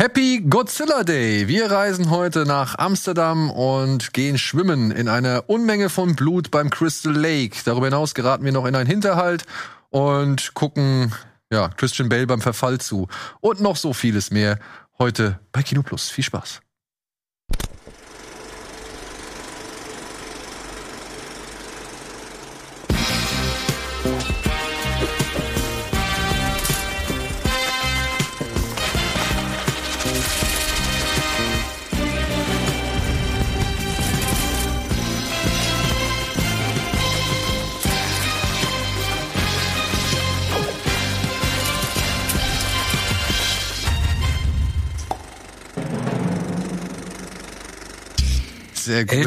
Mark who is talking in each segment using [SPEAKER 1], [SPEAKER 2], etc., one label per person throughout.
[SPEAKER 1] Happy Godzilla Day! Wir reisen heute nach Amsterdam und gehen schwimmen in einer Unmenge von Blut beim Crystal Lake. Darüber hinaus geraten wir noch in einen Hinterhalt und gucken ja, Christian Bale beim Verfall zu. Und noch so vieles mehr heute bei Kino Plus. Viel Spaß! Sehr gut.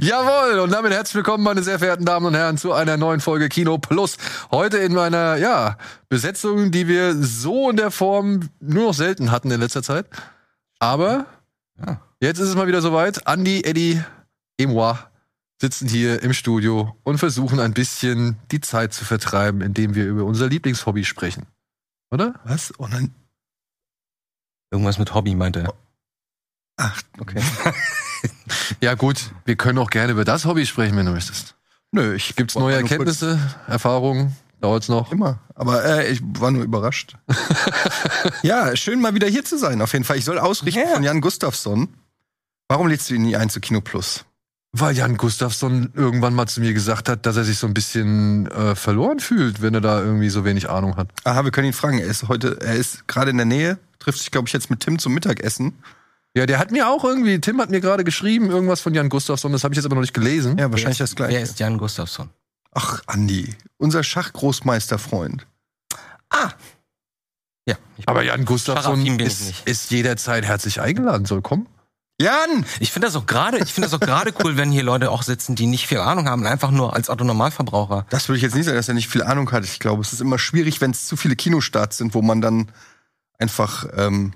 [SPEAKER 1] Jawohl, und damit herzlich willkommen, meine sehr verehrten Damen und Herren, zu einer neuen Folge Kino Plus. Heute in meiner, ja, Besetzung, die wir so in der Form nur noch selten hatten in letzter Zeit. Aber
[SPEAKER 2] Ja.
[SPEAKER 1] jetzt ist es mal wieder soweit. Andy, Eddie et moi sitzen hier im Studio und versuchen ein bisschen die Zeit zu vertreiben, indem wir über unser Lieblingshobby sprechen. Oder?
[SPEAKER 2] Was? Und dann,
[SPEAKER 3] Irgendwas mit Hobby, meinte er.
[SPEAKER 2] ach,
[SPEAKER 3] Okay.
[SPEAKER 1] Ja, gut, wir können auch gerne über das Hobby sprechen, wenn du möchtest.
[SPEAKER 2] nö, ich
[SPEAKER 1] Gibt's
[SPEAKER 2] war
[SPEAKER 1] neue
[SPEAKER 2] nur kurz-
[SPEAKER 1] Erkenntnisse, Erfahrungen? Dauert's noch?
[SPEAKER 2] Immer. Aber äh, ich war nur überrascht. ja, schön mal wieder hier zu sein, auf jeden Fall. Ich soll ausrichten
[SPEAKER 3] Ja.
[SPEAKER 2] von Jan Gustafsson. Warum lädst du ihn nie ein zu Kino Plus?
[SPEAKER 1] Weil Jan Gustafsson irgendwann mal zu mir gesagt hat, dass er sich so ein bisschen äh, verloren fühlt, wenn er da irgendwie so wenig Ahnung hat.
[SPEAKER 2] Aha, wir können ihn fragen. Er ist heute, er ist gerade in der Nähe, trifft sich, glaube ich, jetzt mit Tim zum Mittagessen.
[SPEAKER 1] Ja, der hat mir auch irgendwie, Tim hat mir gerade geschrieben, irgendwas von Jan Gustafsson, das habe ich jetzt aber noch nicht gelesen.
[SPEAKER 2] Ja, wahrscheinlich das
[SPEAKER 3] Wer
[SPEAKER 2] gleiche.
[SPEAKER 3] ist Jan Gustafsson?
[SPEAKER 2] Ach, Andi, unser Schachgroßmeisterfreund.
[SPEAKER 3] Ja. Ich,
[SPEAKER 1] Aber Jan Gustafsson
[SPEAKER 3] Scharafin bin ich
[SPEAKER 1] ist,
[SPEAKER 3] nicht.
[SPEAKER 1] ist jederzeit herzlich eingeladen, soll kommen.
[SPEAKER 2] Jan!
[SPEAKER 3] ich finde das auch gerade, ich finde das auch gerade cool, wenn hier Leute auch sitzen, die nicht viel Ahnung haben, und einfach nur als Autonormalverbraucher.
[SPEAKER 2] Das würde ich jetzt nicht sagen, dass er nicht viel Ahnung hat. Ich glaube, es ist immer schwierig, wenn es zu viele Kinostarts sind, wo man dann einfach ähm,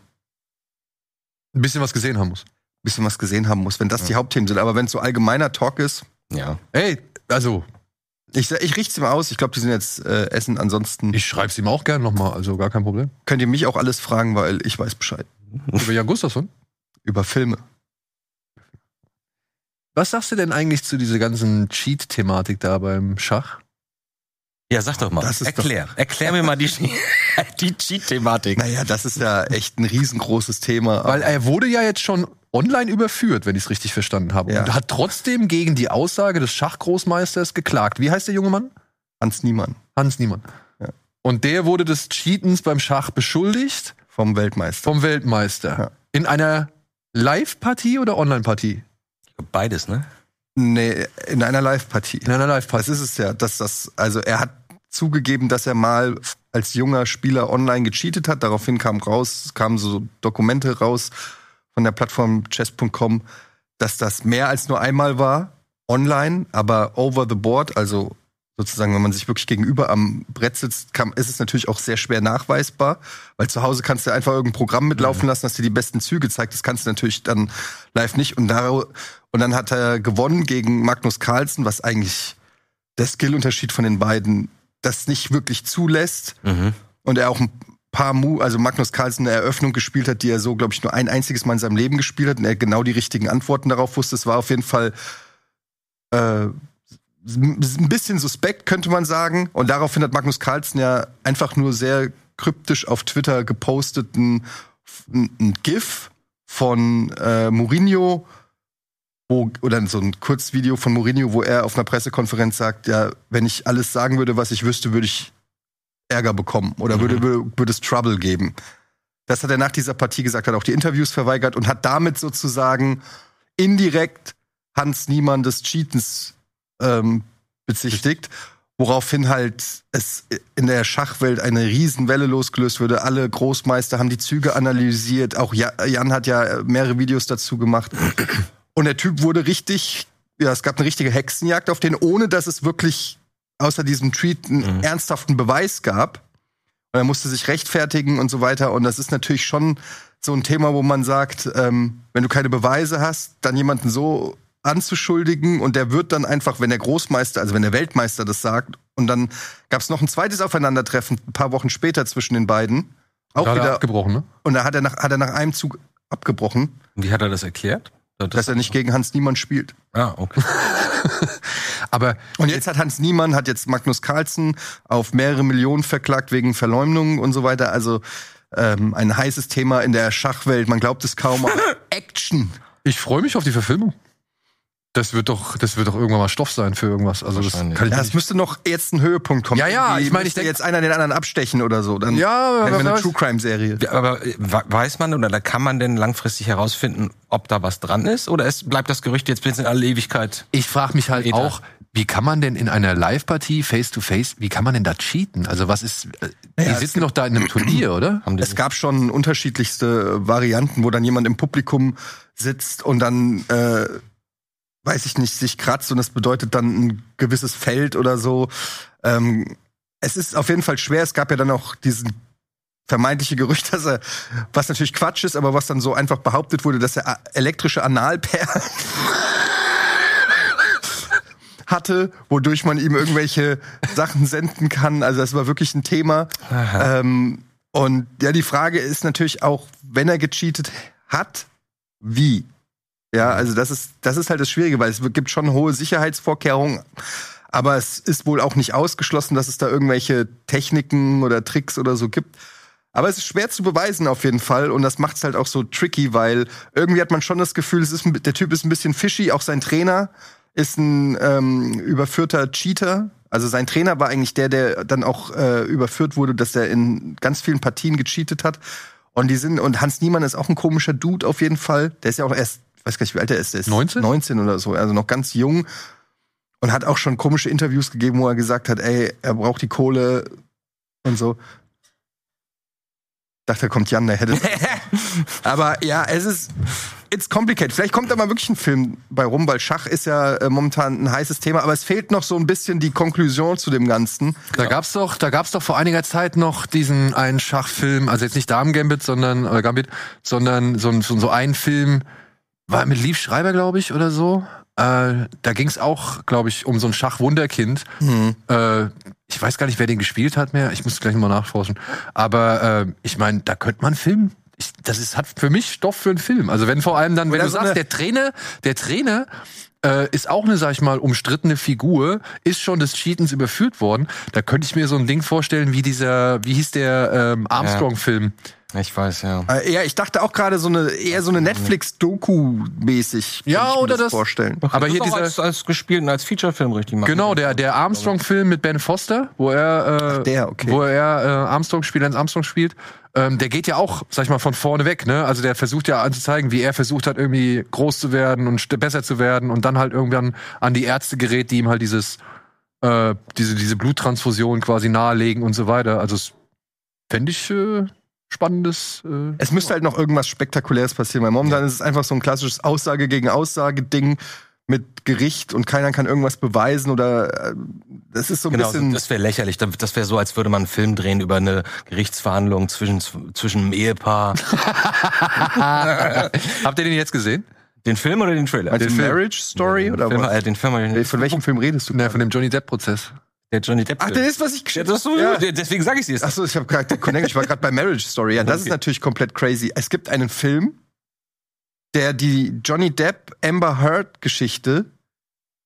[SPEAKER 1] Ein bisschen was gesehen haben muss.
[SPEAKER 2] bisschen was gesehen haben muss, wenn das die Hauptthemen sind. Aber wenn es so allgemeiner Talk ist,
[SPEAKER 3] Ja.
[SPEAKER 1] Ey, also,
[SPEAKER 2] ich, sa- ich richte es mal aus. Ich glaube, die sind jetzt äh, Essen. Ansonsten
[SPEAKER 1] ich schreib's ihm auch gerne nochmal, also gar kein Problem.
[SPEAKER 2] könnt ihr mich auch alles fragen, weil ich weiß Bescheid
[SPEAKER 1] Über Jan Gustafsson.
[SPEAKER 2] über Filme.
[SPEAKER 1] Was sagst du denn eigentlich zu dieser ganzen Cheat-Thematik da beim Schach?
[SPEAKER 3] Ja, sag doch mal.
[SPEAKER 2] Das ist
[SPEAKER 3] erklär. Erklär mir mal die, die Cheat-Thematik.
[SPEAKER 2] Naja, das ist ja echt ein riesengroßes Thema.
[SPEAKER 1] Weil er wurde ja jetzt schon online überführt, wenn ich es richtig verstanden habe.
[SPEAKER 2] Ja.
[SPEAKER 1] Und hat trotzdem gegen die Aussage des Schachgroßmeisters geklagt. Wie heißt der junge Mann?
[SPEAKER 2] Hans Niemann
[SPEAKER 1] Hans Niemann.
[SPEAKER 2] Ja.
[SPEAKER 1] Und der wurde des Cheatens beim Schach beschuldigt
[SPEAKER 2] vom Weltmeister.
[SPEAKER 1] vom Weltmeister.
[SPEAKER 2] Ja.
[SPEAKER 1] In einer Live-Partie oder Online-Partie?
[SPEAKER 3] Beides, ne?
[SPEAKER 2] Nee, in einer Live-Partie.
[SPEAKER 1] In einer
[SPEAKER 2] Das
[SPEAKER 1] Live-Partie.
[SPEAKER 2] ist es ja, dass das, also er hat zugegeben, dass er mal als junger Spieler online gecheatet hat. Daraufhin kam raus, kamen so Dokumente raus von der Plattform chess.com, dass das mehr als nur einmal war, online, aber over the board, also sozusagen, wenn man sich wirklich gegenüber am Brett sitzt, kam, ist es natürlich auch sehr schwer nachweisbar, weil zu Hause kannst du einfach irgendein Programm mitlaufen lassen, das dir die besten Züge zeigt. Das kannst du natürlich dann live nicht. Und, daro- und dann hat er gewonnen gegen Magnus Carlsen, was eigentlich der Skillunterschied von den beiden das nicht wirklich zulässt
[SPEAKER 3] Mhm.
[SPEAKER 2] und er auch ein paar Mu, also Magnus Carlsen eine Eröffnung gespielt hat, die er so, glaube ich, nur ein einziges Mal in seinem Leben gespielt hat und er genau die richtigen Antworten darauf wusste. Es war auf jeden Fall äh, ein bisschen suspekt, könnte man sagen. Und daraufhin hat Magnus Carlsen ja einfach nur sehr kryptisch auf Twitter geposteten ein GIF von äh, Mourinho wo, oder so ein Kurzvideo von Mourinho, wo er auf einer Pressekonferenz sagt, ja, wenn ich alles sagen würde, was ich wüsste, würde ich Ärger bekommen oder würde, würde, würde es Trouble geben. Das hat er nach dieser Partie gesagt, hat auch die Interviews verweigert und hat damit sozusagen indirekt Hans Niemann des Cheatens ähm, bezichtigt, woraufhin halt es in der Schachwelt eine Riesenwelle losgelöst würde. Alle Großmeister haben die Züge analysiert, auch Ja- Jan hat ja mehrere Videos dazu gemacht. Und der Typ wurde richtig, ja, es gab eine richtige Hexenjagd auf den, ohne dass es wirklich außer diesem Tweet einen
[SPEAKER 3] Mhm.
[SPEAKER 2] ernsthaften Beweis gab. Und er musste sich rechtfertigen und so weiter. Und das ist natürlich schon so ein Thema, wo man sagt, ähm, wenn du keine Beweise hast, dann jemanden so anzuschuldigen und der wird dann einfach, wenn der Großmeister, also wenn der Weltmeister das sagt, und dann gab es noch ein zweites Aufeinandertreffen ein paar Wochen später zwischen den beiden. Auch
[SPEAKER 1] Da hat er
[SPEAKER 2] wieder.
[SPEAKER 1] abgebrochen, ne?
[SPEAKER 2] Und da hat er, nach, hat er nach einem Zug abgebrochen,
[SPEAKER 3] Wie hat er das erklärt? Das,
[SPEAKER 2] dass er nicht gegen Hans Niemann spielt.
[SPEAKER 3] Ah, okay.
[SPEAKER 1] Aber
[SPEAKER 2] Und jetzt hat Hans Niemann, hat jetzt Magnus Carlsen auf mehrere Millionen verklagt wegen Verleumdung und so weiter. Also ähm, ein heißes Thema in der Schachwelt. Man glaubt es kaum. aber Action.
[SPEAKER 1] ich freue mich auf die Verfilmung. Das wird doch, das wird doch irgendwann mal Stoff sein für irgendwas. Also das kann
[SPEAKER 3] Wahrscheinlich.
[SPEAKER 1] ich
[SPEAKER 2] Ja,
[SPEAKER 1] mir
[SPEAKER 2] es müsste noch jetzt ein Höhepunkt kommen.
[SPEAKER 1] Ja, ja,
[SPEAKER 2] Irgendwie
[SPEAKER 1] ich meine, ich
[SPEAKER 2] müsste
[SPEAKER 1] denk-
[SPEAKER 2] jetzt einer den anderen abstechen oder so. Dann
[SPEAKER 1] Ja,
[SPEAKER 2] hätten wir
[SPEAKER 1] wer
[SPEAKER 2] eine
[SPEAKER 1] weiß.
[SPEAKER 2] True Crime Serie.
[SPEAKER 3] Aber äh, we- weiß man oder kann man denn langfristig herausfinden, ob da was dran ist? Oder es bleibt das Gerücht jetzt bis in alle Ewigkeit?
[SPEAKER 1] Ich frage mich halt
[SPEAKER 3] Ether.
[SPEAKER 1] auch, wie kann man denn in einer Live-Partie, face-to-face, wie kann man denn da cheaten? Also was ist, äh, die sitzen doch da in einem Turnier, oder?
[SPEAKER 3] Haben die
[SPEAKER 2] Es gab schon unterschiedlichste Varianten, wo dann jemand im Publikum sitzt und dann, äh, weiß ich nicht, sich kratzt und das bedeutet dann ein gewisses Feld oder so. Ähm, es ist auf jeden Fall schwer. Es gab ja dann auch diesen vermeintliche Gerücht, dass er, was natürlich Quatsch ist, aber was dann so einfach behauptet wurde, dass er a- elektrische Analperlen hatte, wodurch man ihm irgendwelche Sachen senden kann. Also das war wirklich ein Thema.
[SPEAKER 3] Aha.
[SPEAKER 2] Ähm, und ja, die Frage ist natürlich auch, wenn er gecheatet hat, wie? Ja, also das ist, das ist halt das Schwierige, weil es gibt schon hohe Sicherheitsvorkehrungen. Aber es ist wohl auch nicht ausgeschlossen, dass es da irgendwelche Techniken oder Tricks oder so gibt. Aber es ist schwer zu beweisen auf jeden Fall und das macht es halt auch so tricky, weil irgendwie hat man schon das Gefühl, es ist ein, bi- der Typ ist ein bisschen fishy, auch sein Trainer ist ein ähm, überführter Cheater. Also sein Trainer war eigentlich der, der dann auch äh, überführt wurde, dass er in ganz vielen Partien gecheatet hat. Und die sind und Hans Niemann ist auch ein komischer Dude auf jeden Fall. Der ist ja auch erst, ich weiß gar nicht, wie alt er ist. Der ist
[SPEAKER 1] 19?
[SPEAKER 2] 19 oder so, also noch ganz jung und hat auch schon komische Interviews gegeben, wo er gesagt hat, ey, er braucht die Kohle und so. Dachte, da kommt Jan, der hätte. Aber ja, es ist. It's complicated. Vielleicht kommt da mal wirklich ein Film bei rum, weil Schach ist ja äh, momentan ein heißes Thema, aber es fehlt noch so ein bisschen die Konklusion zu dem Ganzen.
[SPEAKER 1] Da gab's doch, da gab's doch vor einiger Zeit noch diesen einen Schachfilm, also jetzt nicht Damen Gambit, sondern oder Gambit, sondern so, ein- so, so einen Film, war mit Lief Schreiber, glaube ich, oder so. Äh, da ging's auch, glaube ich, um so ein Schachwunderkind.
[SPEAKER 2] Mhm.
[SPEAKER 1] Äh, ich weiß gar nicht, wer den gespielt hat mehr. Ich muss gleich mal nachforschen. Aber äh, ich meine, da könnte man filmen. Ich, das ist, hat für mich Stoff für einen Film. Also wenn vor allem dann, wenn
[SPEAKER 2] Oder
[SPEAKER 1] du
[SPEAKER 2] so
[SPEAKER 1] sagst,
[SPEAKER 2] eine-
[SPEAKER 1] der Trainer, der Trainer äh, ist auch eine, sag ich mal, umstrittene Figur, ist schon des Cheatens überführt worden. Da könnte ich mir so ein Ding vorstellen, wie dieser, wie hieß der ähm, Armstrong-Film?
[SPEAKER 3] Ich weiß, ja.
[SPEAKER 2] Äh, ja, ich dachte auch gerade so eine eher so eine Netflix-Doku-mäßig.
[SPEAKER 1] Ja,
[SPEAKER 2] könnte ich mir
[SPEAKER 1] oder das-
[SPEAKER 2] vorstellen.
[SPEAKER 1] Aber hier
[SPEAKER 3] ist auch
[SPEAKER 1] dieser-
[SPEAKER 3] als, als gespielten, als Featurefilm richtig machen.
[SPEAKER 1] Genau, der, der Armstrong-Film mit Ben Foster, wo er, äh,
[SPEAKER 2] der, okay.
[SPEAKER 1] wo er äh, Armstrong spielt, Lance Armstrong spielt, ähm, der geht ja auch, sag ich mal, von vorne weg, ne? Also der versucht ja anzuzeigen, wie er versucht hat, irgendwie groß zu werden und st- besser zu werden und dann halt irgendwann an die Ärzte gerät, die ihm halt dieses, äh, diese, diese Bluttransfusion quasi nahelegen und so weiter. Also es fände ich äh, spannendes. Äh,
[SPEAKER 2] Es müsste halt noch irgendwas Spektakuläres passieren, weil momentan ist es einfach so ein klassisches Aussage gegen Aussage-Ding mit Gericht und keiner kann irgendwas beweisen oder äh, das ist so ein
[SPEAKER 3] Genau,
[SPEAKER 2] bisschen.
[SPEAKER 3] das wäre lächerlich. Das wäre so, als würde man einen Film drehen über eine Gerichtsverhandlung zwischen, zwischen einem Ehepaar.
[SPEAKER 1] habt ihr den jetzt gesehen?
[SPEAKER 3] Den Film oder den Trailer?
[SPEAKER 2] Meinst du
[SPEAKER 3] den Film.
[SPEAKER 2] Marriage Story
[SPEAKER 3] Den
[SPEAKER 2] oder
[SPEAKER 3] Film,
[SPEAKER 2] was?
[SPEAKER 3] äh, den Film, den-
[SPEAKER 2] halt. Von welchem Film redest du?
[SPEAKER 1] Ne, von dem Johnny Depp-Prozess.
[SPEAKER 3] der Johnny Depp.
[SPEAKER 2] Ach,
[SPEAKER 3] Film.
[SPEAKER 2] der ist, was ich
[SPEAKER 3] Ja, das ist so,
[SPEAKER 2] Ja.
[SPEAKER 3] Deswegen sage ich sie jetzt.
[SPEAKER 2] Achso, ich habe gerade Connect, ich war gerade bei Marriage Story. Ja, das ist
[SPEAKER 3] Okay.
[SPEAKER 2] natürlich komplett crazy. Es gibt einen Film, der die Johnny Depp Amber Heard Geschichte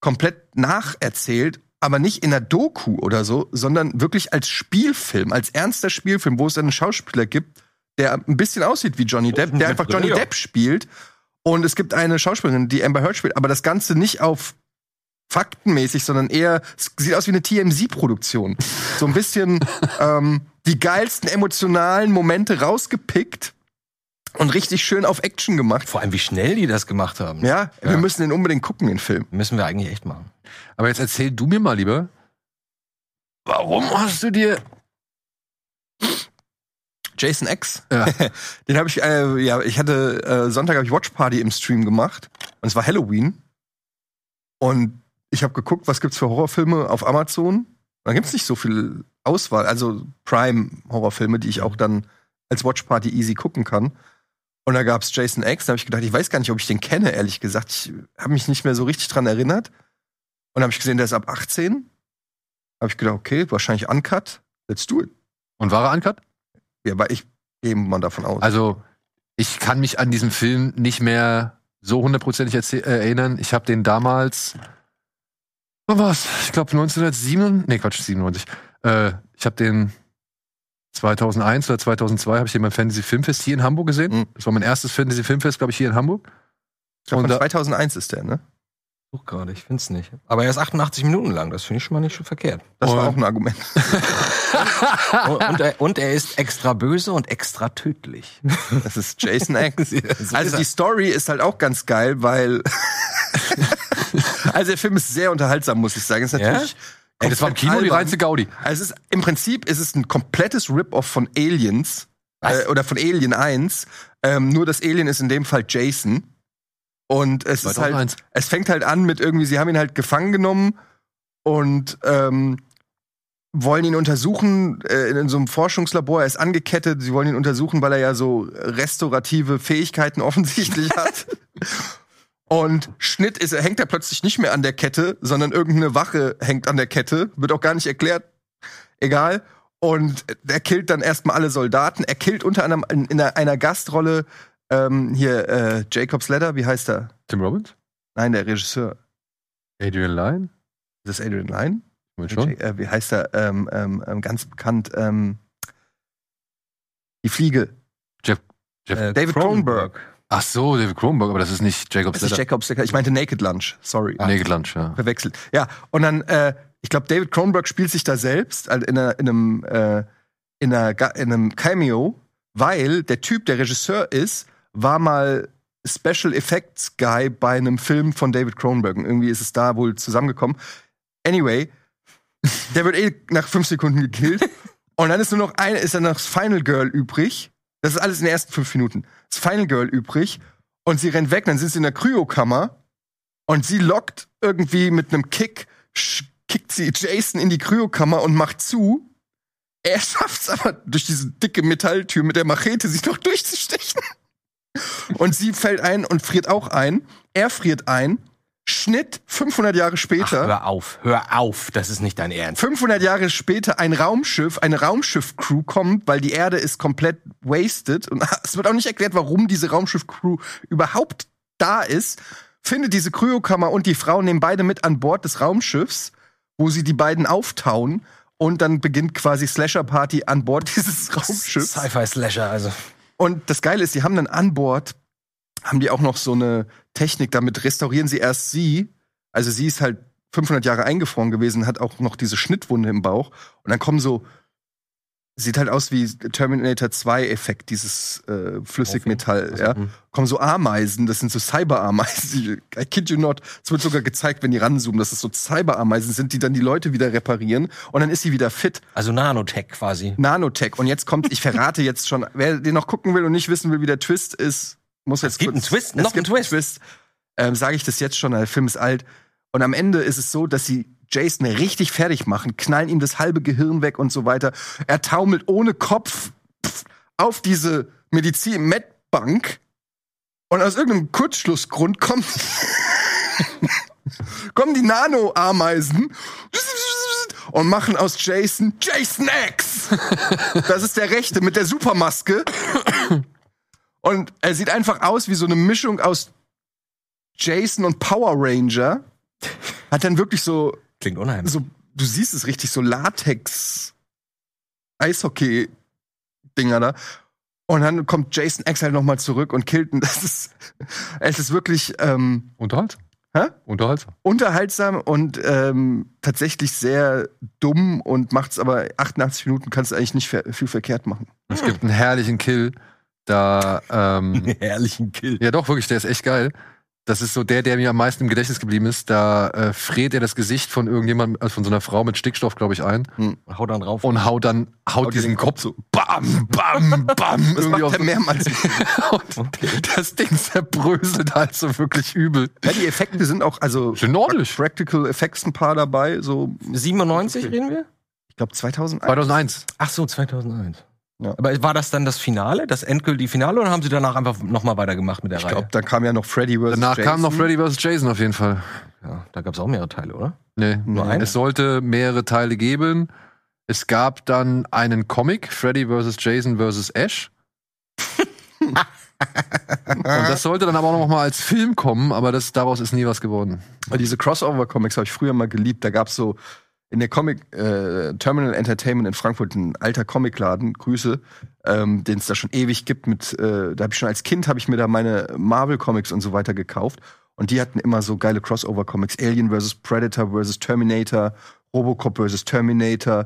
[SPEAKER 2] komplett nacherzählt, aber nicht in einer Doku oder so, sondern wirklich als Spielfilm, als ernster Spielfilm, wo es einen Schauspieler gibt, der ein bisschen aussieht wie Johnny Depp, der einfach Johnny Depp spielt. Und es gibt eine Schauspielerin, die Amber Heard spielt, aber das Ganze nicht auf faktenmäßig, sondern eher, es sieht aus wie eine TMZ-Produktion. So ein bisschen ähm, die geilsten emotionalen Momente rausgepickt und richtig schön auf Action gemacht.
[SPEAKER 3] Vor allem, wie schnell die das gemacht haben.
[SPEAKER 2] Ja, wir
[SPEAKER 3] Ja.
[SPEAKER 2] müssen den unbedingt gucken, den Film.
[SPEAKER 3] Müssen wir eigentlich echt machen.
[SPEAKER 1] Aber jetzt erzähl du mir mal lieber, warum hast du dir
[SPEAKER 2] Jason X.
[SPEAKER 1] Ja.
[SPEAKER 2] den habe ich, äh, ja, ich hatte äh, Sonntag habe ich Watch Party im Stream gemacht und es war Halloween und ich habe geguckt, was gibt's für Horrorfilme auf Amazon. Und Da gibt's nicht so viel Auswahl, also Prime Horrorfilme, die ich auch dann als Watch Party easy gucken kann. Und da gab's Jason X, da habe ich gedacht, ich weiß gar nicht, ob ich den kenne, ehrlich gesagt. Ich habe mich nicht mehr so richtig dran erinnert. Und habe ich gesehen, der ist ab 18. Habe ich gedacht, okay, wahrscheinlich uncut. Let's do it.
[SPEAKER 1] Und war er uncut?
[SPEAKER 2] Ja, weil ich, Gehen man davon aus.
[SPEAKER 1] Also, ich kann mich an diesem Film nicht mehr so hundertprozentig erzäh- äh, erinnern. Ich habe den damals, wann war's? Ich glaube 1997, nee, Quatsch, 97. Äh, ich habe den 2001 oder 2002 habe ich den beim Fantasy Filmfest hier in Hamburg gesehen.
[SPEAKER 2] Mhm.
[SPEAKER 1] Das war mein erstes Fantasy Filmfest, glaube ich, hier in Hamburg.
[SPEAKER 2] ich glaub,
[SPEAKER 1] und
[SPEAKER 2] von
[SPEAKER 1] da-
[SPEAKER 2] 2001 ist der, ne?
[SPEAKER 3] Such gerade, ich find's nicht. Aber er ist 88 Minuten lang, das finde ich schon mal nicht so verkehrt.
[SPEAKER 2] Das war
[SPEAKER 1] Und-
[SPEAKER 2] auch ein Argument.
[SPEAKER 3] Und, und, er, und er ist extra böse und extra tödlich.
[SPEAKER 2] Das ist Jason X.
[SPEAKER 3] So ist
[SPEAKER 2] also
[SPEAKER 3] er.
[SPEAKER 2] die Story ist halt auch ganz geil, weil also der Film ist sehr unterhaltsam, muss ich sagen. Ist
[SPEAKER 3] Ja?
[SPEAKER 2] natürlich.
[SPEAKER 1] Ey, das war im
[SPEAKER 2] komplett
[SPEAKER 1] Kino die
[SPEAKER 2] albern.
[SPEAKER 1] reinste Gaudi.
[SPEAKER 2] Also es ist, im Prinzip ist es ein komplettes Rip-Off von Aliens äh, oder von Alien 1. Ähm, nur das Alien ist in dem Fall Jason. Und es ist halt,
[SPEAKER 1] 2001.
[SPEAKER 2] es fängt halt an mit irgendwie, sie haben ihn halt gefangen genommen und ähm, wollen ihn untersuchen äh, in so einem Forschungslabor. Er ist angekettet, sie wollen ihn untersuchen, weil er ja so restaurative Fähigkeiten offensichtlich hat. Und Schnitt ist, hängt er plötzlich nicht mehr an der Kette, sondern irgendeine Wache hängt an der Kette. Wird auch gar nicht erklärt. Egal. Und er killt dann erstmal alle Soldaten. Er killt unter anderem in, in einer- einer Gastrolle ähm, hier äh, Jacobs Ladder, wie heißt er?
[SPEAKER 1] Tim Robbins?
[SPEAKER 2] Nein, der Regisseur.
[SPEAKER 1] Adrian Lyne?
[SPEAKER 2] Ist das Adrian Lyne?
[SPEAKER 1] Ich mein schon.
[SPEAKER 2] Ja, Äh, wie heißt er? Ähm, ähm, ähm, ganz bekannt. Ähm, die Fliege.
[SPEAKER 1] Jeff-
[SPEAKER 3] Äh,
[SPEAKER 2] David Cronenberg.
[SPEAKER 1] Ach so, David Kronberg, aber das ist nicht Jacob
[SPEAKER 2] Das ist
[SPEAKER 1] Slater.
[SPEAKER 2] Jacobs Ladder. Ich meinte Naked Lunch. Sorry.
[SPEAKER 1] Ah, Naked Lunch, ja.
[SPEAKER 2] verwechselt. Ja, und dann, äh, ich glaube, David Cronenberg spielt sich da selbst also in, einer, in, einem, äh, in, einer, Ga- in einem Cameo, weil der Typ, der Regisseur ist, war mal Special Effects Guy bei einem Film von David Cronenberg. Und irgendwie ist es da wohl zusammengekommen. Anyway, der wird eh nach fünf Sekunden gekillt. Und dann ist nur noch ein, ist dann noch das Final Girl übrig. Das ist alles in den ersten fünf Minuten. Das Final Girl übrig. Und sie rennt weg, dann sind sie in der Kryokammer. Und sie lockt irgendwie mit einem Kick, sch- kickt sie Jason in die Kryokammer und macht zu. Er schafft's aber durch diese dicke Metalltür mit der Machete, sich noch durchzustechen. Und sie fällt ein und friert auch ein. Er friert ein. Schnitt 500 Jahre
[SPEAKER 3] Ach,
[SPEAKER 2] später.
[SPEAKER 3] hör auf, hör auf, das ist nicht dein Ernst.
[SPEAKER 2] 500 Jahre später ein Raumschiff, eine Raumschiff-Crew kommt, weil die Erde ist komplett wasted und es wird auch nicht erklärt, warum diese Raumschiff-Crew überhaupt da ist. Findet diese Kryokammer und die Frau nehmen beide mit an Bord des Raumschiffs, wo sie die beiden auftauen und dann beginnt quasi Slasher-Party an Bord dieses Raumschiffs.
[SPEAKER 3] Sci-Fi-Slasher, also.
[SPEAKER 2] Und das Geile ist, die haben dann an Bord, haben die auch noch so eine Technik, damit restaurieren sie erst sie. Also sie ist halt 500 Jahre eingefroren gewesen, hat auch noch diese Schnittwunde im Bauch. Und dann kommen so, sieht halt aus wie Terminator 2-Effekt, dieses äh, Flüssigmetall.
[SPEAKER 3] Also,
[SPEAKER 2] Ja.
[SPEAKER 3] hm.
[SPEAKER 2] Kommen so Ameisen, das sind so Cyber-Ameisen. I kid you not. Es wird sogar gezeigt, wenn die ranzoomen, dass es so Cyber-Ameisen sind, die dann die Leute wieder reparieren. Und dann ist sie wieder fit.
[SPEAKER 3] also Nanotech quasi.
[SPEAKER 2] Nanotech. Und jetzt kommt, ich verrate jetzt schon, wer den noch gucken will und nicht wissen will, wie der Twist ist, muss jetzt
[SPEAKER 3] Es gibt
[SPEAKER 2] kurz,
[SPEAKER 3] einen Twist,
[SPEAKER 2] es
[SPEAKER 3] noch
[SPEAKER 2] gibt
[SPEAKER 3] einen Twist.
[SPEAKER 2] Ähm, Sage ich das jetzt schon, der Film ist alt. Und am Ende ist es so, dass sie Jason richtig fertig machen, knallen ihm das halbe Gehirn weg und so weiter. Er taumelt ohne Kopf pff, auf diese Medizin-Med-Bank. Und aus irgendeinem Kurzschlussgrund kommt kommen die Nano-Ameisen und machen aus Jason Jason X. Das ist der Rechte mit der Supermaske. Und er sieht einfach aus wie so eine Mischung aus Jason und Power Ranger. Hat dann wirklich so,
[SPEAKER 3] Klingt unheimlich.
[SPEAKER 2] so du siehst es richtig, so Latex Eishockey-Dinger da. Und dann kommt Jason X halt nochmal zurück und killt ihn. Das ist, es ist wirklich, ähm,
[SPEAKER 1] Unterhaltsam.
[SPEAKER 2] Hä?
[SPEAKER 1] Unterhaltsam.
[SPEAKER 2] unterhaltsam und ähm, tatsächlich sehr dumm und macht's aber 88 Minuten kannst du eigentlich nicht ver viel verkehrt machen.
[SPEAKER 1] Es gibt einen herrlichen Kill, da, ähm,
[SPEAKER 3] Herrlichen Kill.
[SPEAKER 1] ja doch, wirklich, der ist echt geil. Das ist so der, der mir am meisten im Gedächtnis geblieben ist. Da äh, friert er das Gesicht von irgendjemandem, also von so einer Frau mit Stickstoff, glaube ich, ein
[SPEAKER 3] Hau dann drauf.
[SPEAKER 1] und haut dann, haut,
[SPEAKER 2] Haut dir
[SPEAKER 1] diesen
[SPEAKER 2] den
[SPEAKER 1] Kopf so bam, bam, bam,
[SPEAKER 2] Das
[SPEAKER 1] irgendwie
[SPEAKER 2] macht
[SPEAKER 1] auf
[SPEAKER 2] er mehrmals.
[SPEAKER 1] und das Ding zerbröselt halt so wirklich übel.
[SPEAKER 2] ja, die Effekte sind auch, also
[SPEAKER 1] Sind ordentlich.
[SPEAKER 2] Practical Effects ein paar dabei, so
[SPEAKER 3] 97 reden wir?
[SPEAKER 2] ich glaube 2001.
[SPEAKER 1] 2001.
[SPEAKER 3] Ach so, 2001.
[SPEAKER 2] Ja.
[SPEAKER 3] Aber war das dann das Finale, das endgültige Finale, oder haben sie danach einfach nochmal weitergemacht mit der
[SPEAKER 2] Ich
[SPEAKER 3] Reihe?
[SPEAKER 2] glaube, da kam ja noch Freddy vs.
[SPEAKER 1] Danach kam noch Freddy vs. Jason auf jeden Fall.
[SPEAKER 3] Ja, da gab es auch mehrere Teile, oder?
[SPEAKER 1] Nee.
[SPEAKER 2] Nur
[SPEAKER 3] Nein.
[SPEAKER 1] Es sollte mehrere Teile geben. Es gab dann einen Comic, Freddy vs. Jason vs. Ash. Und das sollte dann aber auch noch mal als Film kommen, aber das, daraus ist nie was geworden.
[SPEAKER 2] Und diese Crossover-Comics habe ich früher mal geliebt. Da gab es so in der Comic äh, Terminal Entertainment in Frankfurt ein alter Comicladen, Grüße, ähm, den es da schon ewig gibt. Mit, äh, da habe ich schon als Kind habe ich mir da meine Marvel Comics und so weiter gekauft. Und die hatten immer so geile Crossover-Comics: Alien vs. Predator vs. Terminator, Robocop vs. Terminator,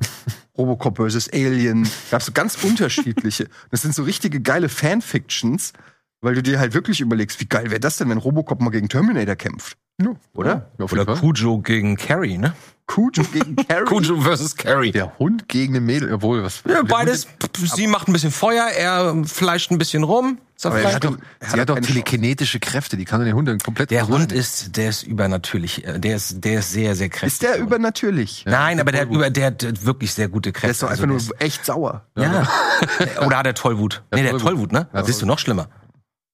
[SPEAKER 2] Robocop vs. Alien. Gab so ganz unterschiedliche. Das sind so richtige geile Fanfictions, weil du dir halt wirklich überlegst, wie geil wäre das denn, wenn Robocop mal gegen Terminator kämpft, oder?
[SPEAKER 1] Ja, auf
[SPEAKER 3] Oder
[SPEAKER 1] jeden Fall.
[SPEAKER 3] Cujo gegen Carrie, ne?
[SPEAKER 2] Cujo gegen Carrie.
[SPEAKER 3] Cujo versus Carrie.
[SPEAKER 1] Der Hund gegen eine Mädel, obwohl was?
[SPEAKER 3] Ja, beides. p- Sie macht ein bisschen Feuer, er fleischt ein bisschen rum.
[SPEAKER 2] er
[SPEAKER 1] Sie
[SPEAKER 3] zerfleischt.
[SPEAKER 1] hat doch,
[SPEAKER 2] Er
[SPEAKER 1] sie
[SPEAKER 2] hat
[SPEAKER 1] hat doch
[SPEAKER 2] keine
[SPEAKER 1] telekinetische Kräfte, die kann den Hund dann komplett
[SPEAKER 3] Der
[SPEAKER 1] berühren.
[SPEAKER 3] Hund ist, der ist übernatürlich, äh, der ist, der ist sehr, sehr kräftig.
[SPEAKER 2] Ist der übernatürlich?
[SPEAKER 3] Nein, aber der hat über, der hat wirklich sehr gute Kräfte.
[SPEAKER 2] Der ist doch einfach
[SPEAKER 3] Also
[SPEAKER 2] nur echt sauer.
[SPEAKER 3] der ist- ja. Oder hat er Tollwut? Nee, der hat
[SPEAKER 1] Tollwut.
[SPEAKER 3] Tollwut, ne?
[SPEAKER 1] Ja,
[SPEAKER 3] Siehst du, noch schlimmer.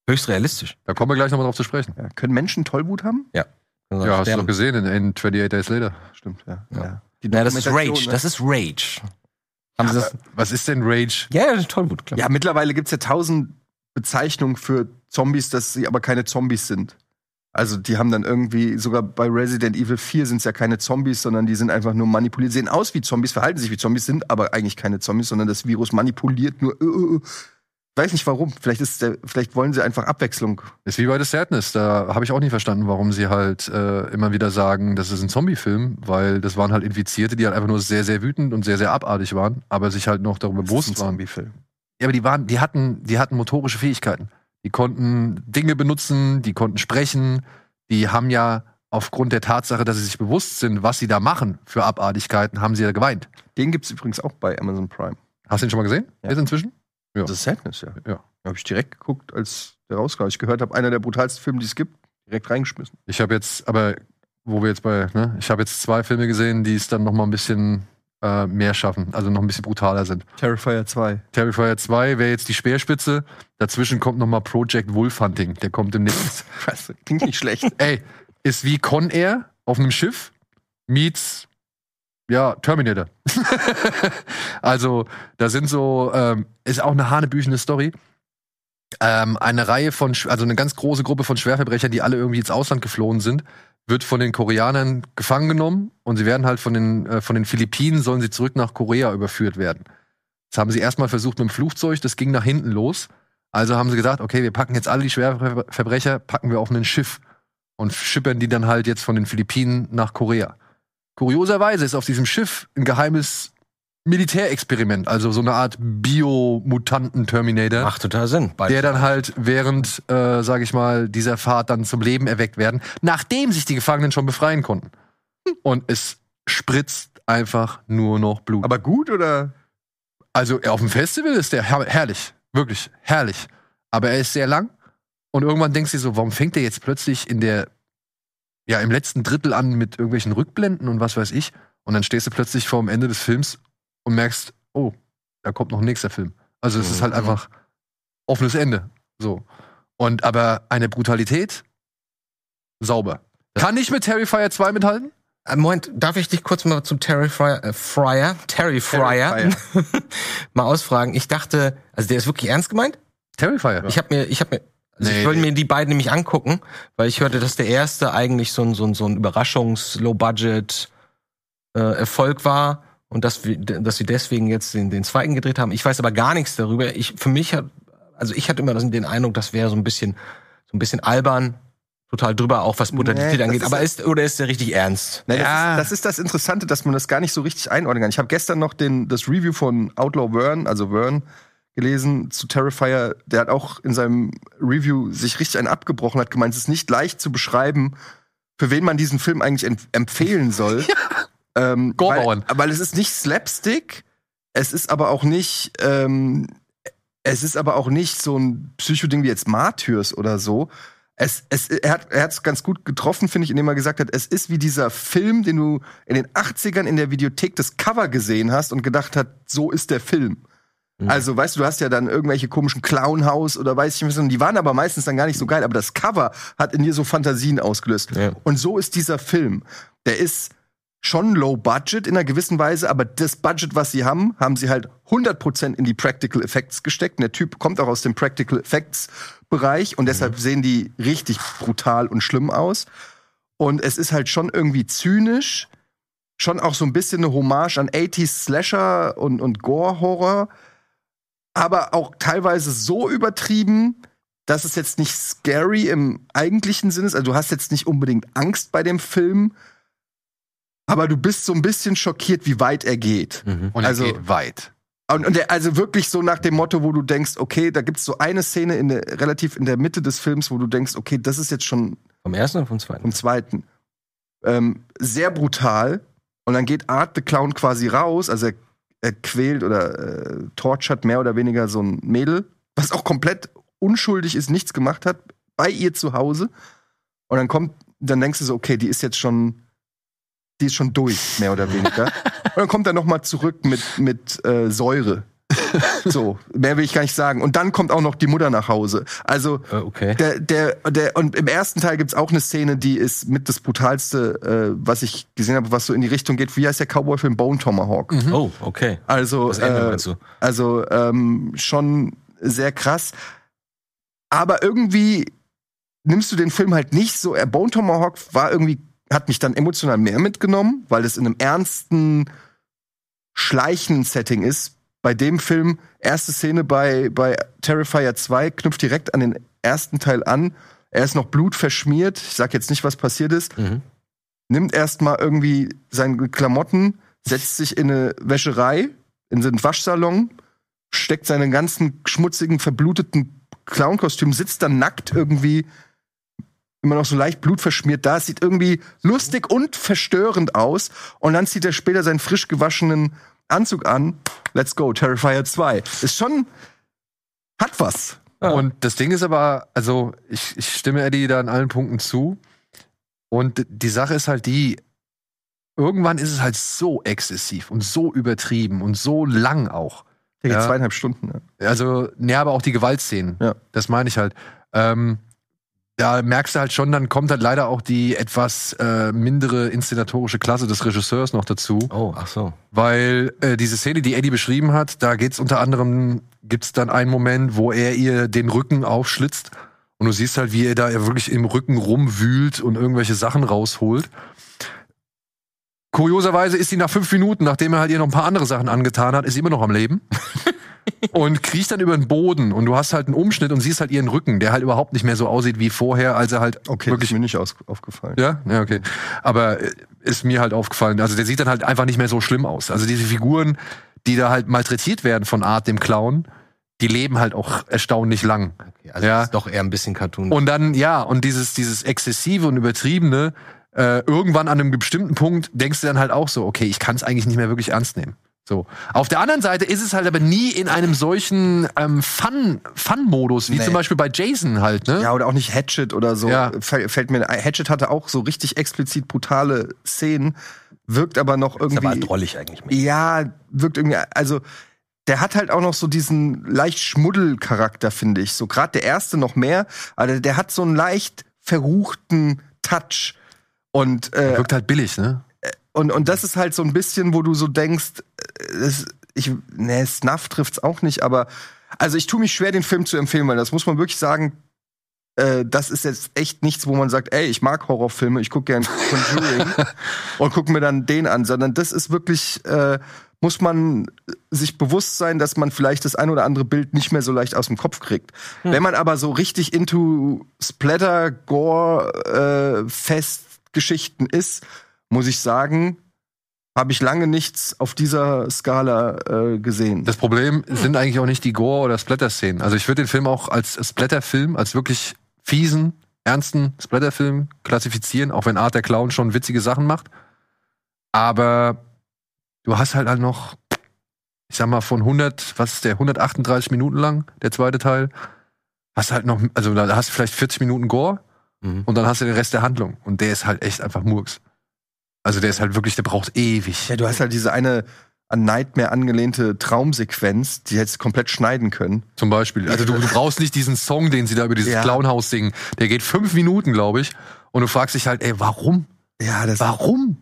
[SPEAKER 3] Höchst realistisch.
[SPEAKER 1] Da kommen wir gleich nochmal drauf zu sprechen.
[SPEAKER 2] Ja, können Menschen Tollwut haben?
[SPEAKER 3] Also
[SPEAKER 1] Ja, hast du
[SPEAKER 3] sterben.
[SPEAKER 1] doch gesehen in, in 28 Days Later.
[SPEAKER 2] Stimmt, ja.
[SPEAKER 3] Ja.
[SPEAKER 2] Die
[SPEAKER 3] ja, das ist
[SPEAKER 2] Dokumentation,
[SPEAKER 3] Rage.
[SPEAKER 2] ne?
[SPEAKER 3] Das ist Rage. Haben sie das?
[SPEAKER 1] Was ist denn Rage?
[SPEAKER 3] Ja, ja, Tollwut, klar.
[SPEAKER 2] ja, mittlerweile gibt es ja tausend Bezeichnungen für Zombies, dass sie aber keine Zombies sind. Also die haben dann irgendwie, sogar bei Resident Evil 4 sind es ja keine Zombies, sondern die sind einfach nur manipuliert, sehen aus wie Zombies, verhalten sich wie Zombies, sind aber eigentlich keine Zombies, sondern das Virus manipuliert nur. Ö, ö, ö. Weiß nicht warum. Vielleicht, ist der, vielleicht wollen sie einfach Abwechslung.
[SPEAKER 1] Ist wie bei The Sadness. Da habe ich auch nicht verstanden, warum sie halt äh, immer wieder sagen, das ist ein Zombie-Film, weil das waren halt Infizierte, die halt einfach nur sehr, sehr wütend und sehr, sehr abartig waren, aber sich halt noch darüber
[SPEAKER 2] Das ist ein
[SPEAKER 1] bewusst waren.
[SPEAKER 2] Zombie-Film.
[SPEAKER 1] Ja, aber die waren, die hatten, die hatten motorische Fähigkeiten. Die konnten Dinge benutzen, die konnten sprechen, die haben ja aufgrund der Tatsache, dass sie sich bewusst sind, was sie da machen für Abartigkeiten, haben sie ja geweint.
[SPEAKER 2] Den gibt es übrigens auch bei Amazon Prime.
[SPEAKER 1] Hast du ihn schon mal gesehen?
[SPEAKER 2] Ja.
[SPEAKER 1] Jetzt inzwischen? Ja.
[SPEAKER 2] The Sadness, ja.
[SPEAKER 1] Ja.
[SPEAKER 2] Habe ich direkt geguckt, als der rauskam. Ich gehört habe, einer der brutalsten Filme, die es gibt, direkt reingeschmissen.
[SPEAKER 1] Ich habe jetzt, aber wo wir jetzt bei, ne, ich habe jetzt zwei Filme gesehen, die es dann noch mal ein bisschen äh, mehr schaffen, also noch ein bisschen brutaler sind.
[SPEAKER 2] Terrifier 2.
[SPEAKER 1] Terrifier 2 wäre jetzt die Speerspitze. Dazwischen kommt noch mal Project Wolfhunting. Der kommt demnächst.
[SPEAKER 2] Krass, klingt nicht schlecht.
[SPEAKER 1] Ey, ist wie Con Air auf einem Schiff meets ja, Terminator. also, da sind so, ähm, ist auch eine hanebüchene Story. Ähm, eine Reihe von, Sch- also eine ganz große Gruppe von Schwerverbrechern, die alle irgendwie ins Ausland geflohen sind, wird von den Koreanern gefangen genommen und sie werden halt von den, äh, von den Philippinen, sollen sie zurück nach Korea überführt werden. Das haben sie erstmal versucht mit dem Flugzeug, das ging nach hinten los. Also haben sie gesagt, okay, wir packen jetzt alle die Schwerverbrecher, packen wir auf ein Schiff und schippern die dann halt jetzt von den Philippinen nach Korea. Kurioserweise ist auf diesem Schiff ein geheimes Militärexperiment, also so eine Art Bio-Mutanten-Terminator,
[SPEAKER 3] Macht total Sinn. Beide.
[SPEAKER 1] der dann halt während, äh, sage ich mal, dieser Fahrt dann zum Leben erweckt werden, nachdem sich die Gefangenen schon befreien konnten. Und es spritzt einfach nur noch Blut.
[SPEAKER 2] Aber gut oder?
[SPEAKER 1] Also auf dem Festival ist der her herrlich, wirklich herrlich. Aber er ist sehr lang und irgendwann denkst du dir so, warum fängt der jetzt plötzlich in der, ja im letzten Drittel an mit irgendwelchen Rückblenden und was weiß ich? Und dann stehst du plötzlich vor dem Ende des Films und merkst, oh, da kommt noch ein nächster Film. Also es ist halt
[SPEAKER 3] Mhm.
[SPEAKER 1] einfach offenes Ende, so. Und aber eine Brutalität sauber. Kann ich mit Terrifier 2 mithalten?
[SPEAKER 3] Äh, Moment, darf ich dich kurz mal zum Terry Fryer, äh, Fryer, Terry Fryer, mal ausfragen? Ich dachte, also der ist wirklich ernst gemeint?
[SPEAKER 1] Terrifier.
[SPEAKER 3] Ich habe mir, ich habe mir, also
[SPEAKER 1] Nee,
[SPEAKER 3] ich wollte
[SPEAKER 1] nee.
[SPEAKER 3] mir die beiden nämlich angucken, weil ich hörte, dass der erste eigentlich so ein so ein so ein Überraschungs-Low-Budget äh, Erfolg war und dass wir, dass wir deswegen jetzt den, den zweiten gedreht haben. Ich weiß aber gar nichts darüber. Ich für mich hat, also ich hatte immer das- den Eindruck, das wäre so ein bisschen so ein bisschen albern, total drüber auch was Brutalität
[SPEAKER 2] Nee, das
[SPEAKER 3] angeht.
[SPEAKER 2] ist
[SPEAKER 3] Aber
[SPEAKER 2] ja-
[SPEAKER 3] ist oder ist der richtig ernst?
[SPEAKER 2] Nein,
[SPEAKER 1] Ja.
[SPEAKER 2] das, ist, das ist das Interessante, dass man das gar nicht so richtig einordnen kann. Ich habe gestern noch den, das Review von Outlaw Vern, also Vern, gelesen zu Terrifier. Der hat auch in seinem Review sich richtig einen abgebrochen, hat gemeint, es ist nicht leicht zu beschreiben, für wen man diesen Film eigentlich em- empfehlen soll. ähm, weil,
[SPEAKER 1] Gorbauern.
[SPEAKER 2] weil es ist nicht Slapstick, es ist aber auch nicht, ähm, es ist aber auch nicht so ein Psychoding wie jetzt Martyrs oder so. Es, es, er hat es ganz gut getroffen, finde ich, indem er gesagt hat, es ist wie dieser Film, den du in den 80ern in der Videothek das Cover gesehen hast und gedacht hat, so ist der Film. Also, weißt du, du hast ja dann irgendwelche komischen Clownhaus oder weiß ich nicht was, und die waren aber meistens dann gar nicht so geil, aber das Cover hat in dir so Fantasien ausgelöst.
[SPEAKER 3] Ja.
[SPEAKER 2] Und so ist dieser Film. Der ist schon low budget in einer gewissen Weise, aber das Budget, was sie haben, haben sie halt 100% in die Practical Effects gesteckt. Und der Typ kommt auch aus dem Practical Effects Bereich und deshalb sehen die richtig brutal und schlimm aus. Und es ist halt schon irgendwie zynisch, schon auch so ein bisschen eine Hommage an 80s Slasher und, und Gore-Horror, aber auch teilweise so übertrieben, dass es jetzt nicht scary im eigentlichen Sinne ist. Also du hast jetzt nicht unbedingt Angst bei dem Film, aber du bist so ein bisschen schockiert, wie weit er geht.
[SPEAKER 3] Mhm.
[SPEAKER 1] Und er
[SPEAKER 2] Also-
[SPEAKER 1] geht weit.
[SPEAKER 2] Und, und der, also wirklich so nach dem Motto, wo du denkst, okay, da gibt's so eine Szene in der, relativ in der Mitte des Films, wo du denkst, okay, das ist jetzt schon
[SPEAKER 3] Vom ersten oder vom zweiten?
[SPEAKER 2] vom zweiten. Ähm, sehr brutal. Und dann geht Art the Clown quasi raus, also er, er quält oder äh, torchert mehr oder weniger so ein Mädel, was auch komplett unschuldig ist, nichts gemacht hat, bei ihr zu Hause. Und dann kommt, dann denkst du so, okay, die ist jetzt schon, die ist schon durch, mehr oder weniger. Und dann kommt er nochmal zurück mit, mit äh, Säure. So, mehr will ich gar nicht sagen. Und dann kommt auch noch die Mutter nach Hause. Also,
[SPEAKER 3] Äh, okay.
[SPEAKER 2] der, der, der, und im ersten Teil gibt's auch eine Szene, die ist mit das brutalste, äh, was ich gesehen habe, was so in die Richtung geht. Wie heißt der Cowboy-Film Bone Tomahawk?
[SPEAKER 3] Oh, okay.
[SPEAKER 2] Also,
[SPEAKER 3] Das Ende
[SPEAKER 2] äh,
[SPEAKER 3] meinst du?
[SPEAKER 2] also ähm, schon sehr krass. Aber irgendwie nimmst du den Film halt nicht so. Äh, Bone Tomahawk war irgendwie, hat mich dann emotional mehr mitgenommen, weil das in einem ernsten, schleichenden Setting ist. Bei dem Film, erste Szene bei, bei Terrifier 2, knüpft direkt an den ersten Teil an. Er ist noch blutverschmiert. Ich sag jetzt nicht, was passiert ist
[SPEAKER 3] Mhm.
[SPEAKER 2] nimmt erstmal irgendwie seine Klamotten, setzt sich in eine Wäscherei, in so einen Waschsalon, steckt seine ganzen schmutzigen, verbluteten Clownkostüm, sitzt dann nackt irgendwie, immer noch so leicht blutverschmiert da. Es sieht irgendwie lustig und verstörend aus. Und dann zieht er später seinen frisch gewaschenen Anzug an. Let's go, Terrifier 2. Ist schon, hat was.
[SPEAKER 3] Ja.
[SPEAKER 1] Und das Ding ist aber, also ich, ich stimme Eddie da in allen Punkten zu. Und d- die Sache ist halt die, irgendwann ist es halt so exzessiv und so übertrieben und so lang auch.
[SPEAKER 2] Der geht
[SPEAKER 1] Ja.
[SPEAKER 2] zweieinhalb Stunden. Ne?
[SPEAKER 1] Also, ne, aber auch die Gewaltszenen.
[SPEAKER 2] Ja.
[SPEAKER 1] Das meine ich halt. Ähm, da merkst du halt schon, dann kommt halt leider auch die etwas äh, mindere inszenatorische Klasse des Regisseurs noch dazu.
[SPEAKER 3] Oh, ach so.
[SPEAKER 1] Weil äh, diese Szene, die Eddie beschrieben hat, da geht's unter anderem, gibt's dann einen Moment, wo er ihr den Rücken aufschlitzt und du siehst halt, wie er da wirklich im Rücken rumwühlt und irgendwelche Sachen rausholt. Kurioserweise ist sie nach fünf Minuten, nachdem er halt ihr noch ein paar andere Sachen angetan hat, ist sie immer noch am Leben. und kriecht dann über den Boden und du hast halt einen Umschnitt und siehst halt ihren Rücken, der halt überhaupt nicht mehr so aussieht wie vorher, als er halt
[SPEAKER 2] Okay, das
[SPEAKER 1] wirklich
[SPEAKER 2] ist mir nicht aus, aufgefallen.
[SPEAKER 1] ja, ja, okay. Aber äh, ist mir halt aufgefallen. Also der sieht dann halt einfach nicht mehr so schlimm aus. Also diese Figuren, die da halt malträtiert werden von Art, dem Clown, die leben halt auch erstaunlich lang.
[SPEAKER 3] Okay, also
[SPEAKER 1] Ja.
[SPEAKER 3] das ist doch eher ein bisschen Cartoon.
[SPEAKER 1] Und dann, ja, und dieses, dieses exzessive und übertriebene, äh, irgendwann an einem bestimmten Punkt denkst du dann halt auch so, okay, ich kann es eigentlich nicht mehr wirklich ernst nehmen. So. Auf der anderen Seite ist es halt aber nie in einem solchen ähm, Fun- Fun-Modus, wie
[SPEAKER 2] Nee.
[SPEAKER 1] zum Beispiel bei Jason halt, ne?
[SPEAKER 2] Ja, oder auch nicht Hatchet oder so.
[SPEAKER 1] Ja.
[SPEAKER 2] Fäll- Fällt mir ein. Hatchet hatte auch so richtig explizit brutale Szenen, wirkt aber noch
[SPEAKER 3] ist aber halt
[SPEAKER 2] irgendwie.
[SPEAKER 3] drollig eigentlich mehr.
[SPEAKER 2] ja, wirkt irgendwie. Also, der hat halt auch noch so diesen leicht Schmuddelcharakter, finde ich. So gerade der erste noch mehr, aber der hat so einen leicht verruchten Touch. Und, äh,
[SPEAKER 1] Wirkt halt billig, ne?
[SPEAKER 2] und, und das ist halt so ein bisschen, wo du so denkst, äh, das, ich, nee, Snuff trifft's auch nicht, aber also ich tue mich schwer, den Film zu empfehlen, weil das muss man wirklich sagen, äh, das ist jetzt echt nichts, wo man sagt, ey, ich mag Horrorfilme, ich gucke gern Conjuring und gucke mir dann den an, sondern das ist wirklich, äh, muss man sich bewusst sein, dass man vielleicht das ein oder andere Bild nicht mehr so leicht aus dem Kopf kriegt. Wenn man aber so richtig into Splatter, Gore, äh, Festgeschichten ist, muss ich sagen, habe ich lange nichts auf dieser Skala äh, gesehen.
[SPEAKER 1] Das Problem sind eigentlich auch nicht die Gore- oder Splatter-Szenen. Also ich würde den Film auch als Splatter-Film, als wirklich fiesen, ernsten Splatter-Film klassifizieren, auch wenn Art der Clown schon witzige Sachen macht. Aber du hast halt, halt noch, ich sag mal, von 100, was ist der, 138 Minuten lang, der zweite Teil, hast halt noch, also da hast du vielleicht 40 Minuten Gore
[SPEAKER 3] Mhm.
[SPEAKER 1] und dann hast du den Rest der Handlung. Und der ist halt echt einfach Murks. Also der ist halt wirklich, der braucht ewig.
[SPEAKER 2] Ja, du hast halt diese eine an Nightmare angelehnte Traumsequenz, die hättest du komplett schneiden können.
[SPEAKER 1] Zum Beispiel. Also du, du brauchst nicht diesen Song, den sie da über dieses
[SPEAKER 2] Ja.
[SPEAKER 1] Clownhaus singen. Der geht fünf Minuten, glaube ich. Und du fragst dich halt, ey, warum?
[SPEAKER 2] Ja, das
[SPEAKER 1] Warum?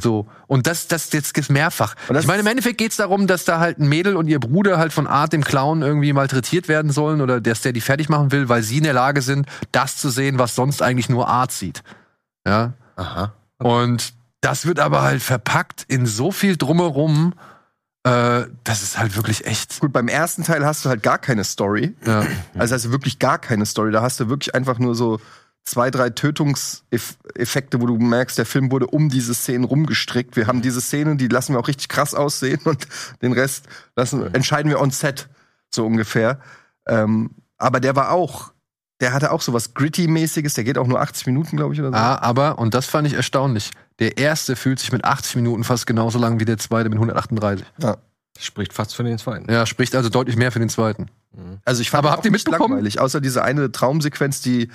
[SPEAKER 1] So. Und das, das jetzt gibt's mehrfach.
[SPEAKER 2] Und das
[SPEAKER 1] ich meine, im Endeffekt geht's darum, dass da halt ein Mädel und ihr Bruder halt von Art dem Clown irgendwie malträtiert werden sollen oder dass der die fertig machen will, weil sie in der Lage sind, das zu sehen, was sonst eigentlich nur Art sieht. Ja.
[SPEAKER 3] Aha.
[SPEAKER 1] Und das wird aber halt verpackt in so viel drumherum, äh, das ist halt wirklich echt.
[SPEAKER 2] Gut, beim ersten Teil hast du halt gar keine Story.
[SPEAKER 1] Ja.
[SPEAKER 2] Also hast du wirklich gar keine Story. Da hast du wirklich einfach nur so zwei, drei Tötungseffekte, wo du merkst, der Film wurde um diese Szenen rumgestrickt. Wir haben diese Szenen, die lassen wir auch richtig krass aussehen und den Rest lassen, entscheiden wir on set, so ungefähr. Ähm, aber der war auch, der hatte auch sowas Gritty-mäßiges, der geht auch nur 80 Minuten, glaube ich, oder so.
[SPEAKER 1] Ah,
[SPEAKER 3] Genau.
[SPEAKER 1] aber, und das fand ich erstaunlich, der erste fühlt sich mit 80 Minuten fast genauso lang wie der zweite mit 138.
[SPEAKER 3] Spricht fast für den zweiten. Mhm.
[SPEAKER 1] Ja, spricht also deutlich mehr für den zweiten.
[SPEAKER 2] Also ich fand
[SPEAKER 1] Aber
[SPEAKER 2] den
[SPEAKER 1] habt
[SPEAKER 2] auch
[SPEAKER 1] ihr
[SPEAKER 2] nicht
[SPEAKER 1] mitbekommen?
[SPEAKER 2] langweilig, außer diese eine Traumsequenz, die,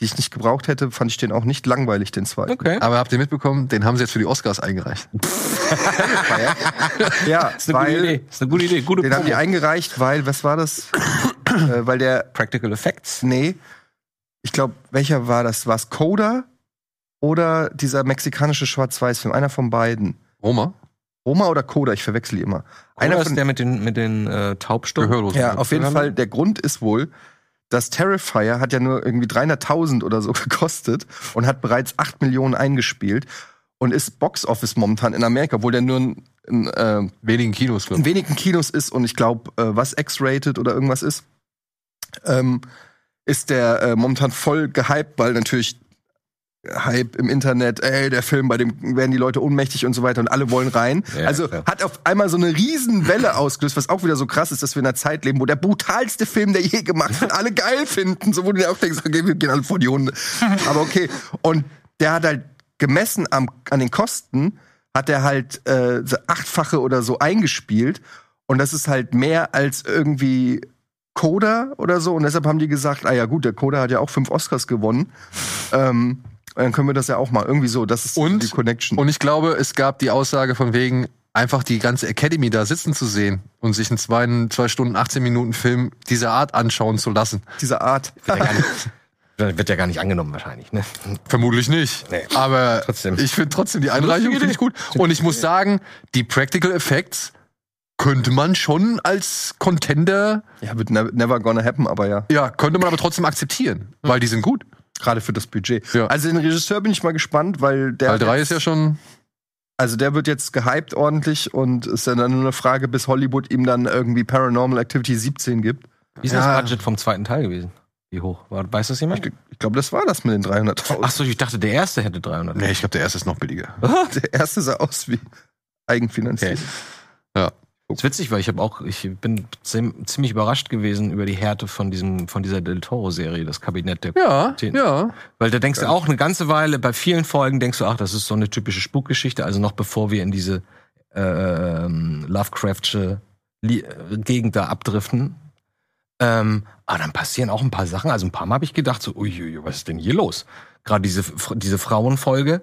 [SPEAKER 2] die ich nicht gebraucht hätte, fand ich den auch nicht langweilig, den zweiten.
[SPEAKER 3] Okay.
[SPEAKER 1] Aber habt ihr mitbekommen, den haben sie jetzt für die Oscars eingereicht.
[SPEAKER 2] Ja, weil
[SPEAKER 3] Ist eine gute Idee. Gute
[SPEAKER 2] den haben die
[SPEAKER 3] Promo.
[SPEAKER 2] eingereicht, weil was war das? äh, weil der
[SPEAKER 3] Practical Effects.
[SPEAKER 2] nee, ich glaube, welcher war das? War es Coda oder dieser mexikanische Schwarz-Weiß-Film? Einer von beiden.
[SPEAKER 1] Roma?
[SPEAKER 2] Roma oder Coda? Ich verwechsel die immer. Einer
[SPEAKER 3] Oder ist
[SPEAKER 2] von-
[SPEAKER 3] der mit den, mit den äh, Taubstummen?
[SPEAKER 1] Gehörlos.
[SPEAKER 2] Ja, auf jeden Fall. Der Grund ist wohl, dass Terrifier hat ja nur irgendwie 300.000 oder so gekostet und hat bereits 8 Millionen eingespielt und ist Box Office momentan in Amerika, obwohl der nur ein, ein, äh,
[SPEAKER 1] Wenigen Kinos, glaub
[SPEAKER 2] in wenigen Kinos ist und ich glaube, äh, was X-rated oder irgendwas ist, ähm, ist der äh, momentan voll gehypt, weil natürlich Hype im Internet, ey, der Film, bei dem werden die Leute ohnmächtig und so weiter und alle wollen rein.
[SPEAKER 3] Ja,
[SPEAKER 2] also
[SPEAKER 3] klar.
[SPEAKER 2] hat auf einmal so eine Riesenwelle ausgelöst, was auch wieder so krass ist, dass wir in einer Zeit leben, wo der brutalste Film, der je gemacht wird, alle geil finden. So wurde der auch denkst, okay, wir gehen alle vor die Hunde. Aber okay. Und der hat halt gemessen am, an den Kosten, hat er halt äh, so achtfache oder so eingespielt. Und das ist halt mehr als irgendwie Coda oder so. Und deshalb haben die gesagt, ah ja gut, der Coda hat ja auch fünf Oscars gewonnen. ähm, dann können wir das ja auch mal irgendwie so. Das ist
[SPEAKER 1] Und-
[SPEAKER 2] die Connection.
[SPEAKER 1] Und ich glaube, es gab die Aussage von wegen, einfach die ganze Academy da sitzen zu sehen und sich einen zwei, zwei Stunden, 18 Minuten Film dieser Art anschauen zu lassen.
[SPEAKER 2] diese Art.
[SPEAKER 3] Wird ja gar nicht angenommen wahrscheinlich, ne?
[SPEAKER 1] Vermutlich nicht.
[SPEAKER 3] Nee.
[SPEAKER 1] Aber
[SPEAKER 3] Trotzdem.
[SPEAKER 1] ich finde trotzdem die Einreichung finde ich gut. Und ich muss sagen, die Practical Effects könnte man schon als Contender,
[SPEAKER 2] Ja, wird ne- never gonna happen, aber ja.
[SPEAKER 1] ja, könnte man aber trotzdem akzeptieren, weil die sind gut.
[SPEAKER 2] Gerade für das Budget.
[SPEAKER 1] Ja.
[SPEAKER 2] Also den Regisseur bin ich mal gespannt, weil der.
[SPEAKER 1] Teil 3 ist ja schon,
[SPEAKER 2] Also der wird jetzt gehypt ordentlich und ist dann nur eine Frage, bis Hollywood ihm dann irgendwie Paranormal Activity 17 gibt.
[SPEAKER 3] Wie ist
[SPEAKER 1] Ja.
[SPEAKER 3] das Budget vom zweiten Teil gewesen? Wie hoch? War, weiß das jemand?
[SPEAKER 2] Ich glaube, das war das mit den 300.000.
[SPEAKER 3] Ach so, ich dachte, der erste hätte 300.
[SPEAKER 1] nee, ich glaube, der erste ist noch billiger.
[SPEAKER 2] Der erste sah aus wie eigenfinanziert.
[SPEAKER 3] Das ist witzig, weil ich habe auch, ich bin ziem- ziemlich überrascht gewesen über die Härte von diesem, von dieser Del Toro-Serie, das Kabinett der.
[SPEAKER 1] Ja,
[SPEAKER 3] Den-
[SPEAKER 1] ja.
[SPEAKER 3] Weil da denkst du auch eine ganze Weile, bei vielen Folgen denkst du, ach, das ist so eine typische Spukgeschichte, also noch bevor wir in diese äh, ähm, Lovecraftsche Lie- äh, Gegend da abdriften. Ähm, aber dann passieren auch ein paar Sachen. Also ein paar Mal habe ich gedacht, so, uiuiui, was ist denn hier los? Gerade diese, Fr- diese Frauenfolge.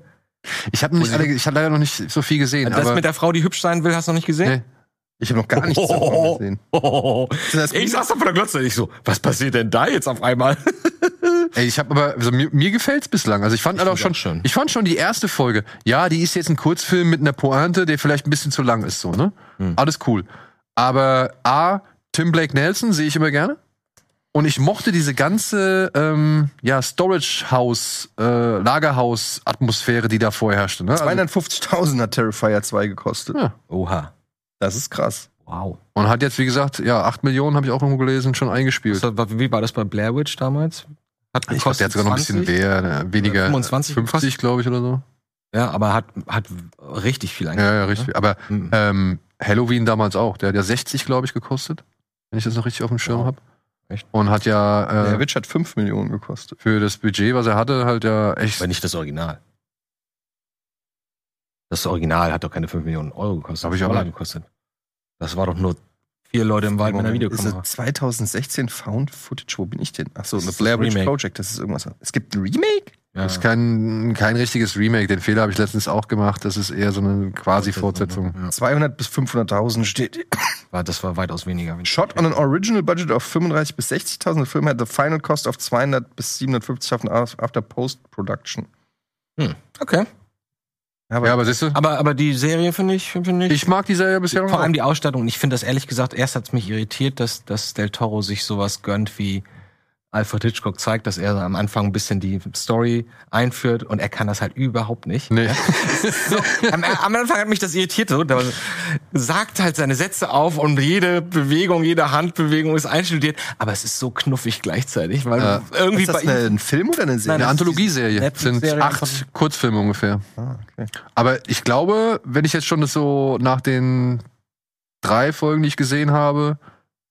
[SPEAKER 1] Ich habe
[SPEAKER 3] sie-
[SPEAKER 1] hab leider noch nicht so viel gesehen.
[SPEAKER 3] Also- das
[SPEAKER 1] aber-
[SPEAKER 3] mit der Frau, die hübsch sein will, hast du noch nicht gesehen? Oh,
[SPEAKER 1] Nee.
[SPEAKER 2] Ich habe noch gar nichts
[SPEAKER 1] Oh.
[SPEAKER 2] davon gesehen. das
[SPEAKER 3] ich saß da vor der Glotze ich so, was passiert denn da jetzt auf einmal?
[SPEAKER 1] Ey, ich habe aber, also mir, mir gefällt's bislang. Also ich fand halt auch
[SPEAKER 3] find's
[SPEAKER 1] schon,
[SPEAKER 3] auch schön.
[SPEAKER 1] ich fand schon die erste Folge. Ja, die ist jetzt ein Kurzfilm mit einer Pointe, der vielleicht ein bisschen zu lang ist, so ne?
[SPEAKER 3] Hm.
[SPEAKER 1] Alles cool. Aber a, Tim Blake Nelson sehe ich immer gerne. Und ich mochte diese ganze ähm, ja Storage House, äh, Lagerhaus Atmosphäre, die da vorherrschte. Ne? Also,
[SPEAKER 2] 250.000 hat Terrifier 2 gekostet.
[SPEAKER 1] Ja.
[SPEAKER 3] Oha.
[SPEAKER 2] Das ist krass.
[SPEAKER 3] Wow.
[SPEAKER 1] und hat jetzt wie gesagt, ja, 8 Millionen habe ich auch irgendwo gelesen, schon eingespielt.
[SPEAKER 3] Das war, wie war das bei Blair Witch damals? Hat
[SPEAKER 1] Ich glaube, der hat sogar noch ein bisschen mehr, äh, weniger,
[SPEAKER 3] 25
[SPEAKER 1] 50 glaube ich oder so.
[SPEAKER 3] Ja, aber hat, hat richtig viel
[SPEAKER 1] Ja,
[SPEAKER 3] eingebracht.
[SPEAKER 1] ja, richtig. Aber
[SPEAKER 3] Mhm.
[SPEAKER 1] ähm, Halloween damals auch. Der hat ja 60, glaube ich, gekostet, wenn ich das noch richtig auf dem Schirm
[SPEAKER 3] Wow.
[SPEAKER 1] hab. habe.
[SPEAKER 3] Echt?
[SPEAKER 1] Und hat ja
[SPEAKER 2] Der
[SPEAKER 1] äh,
[SPEAKER 2] Witch hat 5 Millionen gekostet.
[SPEAKER 1] für das Budget, was er hatte, halt ja echt.
[SPEAKER 3] Aber nicht das Original. Das Original hat doch keine 5 Millionen Euro gekostet.
[SPEAKER 1] Glaub ich auch
[SPEAKER 3] Dollar
[SPEAKER 1] nicht.
[SPEAKER 3] gekostet. Das war doch nur vier Leute im Wald mit einer
[SPEAKER 2] Ist
[SPEAKER 3] Videokamera.
[SPEAKER 2] es 2016 Found Footage? Wo bin ich denn? Achso,
[SPEAKER 3] Das
[SPEAKER 2] The
[SPEAKER 3] ist
[SPEAKER 2] Blair
[SPEAKER 3] das
[SPEAKER 2] Witch
[SPEAKER 3] Remake.
[SPEAKER 2] Project. Das ist irgendwas. Es gibt ein Remake?
[SPEAKER 3] Ja.
[SPEAKER 1] Ist kein, kein richtiges Remake. Den Fehler habe ich letztens auch gemacht. Das ist eher so eine quasi Fortsetzung.
[SPEAKER 3] Ja.
[SPEAKER 2] 200 bis 500.000 steht.
[SPEAKER 3] War- Das war weitaus weniger.
[SPEAKER 2] Shot on an original budget of 35 bis 60.000. The film had the final cost of 200 bis 750.000 after post-production.
[SPEAKER 3] Hm. Okay.
[SPEAKER 2] aber,
[SPEAKER 1] Ja, aber siehst du,
[SPEAKER 3] Aber, aber die Serie finde ich, finde ich,
[SPEAKER 1] ich mag die Serie bisher
[SPEAKER 3] vor
[SPEAKER 1] noch.
[SPEAKER 3] allem die Ausstattung. Und Ich finde das ehrlich gesagt, erst hat es mich irritiert, dass, dass Del Toro sich sowas gönnt wie Alfred Hitchcock zeigt, dass er am Anfang ein bisschen die Story einführt und er kann das halt überhaupt nicht.
[SPEAKER 1] Nee.
[SPEAKER 3] Am, am Anfang hat mich das irritiert. So. Da sagt halt seine Sätze auf und jede Bewegung, jede Handbewegung ist einstudiert. Aber es ist so knuffig gleichzeitig, weil
[SPEAKER 1] Ja.
[SPEAKER 3] irgendwie
[SPEAKER 2] Ist
[SPEAKER 3] bei
[SPEAKER 2] das
[SPEAKER 3] ihm
[SPEAKER 2] eine, ein Film oder eine Serie?
[SPEAKER 1] Eine
[SPEAKER 3] Nein, das ist diese
[SPEAKER 1] Anthologieserie. Sind
[SPEAKER 3] Netflix-Serie
[SPEAKER 1] acht
[SPEAKER 3] einfach-
[SPEAKER 1] Kurzfilme ungefähr.
[SPEAKER 2] Ah, okay.
[SPEAKER 1] Aber ich glaube, wenn ich jetzt schon das so nach den drei Folgen, die ich gesehen habe,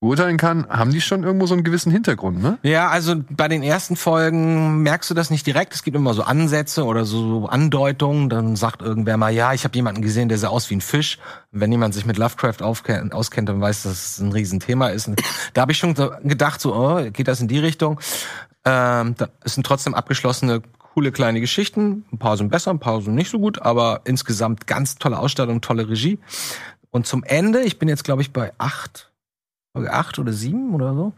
[SPEAKER 1] beurteilen kann, haben die schon irgendwo so einen gewissen Hintergrund, ne?
[SPEAKER 3] Ja, also bei den ersten Folgen merkst du das nicht direkt. Es gibt immer so Ansätze oder so Andeutungen. Dann sagt irgendwer mal, ja, ich habe jemanden gesehen, der sah aus wie ein Fisch. Und wenn jemand sich mit Lovecraft aufken- auskennt, dann weiß, dass es ein Riesenthema ist. Und da habe ich schon so gedacht, so, oh, geht das in die Richtung? Ähm, da es sind trotzdem abgeschlossene, coole kleine Geschichten. Ein paar sind besser, ein paar sind nicht so gut, aber insgesamt ganz tolle Ausstattung, tolle Regie. Und zum Ende, ich bin jetzt, glaube ich, bei acht, Folge acht oder sieben oder so,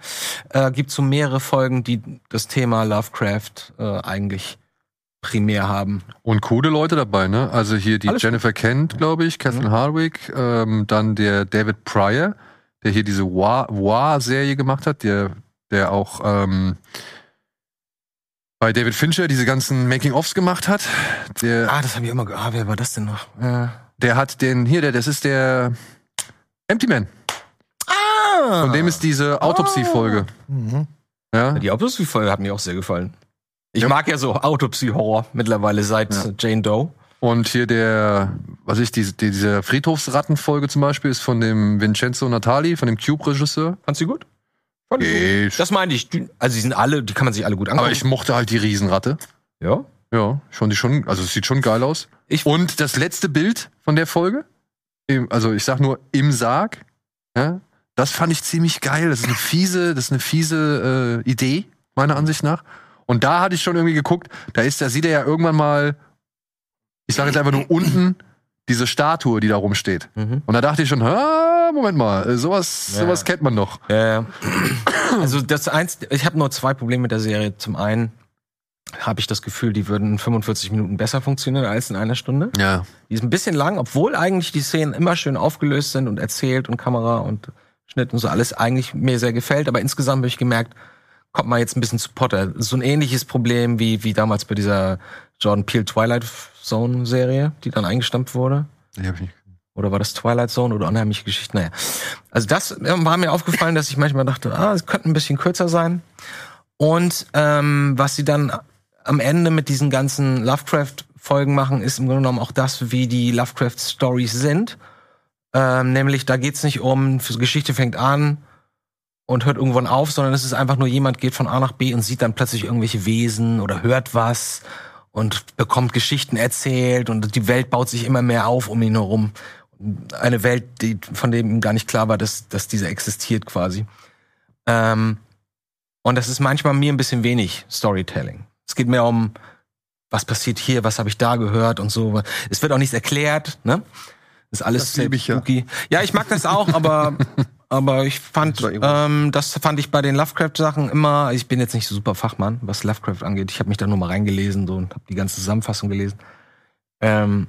[SPEAKER 3] äh, gibt so mehrere Folgen, die das Thema Lovecraft äh, eigentlich primär haben.
[SPEAKER 1] Und coole Leute dabei, ne? Also hier die
[SPEAKER 3] Alles Mhm.
[SPEAKER 1] Jennifer Kent, glaube ich, Catherine Hardwick, ähm, dann der David Pryor, der hier diese War-Serie gemacht hat, der, der auch ähm, bei David Fincher diese ganzen Making-ofs gemacht hat. Der
[SPEAKER 3] Ah, das habe ich immer ge- Ah, wer war das denn noch? Äh,
[SPEAKER 1] Der hat den, hier, der, das ist der Empty Man.
[SPEAKER 3] ah!
[SPEAKER 1] Von dem ist diese Autopsie-Folge.
[SPEAKER 2] Mhm.
[SPEAKER 1] Ja?
[SPEAKER 3] Die Autopsie-Folge hat mir auch sehr gefallen. Ich
[SPEAKER 1] Ja.
[SPEAKER 3] mag ja so Autopsie-Horror mittlerweile seit
[SPEAKER 1] Ja.
[SPEAKER 3] Jane Doe.
[SPEAKER 1] Und hier der, was ich, diese, die, diese Friedhofsratten-Folge zum Beispiel ist von dem Vincenzo Natali, von dem Cube-Regisseur.
[SPEAKER 3] Fandst du gut? Fand ich gut.
[SPEAKER 1] Geht.
[SPEAKER 3] Das meine ich. Die- Also die sind alle, die kann man sich alle gut angucken.
[SPEAKER 1] Aber ich mochte halt die Riesenratte.
[SPEAKER 3] ja.
[SPEAKER 1] Ja, schon die schon, also es sieht schon geil aus.
[SPEAKER 3] Ich-
[SPEAKER 1] Und das letzte Bild von der Folge, im, also ich sag nur im Sarg, ja, das fand ich ziemlich geil. Das ist eine fiese, das ist eine fiese äh, Idee, meiner Ansicht nach. Und da hatte ich schon irgendwie geguckt, da ist, da sieht er ja irgendwann mal, ich sage jetzt einfach nur unten, diese Statue, die da rumsteht.
[SPEAKER 3] Mhm.
[SPEAKER 1] Und da dachte ich schon, ah, Moment mal, äh, sowas,
[SPEAKER 3] Ja.
[SPEAKER 1] sowas kennt man doch.
[SPEAKER 3] Ja, ja. Äh, Also das eins, ich habe nur zwei Probleme mit der Serie. Zum einen habe ich das Gefühl, die würden in 45 Minuten besser funktionieren als in einer Stunde.
[SPEAKER 1] Ja.
[SPEAKER 3] Die ist ein bisschen lang, obwohl eigentlich die Szenen immer schön aufgelöst sind und erzählt und Kamera und Schnitt und so alles eigentlich mir sehr gefällt. Aber insgesamt habe ich gemerkt, kommt man jetzt ein bisschen zu Potter. So ein ähnliches Problem wie, wie damals bei dieser Jordan Peele Twilight Zone Serie, die dann eingestampft wurde.
[SPEAKER 1] Ich hab nicht.
[SPEAKER 3] Oder war das Twilight Zone oder unheimliche Geschichten? Naja. Also das ähm, war mir aufgefallen, dass ich manchmal dachte, ah, es könnte ein bisschen kürzer sein. Und ähm, was sie dann am Ende mit diesen ganzen Lovecraft-Folgen machen, ist im Grunde genommen auch das, wie die Lovecraft-Stories sind. Ähm, nämlich, da geht's nicht um, die Geschichte fängt an und hört irgendwann auf, sondern es ist einfach nur jemand geht von A nach B und sieht dann plötzlich irgendwelche Wesen oder hört was und bekommt Geschichten erzählt und die Welt baut sich immer mehr auf um ihn herum. Eine Welt, die, von dem ihm gar nicht klar war, dass, dass diese existiert quasi. Ähm, und das ist manchmal mir ein bisschen wenig Storytelling. Es geht mehr um, was passiert hier, was habe ich da gehört und so. Es wird auch nichts erklärt, ne? Ist alles
[SPEAKER 2] Das
[SPEAKER 3] sehr
[SPEAKER 2] lieb ich ja.
[SPEAKER 3] spooky. Ja, ich mag das auch, aber, aber ich fand,
[SPEAKER 2] Das war irgendwo-
[SPEAKER 3] ähm, das fand ich bei den Lovecraft-Sachen immer, also ich bin jetzt nicht so super Fachmann, was Lovecraft angeht. Ich habe mich da nur mal reingelesen so, und habe die ganze Zusammenfassung gelesen. Ähm,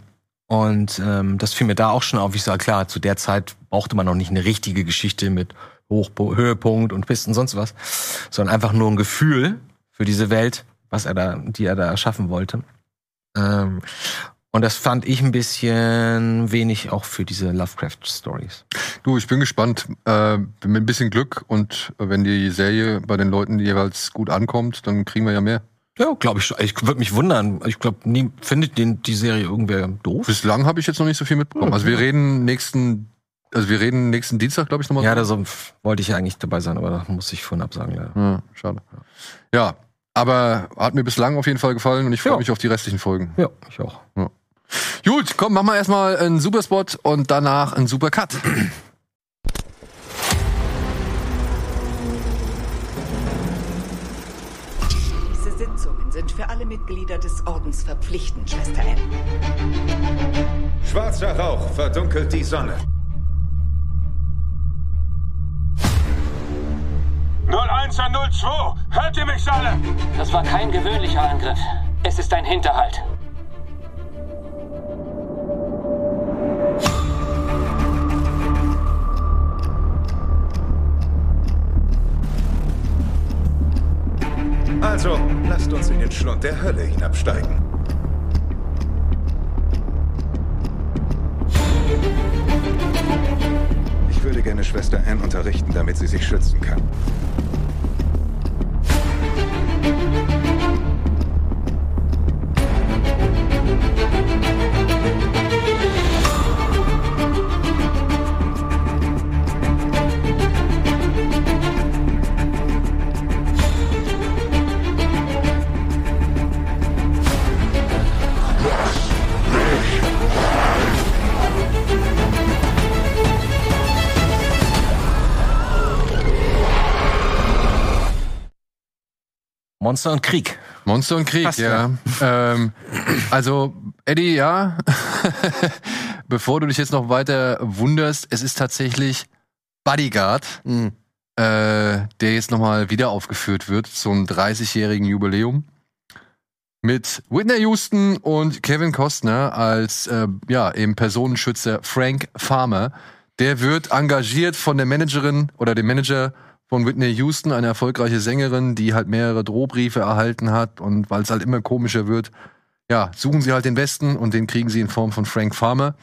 [SPEAKER 3] und ähm, das fiel mir da auch schon auf. Ich sage, klar, zu der Zeit brauchte man noch nicht eine richtige Geschichte mit Hochpo Höhepunkt und Pisten und sonst was, sondern einfach nur ein Gefühl für diese Welt, was er da, die er da erschaffen wollte. Ähm, und das fand ich ein bisschen wenig auch für diese Lovecraft-Stories.
[SPEAKER 1] Du, ich bin gespannt. Äh, mit ein bisschen Glück und äh, wenn die Serie bei den Leuten jeweils gut ankommt, dann kriegen wir ja mehr.
[SPEAKER 3] Ja, glaube ich. schon. Ich würde mich wundern. Ich glaube, findet den, die Serie irgendwer doof?
[SPEAKER 1] Bislang habe ich jetzt noch nicht so viel mitbekommen. Also wir reden nächsten, also wir reden nächsten Dienstag, glaube ich, nochmal.
[SPEAKER 3] Ja, da so- wollte ich ja eigentlich dabei sein, aber da muss ich vorhin absagen, leider.
[SPEAKER 1] ja. Schade. Ja, aber hat mir bislang auf jeden Fall gefallen und ich freue
[SPEAKER 3] Ja.
[SPEAKER 1] mich auf die restlichen Folgen.
[SPEAKER 3] Ja, ich auch.
[SPEAKER 1] Gut, komm, machen wir erstmal einen Superspot und danach einen Supercut.
[SPEAKER 4] Diese Sitzungen sind für alle Mitglieder des Ordens verpflichtend, Schwester M.
[SPEAKER 5] Schwarzer Rauch verdunkelt die Sonne.
[SPEAKER 6] 0102, hört ihr mich alle?
[SPEAKER 7] Das war kein gewöhnlicher Angriff. Es ist ein Hinterhalt.
[SPEAKER 5] Also, lasst uns in den Schlund der Hölle hinabsteigen. Ich würde gerne Schwester Anne unterrichten, damit sie sich schützen kann.
[SPEAKER 3] Monster und Krieg.
[SPEAKER 1] Monster und Krieg,
[SPEAKER 3] Passt,
[SPEAKER 1] ja. Ähm, also, Eddie, ja. Bevor du dich jetzt noch weiter wunderst, es ist tatsächlich Bodyguard,
[SPEAKER 2] Mhm.
[SPEAKER 1] äh, der jetzt nochmal wieder aufgeführt wird zum 30-jährigen Jubiläum. Mit Whitney Houston und Kevin Costner als äh, ja, eben Personenschützer Frank Farmer. Der wird engagiert von der Managerin oder dem Manager von Whitney Houston, eine erfolgreiche Sängerin, die halt mehrere Drohbriefe erhalten hat und weil es halt immer komischer wird, ja, suchen sie halt den Besten und den kriegen sie in Form von Frank Farmer,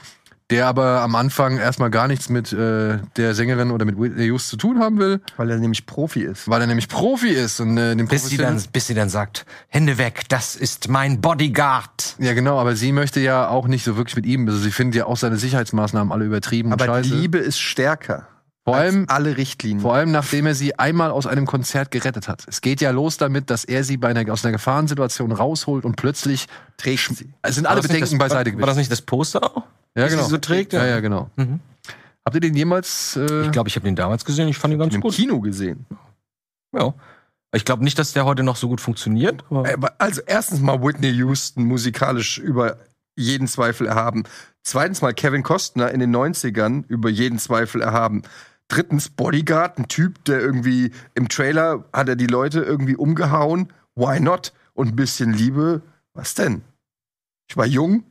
[SPEAKER 1] der aber am Anfang erstmal gar nichts mit äh, der Sängerin oder mit Whitney Houston zu tun haben will,
[SPEAKER 2] Weil er nämlich Profi ist.
[SPEAKER 1] weil er nämlich Profi ist und äh, den
[SPEAKER 3] Bis sie, dann, bis sie dann sagt, Hände weg, das ist mein Bodyguard.
[SPEAKER 1] Ja, genau, aber sie möchte ja auch nicht so wirklich mit ihm, also sie findet ja auch seine Sicherheitsmaßnahmen alle übertrieben
[SPEAKER 2] Aber
[SPEAKER 1] und scheiße.
[SPEAKER 2] die Liebe ist stärker.
[SPEAKER 1] Vor allem-
[SPEAKER 2] als alle Richtlinien.
[SPEAKER 1] Vor allem, nachdem er sie einmal aus einem Konzert gerettet hat. Es geht ja los damit, dass er sie bei einer, aus einer Gefahrensituation rausholt und plötzlich
[SPEAKER 2] trägt sie.
[SPEAKER 1] es sind alle
[SPEAKER 3] War das nicht
[SPEAKER 1] Bedenken
[SPEAKER 3] das,
[SPEAKER 1] beiseite
[SPEAKER 3] War das
[SPEAKER 1] gewesen.
[SPEAKER 3] nicht das Poster auch?
[SPEAKER 1] Ja,
[SPEAKER 3] das sie so trägt,
[SPEAKER 1] ja,
[SPEAKER 3] ja.
[SPEAKER 1] ja, genau. Habt ihr den jemals? Äh,
[SPEAKER 3] Ich glaube, ich habe den damals gesehen, ich fand ihn ganz
[SPEAKER 2] Im
[SPEAKER 3] gut.
[SPEAKER 2] Kino gesehen.
[SPEAKER 3] Ja. Ich glaube nicht, dass der heute noch so gut funktioniert. Aber
[SPEAKER 2] Aber Also erstens mal Whitney Houston musikalisch über jeden Zweifel erhaben. Zweitens mal Kevin Costner in den 90ern über jeden Zweifel erhaben. Drittens Bodyguard, ein Typ, der irgendwie im Trailer hat er die Leute irgendwie umgehauen. Why not? Und ein bisschen Liebe. Was denn? Ich war jung,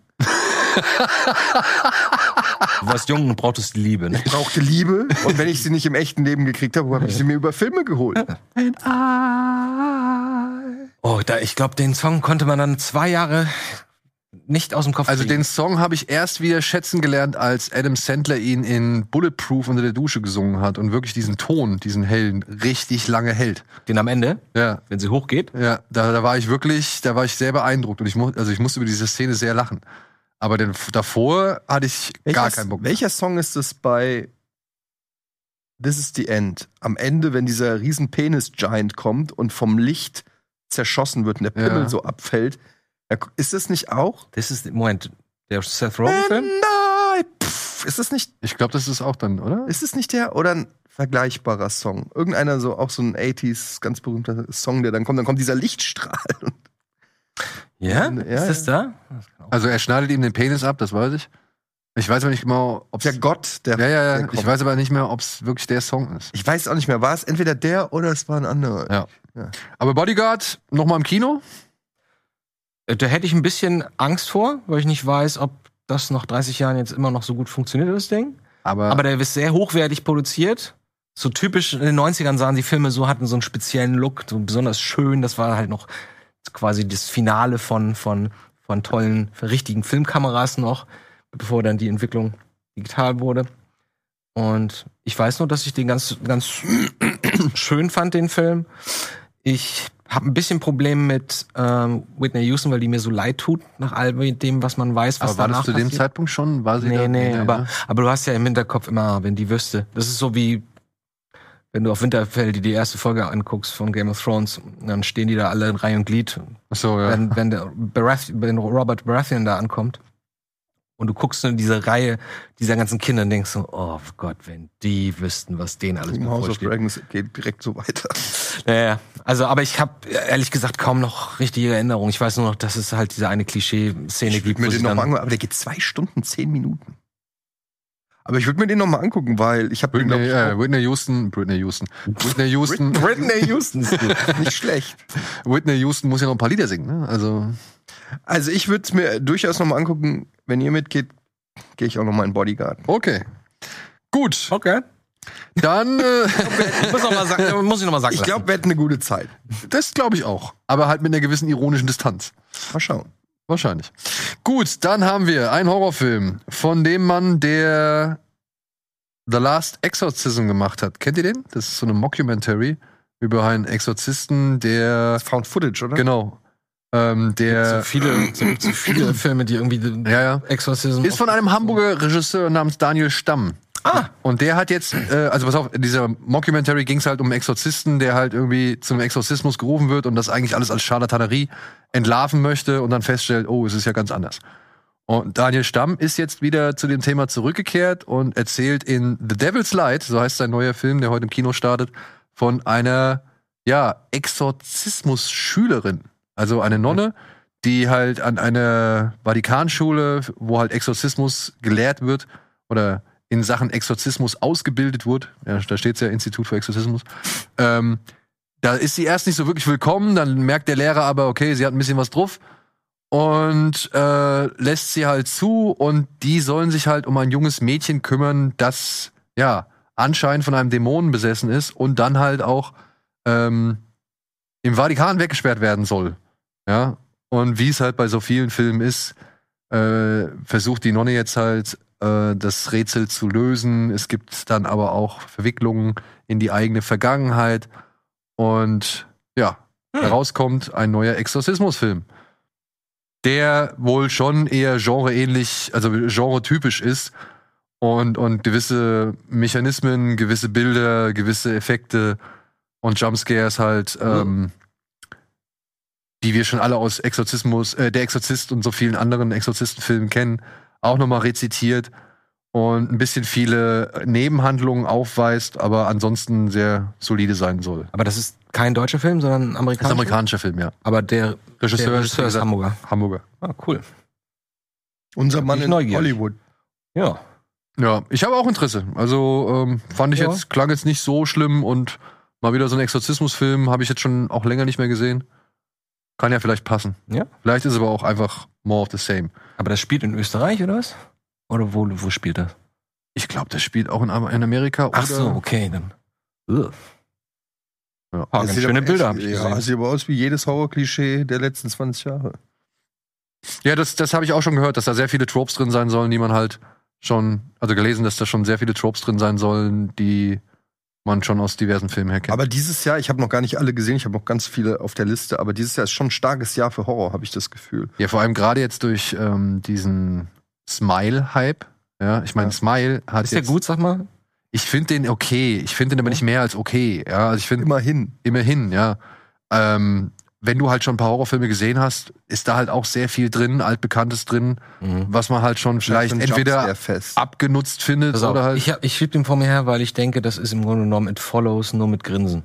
[SPEAKER 3] du warst jung und brauchtest Liebe. Ne?
[SPEAKER 2] brauchte Liebe und wenn ich sie nicht im echten Leben gekriegt habe, habe ich sie mir über Filme geholt.
[SPEAKER 3] Oh, da, ich glaube, den Song konnte man dann zwei Jahre nicht aus dem Kopf
[SPEAKER 1] also
[SPEAKER 3] kriegen.
[SPEAKER 1] den Song habe ich erst wieder schätzen gelernt, als Adam Sandler ihn in Bulletproof unter der Dusche gesungen hat und wirklich diesen Ton, diesen hellen, richtig lange hält.
[SPEAKER 3] den am Ende,
[SPEAKER 1] Ja,
[SPEAKER 3] wenn sie hochgeht.
[SPEAKER 1] ja. Da, da war ich wirklich, da war ich sehr beeindruckt und ich mu also ich musste über diese Szene sehr lachen. Aber den, davor hatte ich gar keinen Bock. mehr.
[SPEAKER 2] Welcher Song ist es bei This is the End? Am Ende, wenn dieser riesen Penis-Giant kommt und vom Licht zerschossen wird und der Pimmel
[SPEAKER 1] Ja.
[SPEAKER 2] so abfällt. Ja, gu- Ist das nicht auch?
[SPEAKER 3] Das ist, Moment, der Seth
[SPEAKER 2] Ähm,
[SPEAKER 3] Rogen-Film?
[SPEAKER 2] Nein! Pff, ist das nicht,
[SPEAKER 1] Ich glaube, das ist auch dann, oder?
[SPEAKER 2] ist das nicht der oder ein vergleichbarer Song? Irgendeiner so, auch so ein 80s, ganz berühmter Song, der dann kommt, dann kommt dieser Lichtstrahl.
[SPEAKER 3] Ja?
[SPEAKER 2] Ja,
[SPEAKER 3] Ist das da? Das kann auch-
[SPEAKER 1] Also er schneidet ihm den Penis ab, das weiß ich. Ich weiß aber nicht genau, ob
[SPEAKER 2] Der Gott, der.
[SPEAKER 1] ja, ja,
[SPEAKER 2] der
[SPEAKER 1] ja.
[SPEAKER 2] kommt.
[SPEAKER 1] Ich weiß aber nicht mehr, ob es wirklich der Song ist.
[SPEAKER 2] ich weiß auch nicht mehr, war es entweder der oder es war ein anderer.
[SPEAKER 1] Ja. Aber Bodyguard nochmal im Kino?
[SPEAKER 3] Äh, Da hätte ich ein bisschen Angst vor, weil ich nicht weiß, ob das nach 30 Jahren jetzt immer noch so gut funktioniert, das Ding.
[SPEAKER 1] Aber,
[SPEAKER 3] Aber der ist sehr hochwertig produziert. So typisch in den 90ern sahen die Filme so, hatten so einen speziellen Look, so besonders schön. Das war halt noch quasi das Finale von, von, von tollen, richtigen Filmkameras noch, bevor dann die Entwicklung digital wurde. Und ich weiß nur, dass ich den ganz, ganz schön fand, den Film. Ich habe ein bisschen Probleme mit ähm, Whitney Houston, weil die mir so leid tut, nach all dem, was man weiß, was
[SPEAKER 1] aber war das
[SPEAKER 3] danach
[SPEAKER 1] zu dem
[SPEAKER 3] passiert.
[SPEAKER 1] Zeitpunkt schon? War sie
[SPEAKER 3] Nee,
[SPEAKER 1] da?
[SPEAKER 3] nee, aber,
[SPEAKER 1] ne?
[SPEAKER 3] aber du hast ja im Hinterkopf immer, wenn die wüsste. Das ist so wie, wenn du auf Winterfell die, die erste Folge anguckst von Game of Thrones, dann stehen die da alle in Reihe und Glied.
[SPEAKER 1] Ach So, ja.
[SPEAKER 3] Wenn, wenn, der Barath wenn Robert Baratheon da ankommt und du guckst in diese Reihe dieser ganzen Kinder und denkst so, oh Gott, wenn die wüssten, was denen alles
[SPEAKER 2] Im House of
[SPEAKER 3] bevorsteht.
[SPEAKER 2] Dragons geht direkt so weiter.
[SPEAKER 3] Ja, ja. Also, aber ich habe ehrlich gesagt kaum noch richtige Erinnerungen. Ich weiß nur noch, dass es halt diese eine Klischee-Szene gibt,
[SPEAKER 2] Ich
[SPEAKER 3] wo
[SPEAKER 2] würde
[SPEAKER 3] sie
[SPEAKER 2] den nochmal
[SPEAKER 3] dann,
[SPEAKER 2] angucken, aber der geht zwei Stunden, zehn Minuten. Aber ich würde mir den nochmal angucken, weil ich habe den,
[SPEAKER 1] Whitney, äh,
[SPEAKER 2] glaube
[SPEAKER 1] Whitney Houston, Whitney Houston, Whitney
[SPEAKER 2] ich,
[SPEAKER 1] Houston,
[SPEAKER 2] Whitney Houston ist gut. nicht schlecht.
[SPEAKER 1] Whitney Houston muss ja noch ein paar Lieder singen, ne? Also,
[SPEAKER 2] Also ich würde es mir durchaus nochmal angucken, wenn ihr mitgeht, gehe ich auch nochmal in Bodyguard.
[SPEAKER 1] okay. Gut,
[SPEAKER 3] okay.
[SPEAKER 1] Dann, äh,
[SPEAKER 3] Ich muss, noch mal sagen, muss ich nochmal sagen.
[SPEAKER 2] Ich glaube, wir hätten eine gute Zeit.
[SPEAKER 1] das glaube ich auch. Aber halt mit einer gewissen ironischen Distanz.
[SPEAKER 2] Mal schauen.
[SPEAKER 1] Wahrscheinlich. Gut, dann haben wir einen Horrorfilm von dem Mann, der The Last Exorcism gemacht hat. Kennt ihr den? Das ist so eine Mockumentary über einen Exorzisten, der.
[SPEAKER 2] Das Found Footage, oder?
[SPEAKER 1] Genau. Ähm,
[SPEAKER 3] so
[SPEAKER 1] der.
[SPEAKER 3] viele, so, so viele Filme, die irgendwie den
[SPEAKER 1] Ja, ja.
[SPEAKER 3] Exorzismus.
[SPEAKER 1] Ist von einem Hamburger Regisseur namens Daniel Stamm.
[SPEAKER 3] Ah.
[SPEAKER 1] Und der hat jetzt, äh, also pass auf, in dieser Mockumentary ging es halt um einen Exorzisten, der halt irgendwie zum Exorzismus gerufen wird und das eigentlich alles als Scharlatanerie entlarven möchte und dann feststellt, oh, es ist ja ganz anders. Und Daniel Stamm ist jetzt wieder zu dem Thema zurückgekehrt und erzählt in The Devil's Light, so heißt sein neuer Film, der heute im Kino startet, von einer, ja, Exorzismus-Schülerin. Also eine Nonne, die halt an einer Vatikanschule, wo halt Exorzismus gelehrt wird oder in Sachen Exorzismus ausgebildet wird, ja, da steht ja Institut für Exorzismus, ähm, da ist sie erst nicht so wirklich willkommen, dann merkt der Lehrer aber, okay, sie hat ein bisschen was drauf und äh, lässt sie halt zu und die sollen sich halt um ein junges Mädchen kümmern, das ja anscheinend von einem Dämonen besessen ist und dann halt auch ähm, im Vatikan weggesperrt werden soll. Ja, und wie es halt bei so vielen Filmen ist, äh, versucht die Nonne jetzt halt äh, das Rätsel zu lösen. Es gibt dann aber auch Verwicklungen in die eigene Vergangenheit und ja, heraus kommt ein neuer Exorzismusfilm, der wohl schon eher genreähnlich, also genretypisch ist und und gewisse Mechanismen, gewisse Bilder, gewisse Effekte und Jumpscares halt ähm, die wir schon alle aus Exorzismus, äh, der Exorzist und so vielen anderen Exorzistenfilmen kennen, auch nochmal rezitiert und ein bisschen viele Nebenhandlungen aufweist, aber ansonsten sehr solide sein soll.
[SPEAKER 3] Aber das ist kein deutscher Film, sondern ein
[SPEAKER 1] Das ist
[SPEAKER 3] amerikanischer.
[SPEAKER 1] ein amerikanischer Film, ja.
[SPEAKER 3] Aber der
[SPEAKER 1] Regisseur,
[SPEAKER 3] der
[SPEAKER 1] wie
[SPEAKER 3] Regisseur ist
[SPEAKER 1] gesagt,
[SPEAKER 3] Hamburger.
[SPEAKER 1] Hamburger.
[SPEAKER 3] Ah, cool.
[SPEAKER 2] Unser Mann
[SPEAKER 3] ich
[SPEAKER 2] in
[SPEAKER 3] neugierig.
[SPEAKER 2] Hollywood.
[SPEAKER 3] Ja.
[SPEAKER 1] Ja, ich habe auch Interesse. Also ähm, fand ich
[SPEAKER 3] Ja.
[SPEAKER 1] jetzt, klang jetzt nicht so schlimm und mal wieder so ein Exorzismusfilm habe ich jetzt schon auch länger nicht mehr gesehen. Kann ja vielleicht passen.
[SPEAKER 3] Ja.
[SPEAKER 1] Vielleicht ist aber auch einfach more of the same.
[SPEAKER 3] Aber das spielt in Österreich, oder was? Oder wo, wo spielt das?
[SPEAKER 1] Ich glaube, das spielt auch in, Am- in Amerika.
[SPEAKER 3] Ach
[SPEAKER 1] oder-
[SPEAKER 3] so, okay, dann. Ugh.
[SPEAKER 1] Ja.
[SPEAKER 3] Ah, ganz
[SPEAKER 2] Das sieht
[SPEAKER 3] schöne
[SPEAKER 2] aber
[SPEAKER 3] Bilder
[SPEAKER 2] echt-
[SPEAKER 3] habe ich
[SPEAKER 2] Ja,
[SPEAKER 3] gesehen.
[SPEAKER 2] das sieht aber aus wie jedes Horror-Klischee der letzten 20 Jahre.
[SPEAKER 1] Ja, das, das habe ich auch schon gehört, dass da sehr viele Tropes drin sein sollen, die man halt schon, also gelesen, dass da schon sehr viele Tropes drin sein sollen, die man schon aus diversen Filmen her kennt.
[SPEAKER 2] Aber dieses Jahr, ich habe noch gar nicht alle gesehen, ich habe noch ganz viele auf der Liste, aber dieses Jahr ist schon ein starkes Jahr für Horror, habe ich das Gefühl.
[SPEAKER 1] ja, vor allem gerade jetzt durch ähm, diesen Smile-Hype. Ja, ich meine,
[SPEAKER 2] Ja.
[SPEAKER 1] Smile hat
[SPEAKER 3] Ist der
[SPEAKER 1] jetzt,
[SPEAKER 3] gut, sag mal?
[SPEAKER 1] Ich finde den okay. Ich finde den aber nicht mehr als okay. Ja, also ich finde
[SPEAKER 2] Immerhin.
[SPEAKER 1] immerhin, ja. Ähm, wenn du halt schon ein paar Horrorfilme gesehen hast, ist da halt auch sehr viel drin, altbekanntes drin,
[SPEAKER 3] Mhm.
[SPEAKER 1] was man halt schon vielleicht
[SPEAKER 2] Ein Jumpscare
[SPEAKER 1] entweder
[SPEAKER 2] fest.
[SPEAKER 1] abgenutzt findet
[SPEAKER 3] Pass auf,
[SPEAKER 1] oder halt.
[SPEAKER 3] ich, hab- ich schieb den vor mir her, weil ich denke, das ist im Grunde genommen It Follows nur mit Grinsen.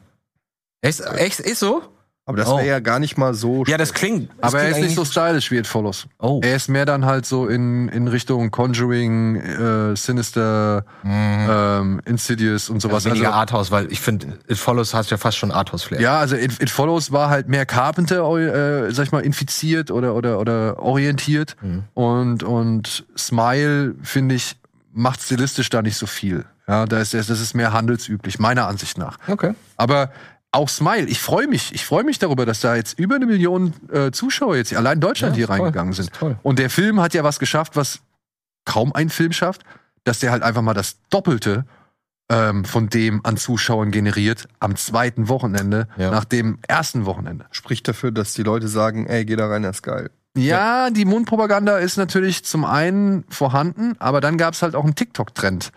[SPEAKER 3] Echt, echt ist so?
[SPEAKER 2] Aber das
[SPEAKER 3] Oh.
[SPEAKER 2] wäre ja gar nicht mal so.
[SPEAKER 3] Ja, das klingt. Das
[SPEAKER 1] aber er
[SPEAKER 3] klingt
[SPEAKER 1] ist nicht so
[SPEAKER 3] eigentlich-
[SPEAKER 1] stylisch wie It Follows.
[SPEAKER 3] Oh.
[SPEAKER 1] Er ist mehr dann halt so in, in Richtung Conjuring, äh, Sinister, ähm, Insidious und sowas.
[SPEAKER 3] Mhm. Also weniger
[SPEAKER 1] Also,
[SPEAKER 3] Arthouse, weil ich finde, It Follows hat ja fast schon Arthouse-Flair.
[SPEAKER 1] ja, also It, It Follows war halt mehr Carpenter, äh, sag ich mal, infiziert oder, oder, oder orientiert.
[SPEAKER 3] Mhm.
[SPEAKER 1] Und, und Smile, finde ich, macht stilistisch da nicht so viel. Ja, da ist, das ist mehr handelsüblich, meiner Ansicht nach.
[SPEAKER 3] Okay.
[SPEAKER 1] Aber auch Smile, ich freue mich, ich freue mich darüber, dass da jetzt über eine Million äh, Zuschauer jetzt allein in Deutschland
[SPEAKER 3] Ja,
[SPEAKER 1] hier
[SPEAKER 3] toll,
[SPEAKER 1] reingegangen
[SPEAKER 3] ist
[SPEAKER 1] sind.
[SPEAKER 3] toll.
[SPEAKER 1] Und der Film hat ja was geschafft, was kaum ein Film schafft, dass der halt einfach mal das Doppelte ähm, von dem an Zuschauern generiert am zweiten Wochenende
[SPEAKER 3] Ja.
[SPEAKER 1] nach dem ersten Wochenende.
[SPEAKER 2] spricht dafür, dass die Leute sagen, ey, geh da rein, das ist geil.
[SPEAKER 1] Ja, die Mundpropaganda ist natürlich zum einen vorhanden, aber dann gab es halt auch einen TikTok-Trend,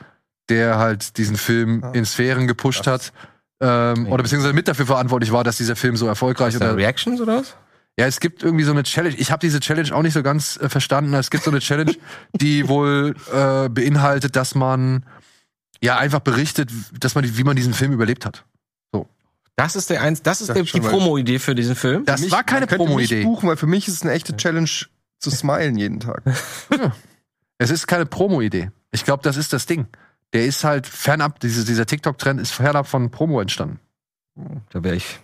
[SPEAKER 1] der halt diesen Film in Sphären gepusht hat. Ähm, oder beziehungsweise mit dafür verantwortlich war, dass dieser Film so erfolgreich
[SPEAKER 3] Ist da
[SPEAKER 1] oder
[SPEAKER 3] Reactions oder was?
[SPEAKER 1] Ja, es gibt irgendwie so eine Challenge. Ich habe diese Challenge auch nicht so ganz äh, verstanden. Es gibt so eine Challenge, die wohl äh, beinhaltet, dass man ja einfach berichtet, dass man die- wie man diesen Film überlebt hat.
[SPEAKER 3] Das ist der eins, das ist
[SPEAKER 2] Sag
[SPEAKER 3] der, die
[SPEAKER 2] schon mal.
[SPEAKER 3] Promo-Idee für diesen Film.
[SPEAKER 1] Das
[SPEAKER 2] Mich-
[SPEAKER 1] war keine
[SPEAKER 2] man könnte mich
[SPEAKER 1] Promo-Idee.
[SPEAKER 2] buchen, weil für mich ist eine echte Challenge zu smilen jeden Tag.
[SPEAKER 1] Es ist keine Promo-Idee. Ich glaube, das ist das Ding. Der ist halt fernab, diese, dieser TikTok-Trend ist fernab von Promo entstanden.
[SPEAKER 3] Da wäre ich,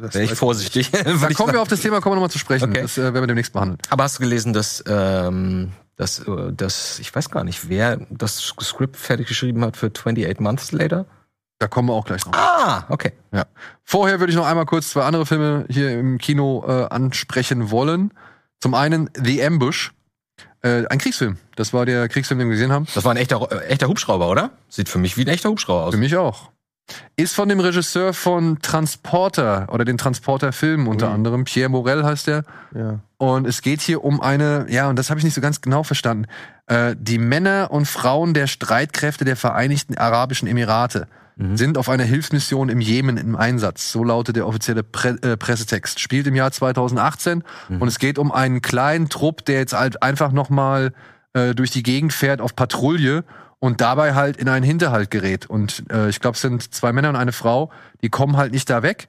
[SPEAKER 2] Das
[SPEAKER 3] wär ich
[SPEAKER 2] weiß-
[SPEAKER 3] vorsichtig.
[SPEAKER 1] Da
[SPEAKER 3] Würde ich
[SPEAKER 1] kommen wir
[SPEAKER 3] sagen.
[SPEAKER 1] auf das Thema, kommen wir nochmal zu sprechen.
[SPEAKER 3] Okay.
[SPEAKER 1] Das äh, werden wir demnächst behandeln.
[SPEAKER 3] Aber hast du gelesen, dass, ähm, dass, äh, dass ich weiß gar nicht, wer das Skript fertig geschrieben hat für 28 Months Later.
[SPEAKER 1] Da kommen wir auch gleich noch.
[SPEAKER 3] Ah, okay.
[SPEAKER 1] Ja. Vorher würde ich noch einmal kurz zwei andere Filme hier im Kino äh, ansprechen wollen. Zum einen The Ambush. Äh, ein Kriegsfilm. Das war der Kriegsfilm, den wir gesehen haben.
[SPEAKER 3] Das war ein echter, äh, echter Hubschrauber, oder? Sieht für mich wie ein echter Hubschrauber aus.
[SPEAKER 1] Für mich auch. Ist von dem Regisseur von Transporter oder den Transporter-Filmen unter anderem. Pierre Morel heißt er.
[SPEAKER 2] Ja.
[SPEAKER 1] Und es geht hier um eine, ja, und das habe ich nicht so ganz genau verstanden, äh, die Männer und Frauen der Streitkräfte der Vereinigten Arabischen Emirate sind auf einer Hilfsmission im Jemen im Einsatz. So lautet der offizielle Pre äh, Pressetext. Spielt im Jahr 2018 und es geht um einen kleinen Trupp, der jetzt halt einfach nochmal äh, durch die Gegend fährt auf Patrouille und dabei halt in einen Hinterhalt gerät. Und äh, ich glaube, es sind zwei Männer und eine Frau, die kommen halt nicht da weg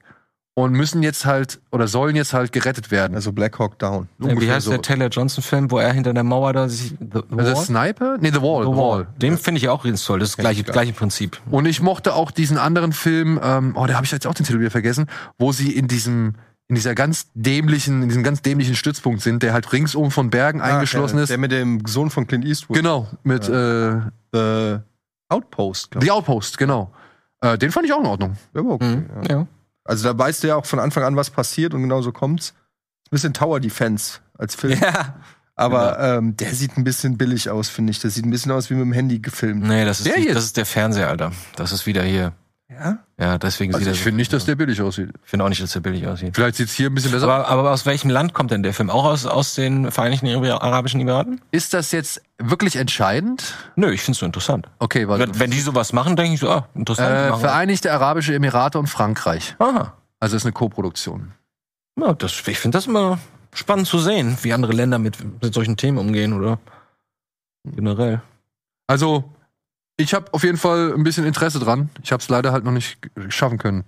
[SPEAKER 1] und müssen jetzt halt oder sollen jetzt halt gerettet werden.
[SPEAKER 2] Also Black Hawk Down.
[SPEAKER 3] Äh, Wie
[SPEAKER 1] ungefähr
[SPEAKER 3] heißt
[SPEAKER 1] so.
[SPEAKER 3] der Taylor Johnson-Film, wo er hinter der Mauer da sich. The, the
[SPEAKER 1] Also Sniper? Nee, The Wall. The Wall.
[SPEAKER 3] Den finde ich auch ganz toll. Das ist das gleiche, gleiche Prinzip.
[SPEAKER 1] Und ich mochte auch diesen anderen Film, ähm, oh, da habe ich jetzt auch den Titel wieder vergessen, wo sie in diesem, in dieser ganz dämlichen, in diesem ganz dämlichen Stützpunkt sind, der halt ringsum von Bergen eingeschlossen
[SPEAKER 2] Ah, der,
[SPEAKER 1] ist.
[SPEAKER 2] Der mit dem Sohn von Clint Eastwood.
[SPEAKER 1] Genau, mit äh,
[SPEAKER 2] The Outpost, glaube
[SPEAKER 1] The Outpost, genau. Äh, den fand ich auch in Ordnung.
[SPEAKER 2] ich. Ja, war okay,
[SPEAKER 1] Hm.
[SPEAKER 2] ja.
[SPEAKER 3] Mhm. Ja.
[SPEAKER 2] Also da weißt du ja auch von Anfang an, was passiert und genau so kommt's. Bisschen Tower Defense als Film.
[SPEAKER 3] ja.
[SPEAKER 2] Aber
[SPEAKER 1] Genau.
[SPEAKER 2] ähm, der sieht ein bisschen billig aus, finde ich. Der sieht ein bisschen aus wie mit dem Handy gefilmt.
[SPEAKER 3] Nee, das ist,
[SPEAKER 1] Der
[SPEAKER 3] nicht,
[SPEAKER 1] hier?
[SPEAKER 3] das ist der Fernseher, Alter. Das ist wieder hier.
[SPEAKER 2] Ja?
[SPEAKER 3] Ja, deswegen
[SPEAKER 1] Also
[SPEAKER 3] sieht
[SPEAKER 1] ich
[SPEAKER 3] er.
[SPEAKER 1] finde nicht, dass der billig aussieht.
[SPEAKER 3] Ich finde auch nicht, dass er billig aussieht.
[SPEAKER 1] Vielleicht sieht's hier ein bisschen besser aus.
[SPEAKER 3] Aber, aber aus welchem Land kommt denn der Film? Auch aus, aus den Vereinigten Arabischen Emiraten?
[SPEAKER 1] Ist das jetzt wirklich entscheidend?
[SPEAKER 3] Nö, ich finde es so interessant.
[SPEAKER 1] Okay, warte.
[SPEAKER 3] Wenn, wenn die sowas machen, denke ich so, ah, interessant. die
[SPEAKER 1] Äh,
[SPEAKER 3] machen
[SPEAKER 1] Vereinigte Arabische Emirate und Frankreich.
[SPEAKER 3] was. Aha.
[SPEAKER 1] Also ist eine Koproduktion.
[SPEAKER 3] Ja, das, ich finde das immer spannend zu sehen, wie andere Länder mit, mit solchen Themen umgehen oder generell.
[SPEAKER 1] Also, ich habe auf jeden Fall ein bisschen Interesse dran. Ich habe es leider halt noch nicht g- schaffen können.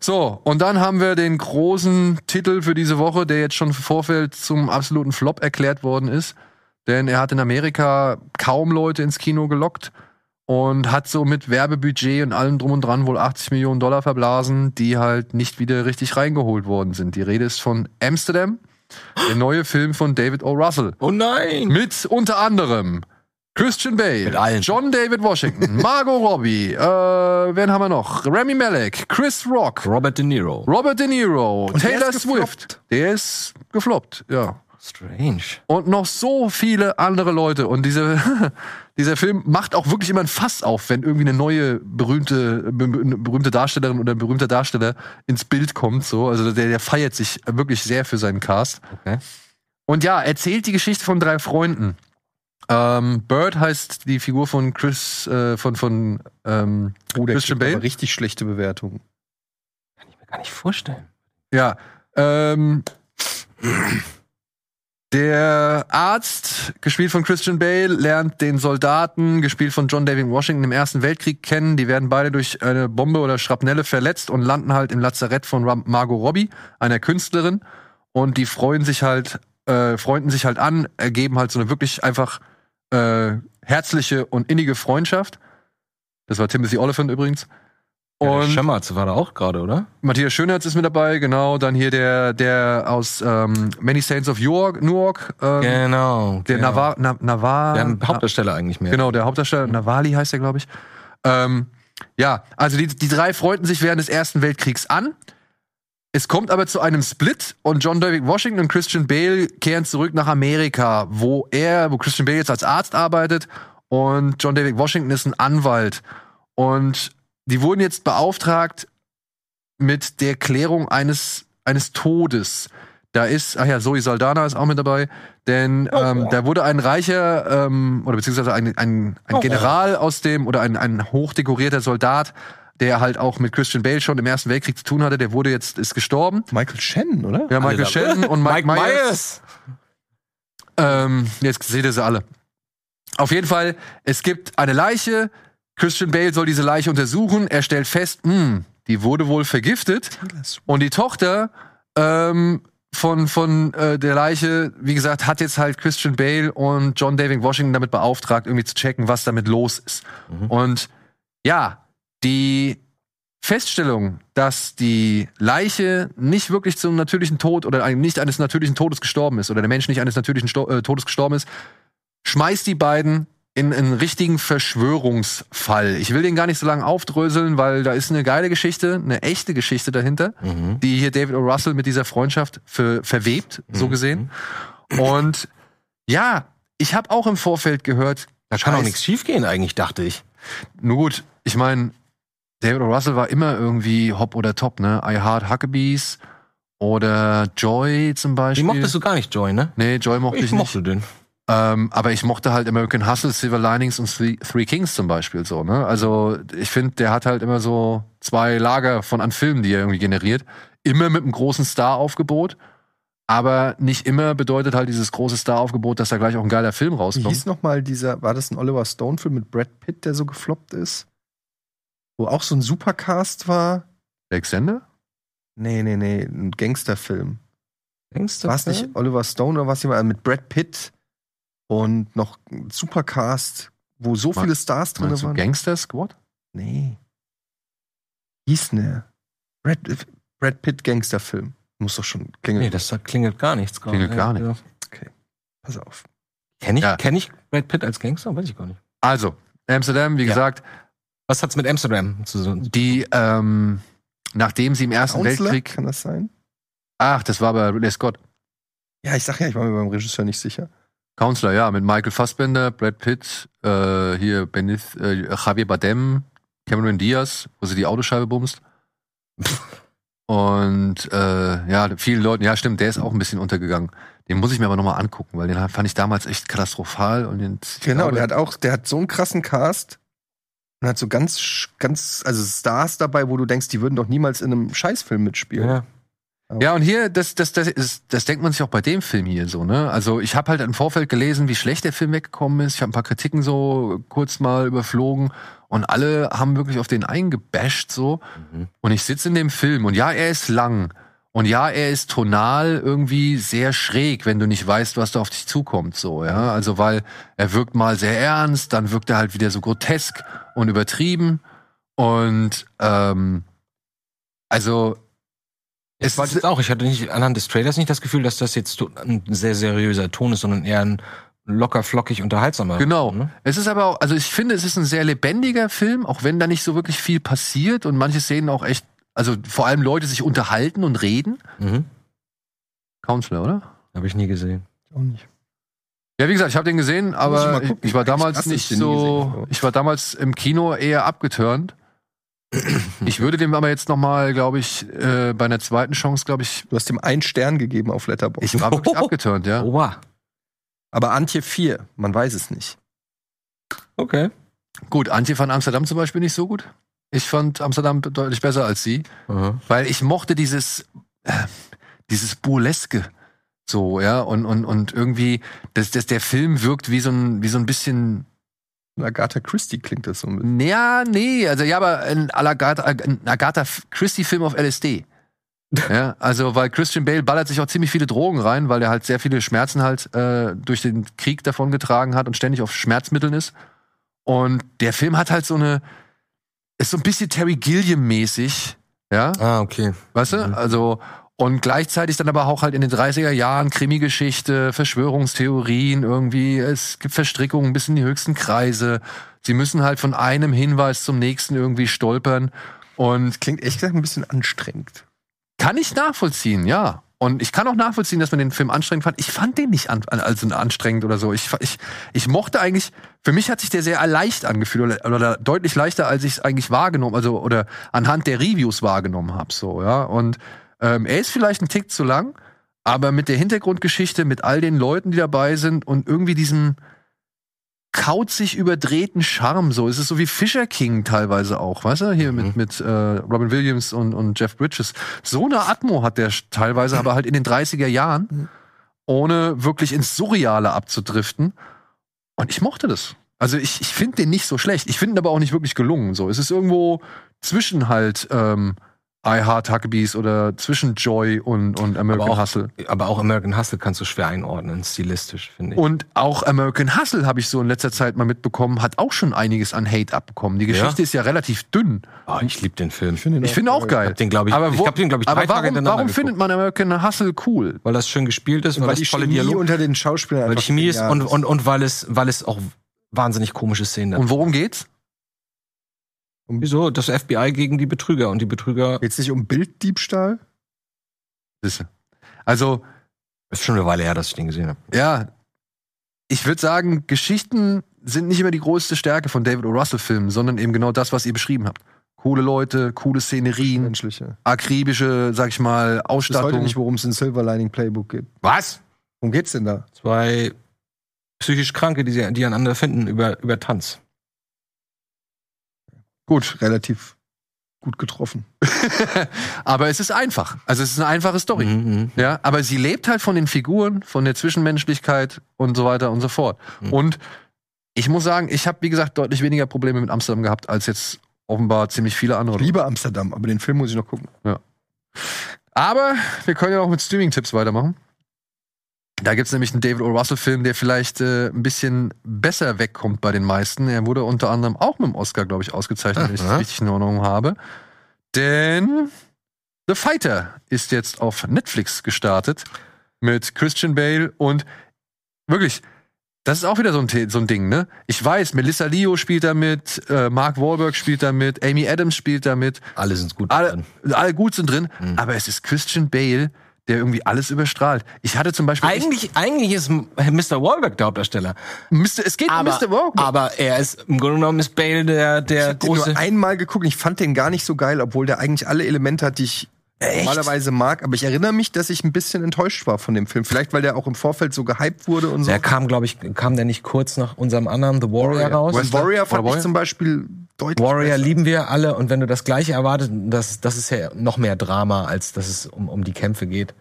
[SPEAKER 1] So, und dann haben wir den großen Titel für diese Woche, der jetzt schon im Vorfeld zum absoluten Flop erklärt worden ist. Denn er hat in Amerika kaum Leute ins Kino gelockt und hat so mit Werbebudget und allem drum und dran wohl 80 Millionen Dollar verblasen, die halt nicht wieder richtig reingeholt worden sind. Die Rede ist von Amsterdam, der neue Film von David O. Russell.
[SPEAKER 3] Oh nein!
[SPEAKER 1] Mit unter anderem Christian Bale,
[SPEAKER 3] Mit allen.
[SPEAKER 1] John David Washington, Margot Robbie, äh, wen haben wir noch? Rami Malek, Chris Rock,
[SPEAKER 3] Robert De Niro.
[SPEAKER 1] Robert De Niro,
[SPEAKER 2] der
[SPEAKER 1] Taylor
[SPEAKER 2] ist
[SPEAKER 1] Swift. Der ist gefloppt, ja.
[SPEAKER 3] Strange.
[SPEAKER 1] Und noch so viele andere Leute. Und diese, dieser Film macht auch wirklich immer ein Fass auf, wenn irgendwie eine neue berühmte, be- be- berühmte Darstellerin oder ein berühmter Darsteller ins Bild kommt. So. Also der, der feiert sich wirklich sehr für seinen Cast.
[SPEAKER 3] Okay.
[SPEAKER 1] Und ja, erzählt die Geschichte von drei Freunden. Ähm, Bird heißt die Figur von Chris, äh, von, von ähm,
[SPEAKER 2] Oh, der
[SPEAKER 1] Christian
[SPEAKER 2] kriegt
[SPEAKER 1] Bale?
[SPEAKER 2] aber richtig schlechte Bewertungen.
[SPEAKER 3] Kann ich mir gar nicht vorstellen.
[SPEAKER 1] Ja. Ähm, der Arzt, gespielt von Christian Bale, lernt den Soldaten, gespielt von John David Washington, im Ersten Weltkrieg kennen. Die werden beide durch eine Bombe oder Schrapnelle verletzt und landen halt im Lazarett von Ram- Margot Robbie, einer Künstlerin. Und die freuen sich halt, äh, freunden sich halt an, ergeben halt so eine wirklich einfach äh, herzliche und innige Freundschaft. Das war Timothy Oliphant übrigens.
[SPEAKER 3] Ja, der
[SPEAKER 1] Und
[SPEAKER 3] Schemmerz war da auch gerade, oder?
[SPEAKER 1] Matthias Schönherz ist mit dabei, genau. Dann hier der, der aus ähm, Many Saints of York, Newark, ähm,
[SPEAKER 3] Genau.
[SPEAKER 1] der
[SPEAKER 3] genau.
[SPEAKER 1] Navar, Na, Navar,
[SPEAKER 3] Der Hauptdarsteller eigentlich mehr.
[SPEAKER 1] genau, der Hauptdarsteller, Navali heißt er, glaube ich. Ähm, ja, also die, die drei freunden sich während des Ersten Weltkriegs an. Es kommt aber zu einem Split und John David Washington und Christian Bale kehren zurück nach Amerika, wo er, wo Christian Bale jetzt als Arzt arbeitet und John David Washington ist ein Anwalt. Und die wurden jetzt beauftragt mit der Klärung eines, eines Todes. Da ist, ach ja, Zoe Saldana ist auch mit dabei, denn ähm, da wurde ein reicher ähm, oder beziehungsweise ein, ein, ein General aus dem oder ein, ein hochdekorierter Soldat, der halt auch mit Christian Bale schon im Ersten Weltkrieg zu tun hatte, der wurde jetzt, ist gestorben.
[SPEAKER 2] Michael Shannon, oder?
[SPEAKER 1] Ja, Michael
[SPEAKER 3] Alle
[SPEAKER 1] Shannon und Mike, Myers. Ähm, jetzt seht ihr sie alle. Auf jeden Fall, es gibt eine Leiche. Christian Bale soll diese Leiche untersuchen. Er stellt fest, hm, die wurde wohl vergiftet. Und die Tochter ähm, von, von äh, der Leiche, wie gesagt, hat jetzt halt Christian Bale und John David Washington damit beauftragt, irgendwie zu checken, was damit los ist. Und ja, die Feststellung, dass die Leiche nicht wirklich zum natürlichen Tod oder ein- nicht eines natürlichen Todes gestorben ist oder der Mensch nicht eines natürlichen Sto äh, Todes gestorben ist, schmeißt die beiden in einen richtigen Verschwörungsfall. Ich will den gar nicht so lange aufdröseln, weil da ist eine geile Geschichte, eine echte Geschichte dahinter,
[SPEAKER 3] Mhm.
[SPEAKER 1] die hier David O. Russell mit dieser Freundschaft ver- verwebt,
[SPEAKER 3] Mhm.
[SPEAKER 1] so gesehen. Und ja, ich habe auch im Vorfeld gehört,
[SPEAKER 3] Da kann auch
[SPEAKER 1] Scheiß.
[SPEAKER 3] nichts schiefgehen eigentlich, dachte ich.
[SPEAKER 1] Nur gut, ich meine, David O. Russell war immer irgendwie hopp oder top, ne? I Heart Huckabees oder Joy zum
[SPEAKER 3] Die
[SPEAKER 1] Beispiel.
[SPEAKER 3] mochtest du gar nicht, Joy, ne?
[SPEAKER 1] Nee, Joy mochte ich, nicht.
[SPEAKER 3] den.
[SPEAKER 1] Ähm, aber ich mochte halt American Hustle, Silver Linings und Three, Three Kings zum Beispiel so, ne? Also ich finde, der hat halt immer so zwei Lager von an Filmen, die er irgendwie generiert. Immer mit einem großen Star-Aufgebot. Aber nicht immer bedeutet halt dieses große Star-Aufgebot, dass da gleich auch ein geiler Film
[SPEAKER 2] Wie
[SPEAKER 1] rauskommt.
[SPEAKER 2] hieß nochmal dieser, war das ein Oliver Stone-Film mit Brad Pitt, der so gefloppt ist? Wo auch so ein Supercast war?
[SPEAKER 1] Alexander?
[SPEAKER 2] Nee, nee, nee, ein Gangsterfilm.
[SPEAKER 3] Denkst du?
[SPEAKER 2] War es nicht Oliver Stone oder was jemand mit Brad Pitt und noch ein Supercast, wo so
[SPEAKER 1] Ma-
[SPEAKER 2] viele Stars drin
[SPEAKER 1] Meinst du
[SPEAKER 2] waren?
[SPEAKER 1] Gangster Squad?
[SPEAKER 2] Nee. Hieß ne? Brad, Brad Pitt Gangsterfilm. Muss doch schon klingeln.
[SPEAKER 3] Nee, das sagt- klingelt gar nichts. gerade.
[SPEAKER 1] Klingelt gar
[SPEAKER 3] Ja.
[SPEAKER 2] Pass auf.
[SPEAKER 3] Kenn ich,
[SPEAKER 1] Ja.
[SPEAKER 3] kenn ich Brad Pitt als Gangster? Weiß ich gar nicht.
[SPEAKER 1] Also, Amsterdam, wie
[SPEAKER 3] Ja.
[SPEAKER 1] gesagt,
[SPEAKER 3] Was hat's mit Amsterdam zu tun?
[SPEAKER 1] die, ähm, nachdem sie im Ersten
[SPEAKER 2] Counselor?
[SPEAKER 1] Weltkrieg.
[SPEAKER 2] Kann das sein?
[SPEAKER 1] Ach, das war bei Ridley Scott.
[SPEAKER 2] Ja, ich sag ja, ich war mir beim Regisseur nicht sicher.
[SPEAKER 1] Counselor, ja, mit Michael Fassbender, Brad Pitt, äh, hier Benith, äh, Javier Bardem, Cameron Diaz, wo sie die Autoscheibe bumst. Und äh, ja, vielen Leuten, ja stimmt, der ist auch ein bisschen untergegangen. Den muss ich mir aber nochmal angucken, weil den fand ich damals echt katastrophal. Und den, ich
[SPEAKER 2] Genau,
[SPEAKER 1] glaube,
[SPEAKER 2] der hat auch, der hat so einen krassen Cast und hat so ganz, sch- ganz, also Stars dabei, wo du denkst, die würden doch niemals in einem Scheißfilm mitspielen.
[SPEAKER 3] Ja.
[SPEAKER 1] Ja, und hier, das, das, das, ist, das denkt man sich auch bei dem Film hier so, ne? Also ich habe halt im Vorfeld gelesen, wie schlecht der Film weggekommen ist. Ich habe ein paar Kritiken so kurz mal überflogen und alle haben wirklich auf den eingebasht so.
[SPEAKER 3] Mhm.
[SPEAKER 1] Und ich sitze in dem Film und ja, er ist lang. Und ja, er ist tonal irgendwie sehr schräg, wenn du nicht weißt, was da auf dich zukommt, so, ja. Also, weil er wirkt mal sehr ernst, dann wirkt er halt wieder so grotesk und übertrieben. Und, ähm, also,
[SPEAKER 3] Ich wollte jetzt auch, ich hatte nicht anhand des Trailers nicht das Gefühl, dass das jetzt to- ein sehr seriöser Ton ist, sondern eher ein locker, flockig, unterhaltsamer.
[SPEAKER 1] Genau.
[SPEAKER 3] Ne?
[SPEAKER 1] Es ist aber auch, also ich finde, es ist ein sehr lebendiger Film, auch wenn da nicht so wirklich viel passiert und manche Szenen auch echt, also vor allem Leute sich unterhalten und reden.
[SPEAKER 3] Mhm.
[SPEAKER 1] Counselor, oder?
[SPEAKER 3] Habe ich nie gesehen.
[SPEAKER 2] Auch nicht.
[SPEAKER 1] Ja, wie gesagt, ich habe den gesehen,
[SPEAKER 2] ich
[SPEAKER 1] aber
[SPEAKER 2] mal
[SPEAKER 1] ich,
[SPEAKER 2] gucken.
[SPEAKER 1] ich war
[SPEAKER 2] Eigentlich
[SPEAKER 1] damals
[SPEAKER 2] krass, dass
[SPEAKER 1] nicht
[SPEAKER 2] ich den nie
[SPEAKER 1] so,
[SPEAKER 2] gesehen habe.
[SPEAKER 1] ich war damals im Kino eher abgeturnt. Ich würde dem aber jetzt nochmal, glaube ich, äh, bei einer zweiten Chance, glaube ich,
[SPEAKER 2] Du hast ihm einen Stern gegeben auf Letterboxd.
[SPEAKER 1] ich war wirklich abgeturnt,
[SPEAKER 2] Oh.
[SPEAKER 1] ja.
[SPEAKER 3] Oha.
[SPEAKER 2] Aber Antje 4, man weiß es nicht.
[SPEAKER 3] Okay.
[SPEAKER 1] Gut, Antje fand Amsterdam zum Beispiel nicht so gut. Ich fand Amsterdam deutlich besser als sie.
[SPEAKER 3] Mhm.
[SPEAKER 1] weil ich mochte dieses äh, dieses burleske so ja und und und irgendwie dass das, der Film wirkt wie so ein wie so ein bisschen
[SPEAKER 2] Agatha Christie klingt das so ein bisschen.
[SPEAKER 1] ja nee also ja aber ein à la Agatha, ein Agatha Christie Film auf LSD ja also weil Christian Bale ballert sich auch ziemlich viele Drogen rein weil er halt sehr viele Schmerzen halt äh, durch den Krieg davongetragen hat und ständig auf Schmerzmitteln ist und der Film hat halt so eine ist so ein bisschen Terry Gilliam mäßig ja
[SPEAKER 3] Ah, okay.
[SPEAKER 1] Weißt du? Also, und gleichzeitig dann aber auch halt in den 30er Jahren Krimi-Geschichte, Verschwörungstheorien irgendwie, es gibt Verstrickungen bis in die höchsten Kreise. Sie müssen halt von einem Hinweis zum nächsten irgendwie stolpern. Und
[SPEAKER 2] Klingt echt gesagt ein bisschen anstrengend.
[SPEAKER 1] kann ich nachvollziehen, ja. Und ich kann auch nachvollziehen, dass man den Film anstrengend fand. Ich fand den nicht an, an, also anstrengend oder so. Ich, fa- ich, ich mochte eigentlich, für mich hat sich der sehr leicht angefühlt oder, oder deutlich leichter, als ich es eigentlich wahrgenommen, also oder anhand der Reviews wahrgenommen habe. So, ja. Und ähm, er ist vielleicht ein Tick zu lang, aber mit der Hintergrundgeschichte, mit all den Leuten, die dabei sind und irgendwie diesem kauzig überdrehten Charme, so. Es ist so wie Fisher King teilweise auch, weißt du? Hier mit, mit äh, Robin Williams und, und Jeff Bridges. So eine Atmo hat der sch- teilweise, aber halt in den 30er Jahren, ohne wirklich ins Surreale abzudriften. Und ich mochte das. Also ich, ich finde den nicht so schlecht. Ich finde ihn aber auch nicht wirklich gelungen. So, es ist irgendwo zwischen halt ähm, I Heart Huckabees oder zwischen Joy und, und American
[SPEAKER 3] auch-
[SPEAKER 1] Hustle.
[SPEAKER 3] Aber auch American Hustle kannst du schwer einordnen, stilistisch, finde ich.
[SPEAKER 1] Und auch American Hustle habe ich so in letzter Zeit mal mitbekommen, hat auch schon einiges an Hate abbekommen. Die Geschichte ist ja relativ dünn.
[SPEAKER 3] oh, ich liebe den Film.
[SPEAKER 1] Ich finde auch geil.
[SPEAKER 3] hab den, glaub ich-
[SPEAKER 1] aber
[SPEAKER 3] ich
[SPEAKER 1] wo-
[SPEAKER 3] hab den, glaub ich, drei
[SPEAKER 1] aber
[SPEAKER 3] Tage
[SPEAKER 1] warum,
[SPEAKER 3] hintereinander
[SPEAKER 1] warum
[SPEAKER 3] geguckt.
[SPEAKER 1] findet man American Hustle cool?
[SPEAKER 3] weil das schön gespielt ist, weil,
[SPEAKER 2] weil die
[SPEAKER 3] das tolle
[SPEAKER 2] Chemie
[SPEAKER 3] Dialog,
[SPEAKER 2] unter den Schauspielern
[SPEAKER 3] weil die
[SPEAKER 2] einfach
[SPEAKER 3] Chemie ist
[SPEAKER 2] genial
[SPEAKER 3] und, und, und weil es, weil es auch wahnsinnig komische Szenen hat.
[SPEAKER 1] Und worum geht's?
[SPEAKER 3] Wieso? Das FBI gegen die Betrüger und die Betrüger
[SPEAKER 2] Geht's nicht um Bilddiebstahl?
[SPEAKER 1] Siehste. Also,
[SPEAKER 3] ist schon eine Weile her, dass ich den gesehen habe.
[SPEAKER 1] ja, ich würde sagen, Geschichten sind nicht immer die größte Stärke von David O. Russell-Filmen, sondern eben genau das, was ihr beschrieben habt. Coole Leute, coole
[SPEAKER 2] Hm.
[SPEAKER 1] Szenerien,
[SPEAKER 2] Menschliche.
[SPEAKER 1] akribische, sag ich mal,
[SPEAKER 2] Ich weiß heute
[SPEAKER 1] Ausstattung.
[SPEAKER 2] nicht, worum es in Silver Lining Playbook geht.
[SPEAKER 3] Was?
[SPEAKER 2] Worum geht's denn da?
[SPEAKER 3] Zwei psychisch Kranke, die, sie, die einander finden über, über Tanz.
[SPEAKER 2] Gut, relativ gut getroffen.
[SPEAKER 1] aber es ist einfach. Also es ist eine einfache Story.
[SPEAKER 3] Mhm.
[SPEAKER 1] Ja, aber sie lebt halt von den Figuren, von der Zwischenmenschlichkeit und so weiter und so fort.
[SPEAKER 3] Mhm.
[SPEAKER 1] Und ich muss sagen, ich habe, wie gesagt, deutlich weniger Probleme mit Amsterdam gehabt, als jetzt offenbar ziemlich viele andere.
[SPEAKER 2] Lieber Amsterdam, aber den Film muss ich noch gucken.
[SPEAKER 1] Aber wir können ja auch mit Streaming-Tipps weitermachen. Da gibt's nämlich einen David O. Russell-Film, der vielleicht äh, ein bisschen besser wegkommt bei den meisten. Er wurde unter anderem auch mit dem Oscar, glaube ich, ausgezeichnet, wenn ich das
[SPEAKER 3] Aha.
[SPEAKER 1] richtig in Ordnung habe. Denn The Fighter ist jetzt auf Netflix gestartet mit Christian Bale und wirklich, das ist auch wieder so ein, The- so ein Ding, ne? Ich weiß, Melissa Leo spielt da mit, äh, Mark Wahlberg spielt da mit, Amy Adams spielt da mit.
[SPEAKER 3] Alle sind gut.
[SPEAKER 1] Alle,
[SPEAKER 3] drin.
[SPEAKER 1] alle gut sind drin,
[SPEAKER 3] Mhm.
[SPEAKER 1] aber es ist Christian Bale, der irgendwie alles überstrahlt. Ich hatte zum Beispiel.
[SPEAKER 3] Eigentlich, eigentlich ist M- Mr. Wahlberg der Hauptdarsteller.
[SPEAKER 1] ich, Mr., es geht um Mr. Walk.
[SPEAKER 3] aber er ist im Grunde genommen ist Bale der, der
[SPEAKER 2] Ich hab den
[SPEAKER 3] große.
[SPEAKER 2] nur einmal geguckt. und Ich fand den gar nicht so geil, obwohl der eigentlich alle Elemente hat, die ich normalerweise mag. Aber ich erinnere mich, dass ich ein bisschen enttäuscht war von dem Film. Vielleicht, weil der auch im Vorfeld so gehypt wurde und so.
[SPEAKER 3] Der kam, glaube ich, kam der nicht kurz nach unserem anderen The Warrior raus?
[SPEAKER 2] Und Warrior fand
[SPEAKER 1] Oder Warrior?
[SPEAKER 2] ich zum Beispiel deutlich
[SPEAKER 3] Warrior
[SPEAKER 2] besser.
[SPEAKER 3] lieben wir alle und wenn du das gleiche erwartest, das, das ist ja noch mehr Drama, als dass es um, um die Kämpfe geht,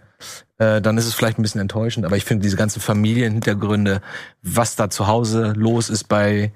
[SPEAKER 3] äh, dann ist es vielleicht ein bisschen enttäuschend. Aber ich finde diese ganzen Familienhintergründe, was da zu Hause los ist bei,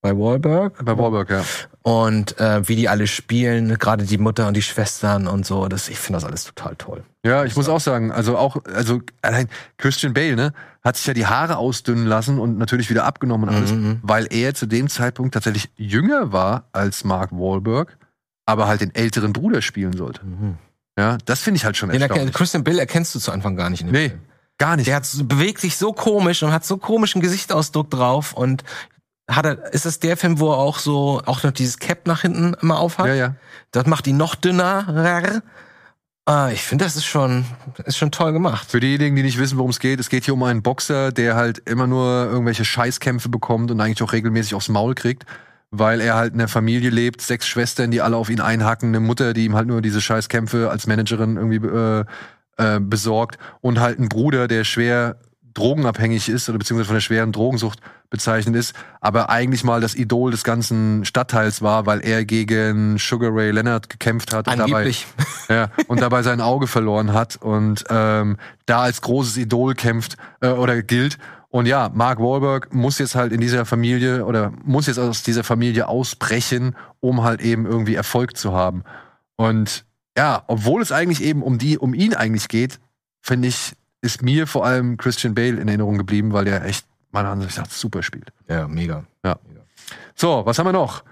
[SPEAKER 3] bei Wahlberg
[SPEAKER 1] Bei Wahlberg, ja.
[SPEAKER 3] und äh, wie die alle spielen, gerade die Mutter und die Schwestern und so, das, ich finde das alles total toll.
[SPEAKER 1] Ja, ich muss auch sagen, also auch, also allein Christian Bale, ne, hat sich ja die Haare ausdünnen lassen und natürlich wieder abgenommen und alles,
[SPEAKER 3] Mhm.
[SPEAKER 1] weil er zu dem Zeitpunkt tatsächlich jünger war als Mark Wahlberg, aber halt den älteren Bruder spielen sollte.
[SPEAKER 3] Mhm.
[SPEAKER 1] Ja, das finde ich halt schon
[SPEAKER 3] Den erken-
[SPEAKER 1] erstaunlich.
[SPEAKER 3] Christian Bill erkennst du zu Anfang gar nicht. ne? in dem
[SPEAKER 1] Nee,
[SPEAKER 3] Film.
[SPEAKER 1] gar nicht.
[SPEAKER 3] Der hat, so- bewegt sich so komisch und hat so komischen Gesichtsausdruck drauf und hat er, ist das der Film, wo er auch so, auch noch dieses Cap nach hinten immer aufhat?
[SPEAKER 1] ja, ja.
[SPEAKER 3] Das macht ihn noch dünner. Äh, ich finde, das ist schon, ist schon toll gemacht.
[SPEAKER 1] Für diejenigen, die nicht wissen, worum es geht, es geht hier um einen Boxer, der halt immer nur irgendwelche Scheißkämpfe bekommt und eigentlich auch regelmäßig aufs Maul kriegt, weil er halt in der Familie lebt, sechs Schwestern, die alle auf ihn einhacken, eine Mutter, die ihm halt nur diese Scheißkämpfe als Managerin irgendwie äh, äh, besorgt und halt ein Bruder, der schwer drogenabhängig ist oder beziehungsweise von der schweren Drogensucht bezeichnet ist, aber eigentlich mal das Idol des ganzen Stadtteils war, weil er gegen Sugar Ray Leonard gekämpft hat und dabei
[SPEAKER 3] Angeblich.
[SPEAKER 1] ja, und dabei sein Auge verloren hat und ähm, da als großes Idol kämpft äh, oder gilt. Und ja, Mark Wahlberg muss jetzt halt in dieser Familie oder muss jetzt aus dieser Familie ausbrechen, um halt eben irgendwie Erfolg zu haben. Und ja, obwohl es eigentlich eben um die, um ihn eigentlich geht, finde ich, ist mir vor allem Christian Bale in Erinnerung geblieben, weil der echt meiner Ansicht nach super spielt.
[SPEAKER 3] Ja, mega.
[SPEAKER 1] So, was haben wir noch?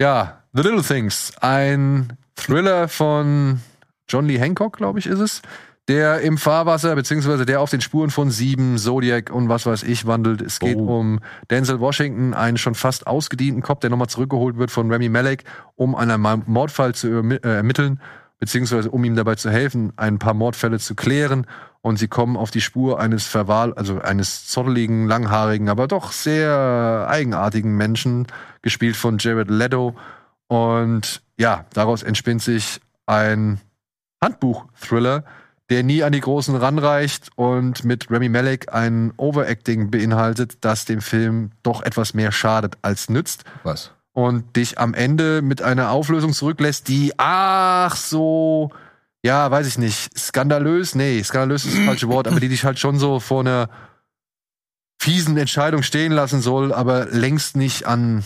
[SPEAKER 1] Ja, The Little Things, ein Thriller von John Lee Hancock, glaube ich, ist es, der im Fahrwasser beziehungsweise der auf den Spuren von Sieben, Zodiac und was weiß ich wandelt. Es geht um Denzel Washington, einen schon fast ausgedienten Cop, der nochmal zurückgeholt wird von Remy Malek, um einen Ma- Mordfall zu ermi- äh, ermitteln beziehungsweise um ihm dabei zu helfen, ein paar Mordfälle zu klären. Und sie kommen auf die Spur eines Verwahl, also eines zotteligen, langhaarigen, aber doch sehr eigenartigen Menschen, gespielt von Jared Leto. Und ja, daraus entspinnt sich ein Handbuch-Thriller, der nie an die Großen ranreicht und mit Remy Malek ein Overacting beinhaltet, das dem Film doch etwas mehr schadet als nützt
[SPEAKER 3] Was?
[SPEAKER 1] und dich am Ende mit einer Auflösung zurücklässt, die ach so, ja, weiß ich nicht, skandalös, nee, skandalös ist das falsche Wort, aber die dich halt schon so vor einer fiesen Entscheidung stehen lassen soll, aber längst nicht an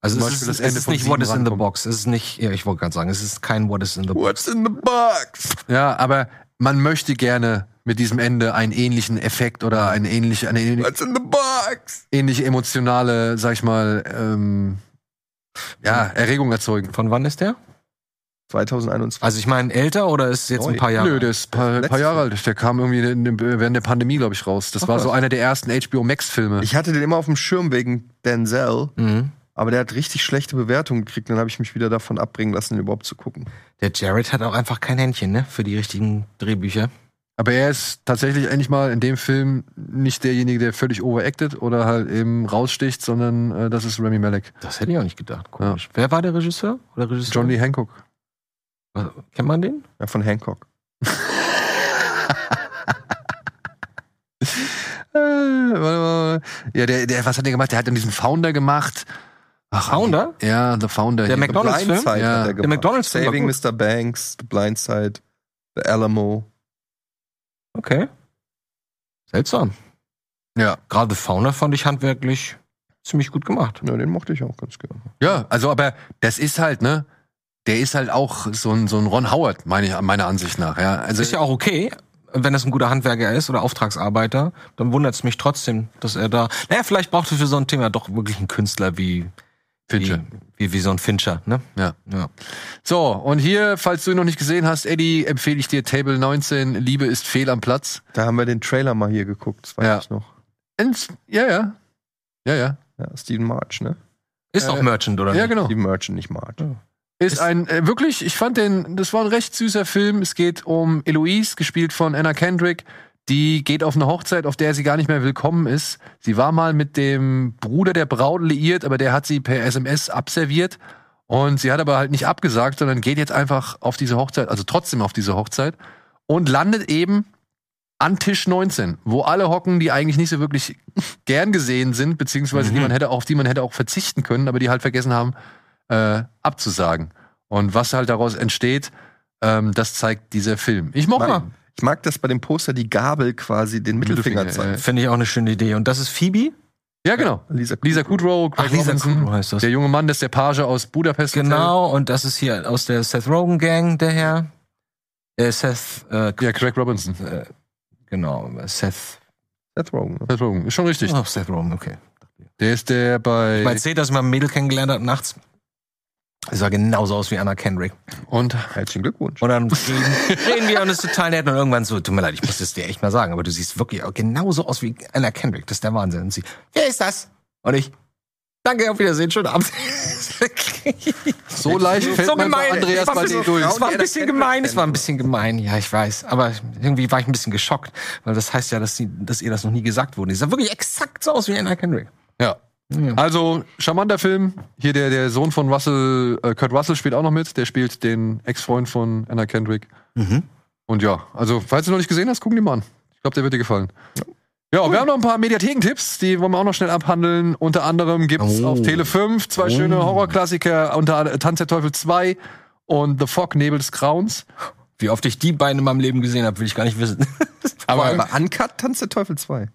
[SPEAKER 3] Also
[SPEAKER 2] Zum
[SPEAKER 3] es
[SPEAKER 2] Beispiel
[SPEAKER 3] ist,
[SPEAKER 2] das
[SPEAKER 3] es
[SPEAKER 2] Ende
[SPEAKER 3] ist
[SPEAKER 2] von
[SPEAKER 3] nicht
[SPEAKER 2] sieben Oh.
[SPEAKER 3] What is in the
[SPEAKER 2] rankommen.
[SPEAKER 3] Box. Es ist nicht, ja, ich wollte gerade sagen, es ist kein What is in the Box.
[SPEAKER 2] What's in the box?
[SPEAKER 1] Ja, aber man möchte gerne mit diesem Ende einen ähnlichen Effekt oder eine ähnliche, eine ähnliche,
[SPEAKER 2] What's in the box?
[SPEAKER 1] ähnliche emotionale, sag ich mal, ähm, ja, Erregung erzeugen.
[SPEAKER 3] Von wann ist der?
[SPEAKER 2] 2021.
[SPEAKER 3] Also ich meine älter oder ist jetzt ein paar Jahre?
[SPEAKER 1] Nö, der ist paar,
[SPEAKER 2] Letztes
[SPEAKER 1] paar Jahre alt. Der kam irgendwie in, in, während der Pandemie, glaube ich, raus. Das
[SPEAKER 3] Ach,
[SPEAKER 1] war so
[SPEAKER 3] was.
[SPEAKER 1] einer der ersten HBO Max-Filme.
[SPEAKER 2] Ich hatte den immer auf dem Schirm wegen Denzel,
[SPEAKER 3] Mhm.
[SPEAKER 2] aber der hat richtig schlechte Bewertungen gekriegt. Dann habe ich mich wieder davon abbringen lassen, ihn überhaupt zu gucken.
[SPEAKER 3] Der Jared hat auch einfach kein Händchen, ne? Für die richtigen Drehbücher.
[SPEAKER 1] Aber er ist tatsächlich endlich mal in dem Film nicht derjenige, der völlig overacted oder halt eben raussticht, sondern äh, das ist Remy Malek.
[SPEAKER 3] Das hätte ich auch nicht gedacht. Komisch. Wer war der Regisseur? Oder Regisseur?
[SPEAKER 1] John Lee Hancock.
[SPEAKER 3] Äh, Kennt man den?
[SPEAKER 2] Ja, von Hancock.
[SPEAKER 1] Äh, warte mal. Ja, der, der, was hat der gemacht? Der hat dann diesen Founder gemacht. Ach,
[SPEAKER 3] Founder?
[SPEAKER 1] Ja, The Founder. hier.
[SPEAKER 3] Der Mac- McDonald's-Film?
[SPEAKER 2] Blindside
[SPEAKER 1] Ja.
[SPEAKER 2] hat er
[SPEAKER 1] Der
[SPEAKER 2] gemacht.
[SPEAKER 3] McDonald's-Film war
[SPEAKER 2] Saving
[SPEAKER 3] gut.
[SPEAKER 2] Mr. Banks, The Blindside, The Alamo.
[SPEAKER 3] Okay. Seltsam.
[SPEAKER 1] Ja.
[SPEAKER 3] Gerade The Fauna fand ich handwerklich ziemlich gut gemacht.
[SPEAKER 2] Ja, den mochte ich auch ganz gerne.
[SPEAKER 1] Ja, also aber das ist halt, ne? Der ist halt auch so ein, so ein Ron Howard, meine ich, meiner Ansicht nach. Ja, also
[SPEAKER 3] Ist ja auch okay, wenn das ein guter Handwerker ist oder Auftragsarbeiter, dann wundert es mich trotzdem, dass er da. Naja, vielleicht braucht er für so ein Thema doch wirklich einen Künstler wie
[SPEAKER 1] Fincher.
[SPEAKER 3] Wie, wie, wie so ein Fincher, ne?
[SPEAKER 1] Ja.
[SPEAKER 3] ja.
[SPEAKER 1] So, und hier, falls du ihn noch nicht gesehen hast, Eddie, empfehle ich dir Table 19, Liebe ist fehl am Platz.
[SPEAKER 2] Da haben wir den Trailer mal hier geguckt, das weiß
[SPEAKER 1] Ja.
[SPEAKER 2] ich noch.
[SPEAKER 1] Und, ja, ja. Ja, ja.
[SPEAKER 2] Ja, Steven March, ne?
[SPEAKER 3] Ist
[SPEAKER 1] Äh,
[SPEAKER 3] auch Merchant, oder?
[SPEAKER 1] Ja,
[SPEAKER 3] nicht?
[SPEAKER 1] genau.
[SPEAKER 2] Steven Merchant, nicht March.
[SPEAKER 1] Ist ein, äh, wirklich, ich fand den, das war ein recht süßer Film. Es geht um Eloise, gespielt von Anna Kendrick. Die geht auf eine Hochzeit, auf der sie gar nicht mehr willkommen ist. Sie war mal mit dem Bruder der Braut liiert, aber der hat sie per SMS abserviert. Und sie hat aber halt nicht abgesagt, sondern geht jetzt einfach auf diese Hochzeit, also trotzdem auf diese Hochzeit und landet eben an Tisch 19, wo alle hocken, die eigentlich nicht so wirklich gern gesehen sind, beziehungsweise
[SPEAKER 3] Mhm.
[SPEAKER 1] die man hätte, auf die man hätte auch verzichten können, aber die halt vergessen haben, äh, abzusagen. Und was halt daraus entsteht, ähm, das zeigt dieser Film. Ich mochte
[SPEAKER 2] Mag,
[SPEAKER 1] mal.
[SPEAKER 2] ich mag, dass bei dem Poster die Gabel quasi den
[SPEAKER 1] Mittelfinger,
[SPEAKER 2] Mittelfinger zeigt.
[SPEAKER 3] Finde ich auch eine schöne Idee. Und das ist Phoebe?
[SPEAKER 1] Ja, genau.
[SPEAKER 2] Lisa,
[SPEAKER 1] Lisa Kudrow, Craig
[SPEAKER 3] Ach, Lisa
[SPEAKER 1] Robinson,
[SPEAKER 3] Kudrow heißt das.
[SPEAKER 1] Der junge Mann, das ist der Page aus Budapest. Hotel.
[SPEAKER 3] Genau, und das ist hier aus der Seth Rogen Gang, der Herr. Äh, Seth, äh,
[SPEAKER 1] Ja, Craig Robinson.
[SPEAKER 3] äh, genau, Seth.
[SPEAKER 2] Seth Rogen. Ne?
[SPEAKER 1] Seth Rogen. Ist schon richtig.
[SPEAKER 3] Ach, Oh, Seth Rogen, okay.
[SPEAKER 1] Der ist der
[SPEAKER 3] Ich
[SPEAKER 1] bei.
[SPEAKER 3] erzählt, dass ich mal ein Mädel kennengelernt habe nachts. Es sah genauso aus wie Anna Kendrick.
[SPEAKER 1] Und
[SPEAKER 2] Herzlichen Glückwunsch.
[SPEAKER 3] Und dann reden, reden wir und es ist total nett. Und irgendwann so, tut mir leid, ich muss das dir echt mal sagen, aber du siehst wirklich auch genauso aus wie Anna Kendrick. Das ist der Wahnsinn. Und sie, wer ist das? Und ich, danke, auf Wiedersehen, schönen Abend.
[SPEAKER 1] so leicht fällt
[SPEAKER 3] so
[SPEAKER 1] man bei
[SPEAKER 3] gemein.
[SPEAKER 1] Andreas
[SPEAKER 3] Es war, ein
[SPEAKER 1] Baldé
[SPEAKER 3] bisschen,
[SPEAKER 1] durch.
[SPEAKER 3] es war ein bisschen gemein, es war ein bisschen gemein, ja, ich weiß. Aber irgendwie war ich ein bisschen geschockt, weil das heißt ja, dass, sie, dass ihr das noch nie gesagt wurde. Sie sah wirklich exakt so aus wie Anna Kendrick.
[SPEAKER 1] Ja. Also, charmanter Film. Hier der, der Sohn von Russell, äh, Kurt Russell spielt auch noch mit. Der spielt den Ex-Freund von Anna Kendrick. Und ja, also, falls du noch nicht gesehen hast, gucken die mal an. Ich glaube, der wird dir gefallen. Ja, und wir haben noch ein paar Mediathekentipps, die wollen wir auch noch schnell abhandeln. Unter anderem gibt's auf Tele 5 zwei schöne Horrorklassiker, unter Tanz der Teufel 2 und The Fog, Nebel des Grauens.
[SPEAKER 3] Wie oft ich die beiden in meinem Leben gesehen habe, will ich gar nicht wissen.
[SPEAKER 1] Aber,
[SPEAKER 2] Aber Uncut tanzt der Teufel 2.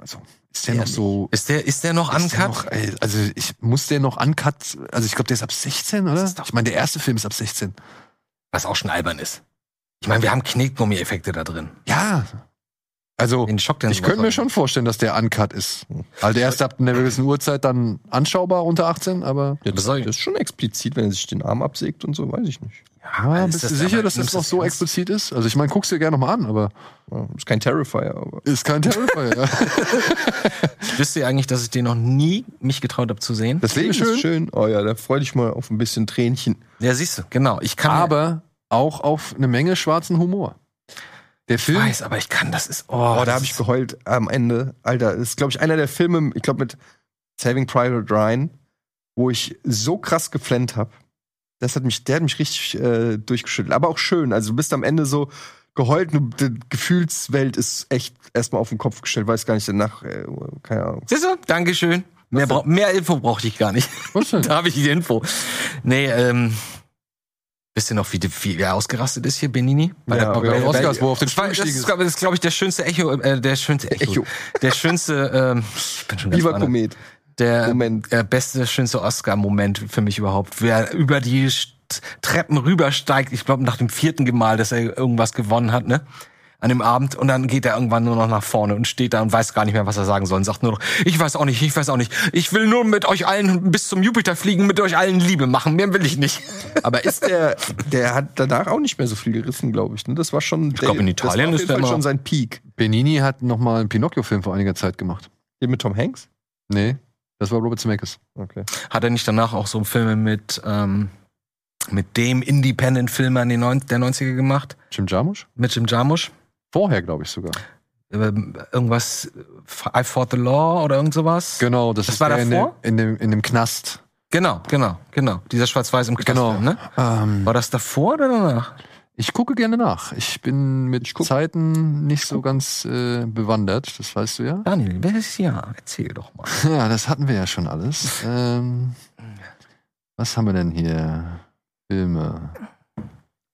[SPEAKER 1] also, ist der noch so
[SPEAKER 3] Ist der, ist der noch
[SPEAKER 1] Ist der
[SPEAKER 3] uncut?
[SPEAKER 1] Noch, ey, also ich muss der noch uncut, also ich glaube, der ist ab 16, oder?
[SPEAKER 3] ist doch-
[SPEAKER 1] Ich meine, der erste Film ist ab 16.
[SPEAKER 3] Was auch schon albern ist. Ich meine, wir haben Knetgummi-Effekte da drin.
[SPEAKER 1] Ja. Also
[SPEAKER 3] Den Schock, den
[SPEAKER 1] ich
[SPEAKER 3] sowas
[SPEAKER 1] könnte mir
[SPEAKER 3] hat.
[SPEAKER 1] schon vorstellen, dass der uncut ist. Also erst ab einer gewissen Uhrzeit dann anschaubar unter 18, aber
[SPEAKER 2] Ja,
[SPEAKER 3] Was
[SPEAKER 2] das,
[SPEAKER 3] soll ich-
[SPEAKER 2] das ist schon explizit, wenn er sich den Arm absägt und so, weiß ich nicht.
[SPEAKER 1] ja, bist
[SPEAKER 3] das
[SPEAKER 1] du
[SPEAKER 3] aber-
[SPEAKER 1] sicher, dass das
[SPEAKER 3] nimmst
[SPEAKER 1] noch
[SPEAKER 3] das
[SPEAKER 1] so
[SPEAKER 3] ernst?
[SPEAKER 1] explizit ist? Also ich meine, guck's dir gerne nochmal an, aber
[SPEAKER 2] Ja, ist kein Terrifier, aber.
[SPEAKER 1] ist kein Terrifier. ja.
[SPEAKER 3] Wisst ihr eigentlich, dass ich den noch nie mich getraut habe zu sehen?
[SPEAKER 1] Das Leben ist schön,
[SPEAKER 2] schön. Oh ja, da freu dich mal auf ein bisschen Tränchen.
[SPEAKER 3] Ja, siehst du, genau. Ich kann
[SPEAKER 1] aber auch auf eine Menge schwarzen Humor. Der
[SPEAKER 3] ich
[SPEAKER 1] Film
[SPEAKER 3] weiß, aber ich kann, das ist. Oh,
[SPEAKER 2] Oh, da
[SPEAKER 3] das
[SPEAKER 2] habe ich
[SPEAKER 3] ist-
[SPEAKER 2] geheult am Ende. Alter, das ist, glaube ich, einer der Filme, ich glaube, mit Saving Private Ryan, wo ich so krass geflennt habe. Das hat mich, der hat mich richtig äh, durchgeschüttelt. Aber auch schön. Also du bist am Ende so geheult, und die Gefühlswelt ist echt erstmal auf den Kopf gestellt, weiß gar nicht danach, äh, keine Ahnung.
[SPEAKER 3] Siehst du? Dankeschön. Mehr, brauch, mehr Info brauchte ich gar nicht.
[SPEAKER 1] Was denn?
[SPEAKER 3] da habe ich die Info. Nee, ähm. Wisst ihr noch, wie, wie er ausgerastet ist hier, Benini? Bei
[SPEAKER 2] Ja,
[SPEAKER 1] bei den
[SPEAKER 2] weil-
[SPEAKER 1] Oscars, wo er auf den
[SPEAKER 3] Das, war,
[SPEAKER 1] Stuhl
[SPEAKER 3] das
[SPEAKER 1] gestiegen
[SPEAKER 3] ist,
[SPEAKER 1] ist.
[SPEAKER 3] glaube ich, glaube ich, äh, der schönste Echo, äh, der schönste Echo,
[SPEAKER 2] Echo.
[SPEAKER 3] der schönste, ähm, ich bin schon ganz
[SPEAKER 2] Viva
[SPEAKER 3] woanders.
[SPEAKER 2] Komet.
[SPEAKER 3] der
[SPEAKER 2] Moment.
[SPEAKER 3] äh, beste, schönste Oscar-Moment für mich überhaupt. Wer über die St- Treppen rübersteigt, ich glaube nach dem vierten Mal, dass er irgendwas gewonnen hat, ne? An dem Abend und dann geht er irgendwann nur noch nach vorne und steht da und weiß gar nicht mehr, was er sagen soll und sagt nur noch, ich weiß auch nicht, ich weiß auch nicht, ich will nur mit euch allen bis zum Jupiter fliegen, mit euch allen Liebe machen, mehr will ich nicht.
[SPEAKER 2] Aber ist der, der hat danach auch nicht mehr so viel gerissen, glaube ich. Ne? Das war schon. Ich
[SPEAKER 3] glaub, in Italien
[SPEAKER 2] das war auf
[SPEAKER 3] ist
[SPEAKER 2] jeden
[SPEAKER 3] der
[SPEAKER 2] Fall
[SPEAKER 3] immer-
[SPEAKER 2] schon sein Peak.
[SPEAKER 1] Benini hat nochmal einen Pinocchio-Film vor einiger Zeit gemacht.
[SPEAKER 2] Den mit Tom Hanks?
[SPEAKER 1] Nee, das war Robert Zemeckis.
[SPEAKER 2] Okay.
[SPEAKER 3] Hat er nicht danach auch so Filme mit, ähm, mit dem Independent-Filmer der 90er gemacht?
[SPEAKER 1] Jim Jarmusch?
[SPEAKER 3] Mit Jim Jarmusch?
[SPEAKER 1] Vorher, glaube ich sogar.
[SPEAKER 3] Ähm, Irgendwas, äh, I Fought the Law oder irgend sowas?
[SPEAKER 1] Genau, das,
[SPEAKER 3] Das
[SPEAKER 1] ist
[SPEAKER 3] war
[SPEAKER 1] der in dem,
[SPEAKER 3] davor?
[SPEAKER 1] in, dem, in dem Knast.
[SPEAKER 3] Genau, genau, genau. Dieser schwarz-weiß im
[SPEAKER 1] Genau.
[SPEAKER 3] Knast, ne?
[SPEAKER 1] Ähm,
[SPEAKER 3] War das davor oder danach?
[SPEAKER 1] ich gucke gerne nach. Ich bin mit Zeiten nicht so ganz äh, bewandert, das weißt du ja.
[SPEAKER 3] Daniel, wer ist ja? Erzähl doch mal.
[SPEAKER 1] Ja, das hatten wir ja schon alles. Ähm, was haben wir denn hier? Filme.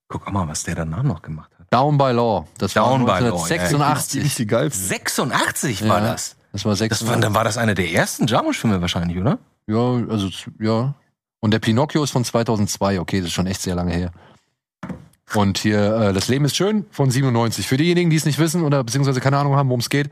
[SPEAKER 3] Guck mal, was der danach noch gemacht hat.
[SPEAKER 1] Down by Law. Das
[SPEAKER 3] Down by
[SPEAKER 1] war
[SPEAKER 3] Law, ja, ja.
[SPEAKER 2] Die ist
[SPEAKER 1] 1986.
[SPEAKER 2] die geilste.
[SPEAKER 3] 86
[SPEAKER 1] Ja.
[SPEAKER 3] war das.
[SPEAKER 1] Das war
[SPEAKER 3] das war dann
[SPEAKER 1] 86.
[SPEAKER 3] war das einer der ersten Jarmusch-Filme wahrscheinlich, oder?
[SPEAKER 1] Ja, also ja. Und der Pinocchio ist von 2002. Okay, das ist schon echt sehr lange her. Und hier äh, das Leben ist schön von 97. Für diejenigen, die es nicht wissen oder beziehungsweise keine Ahnung haben, worum es geht.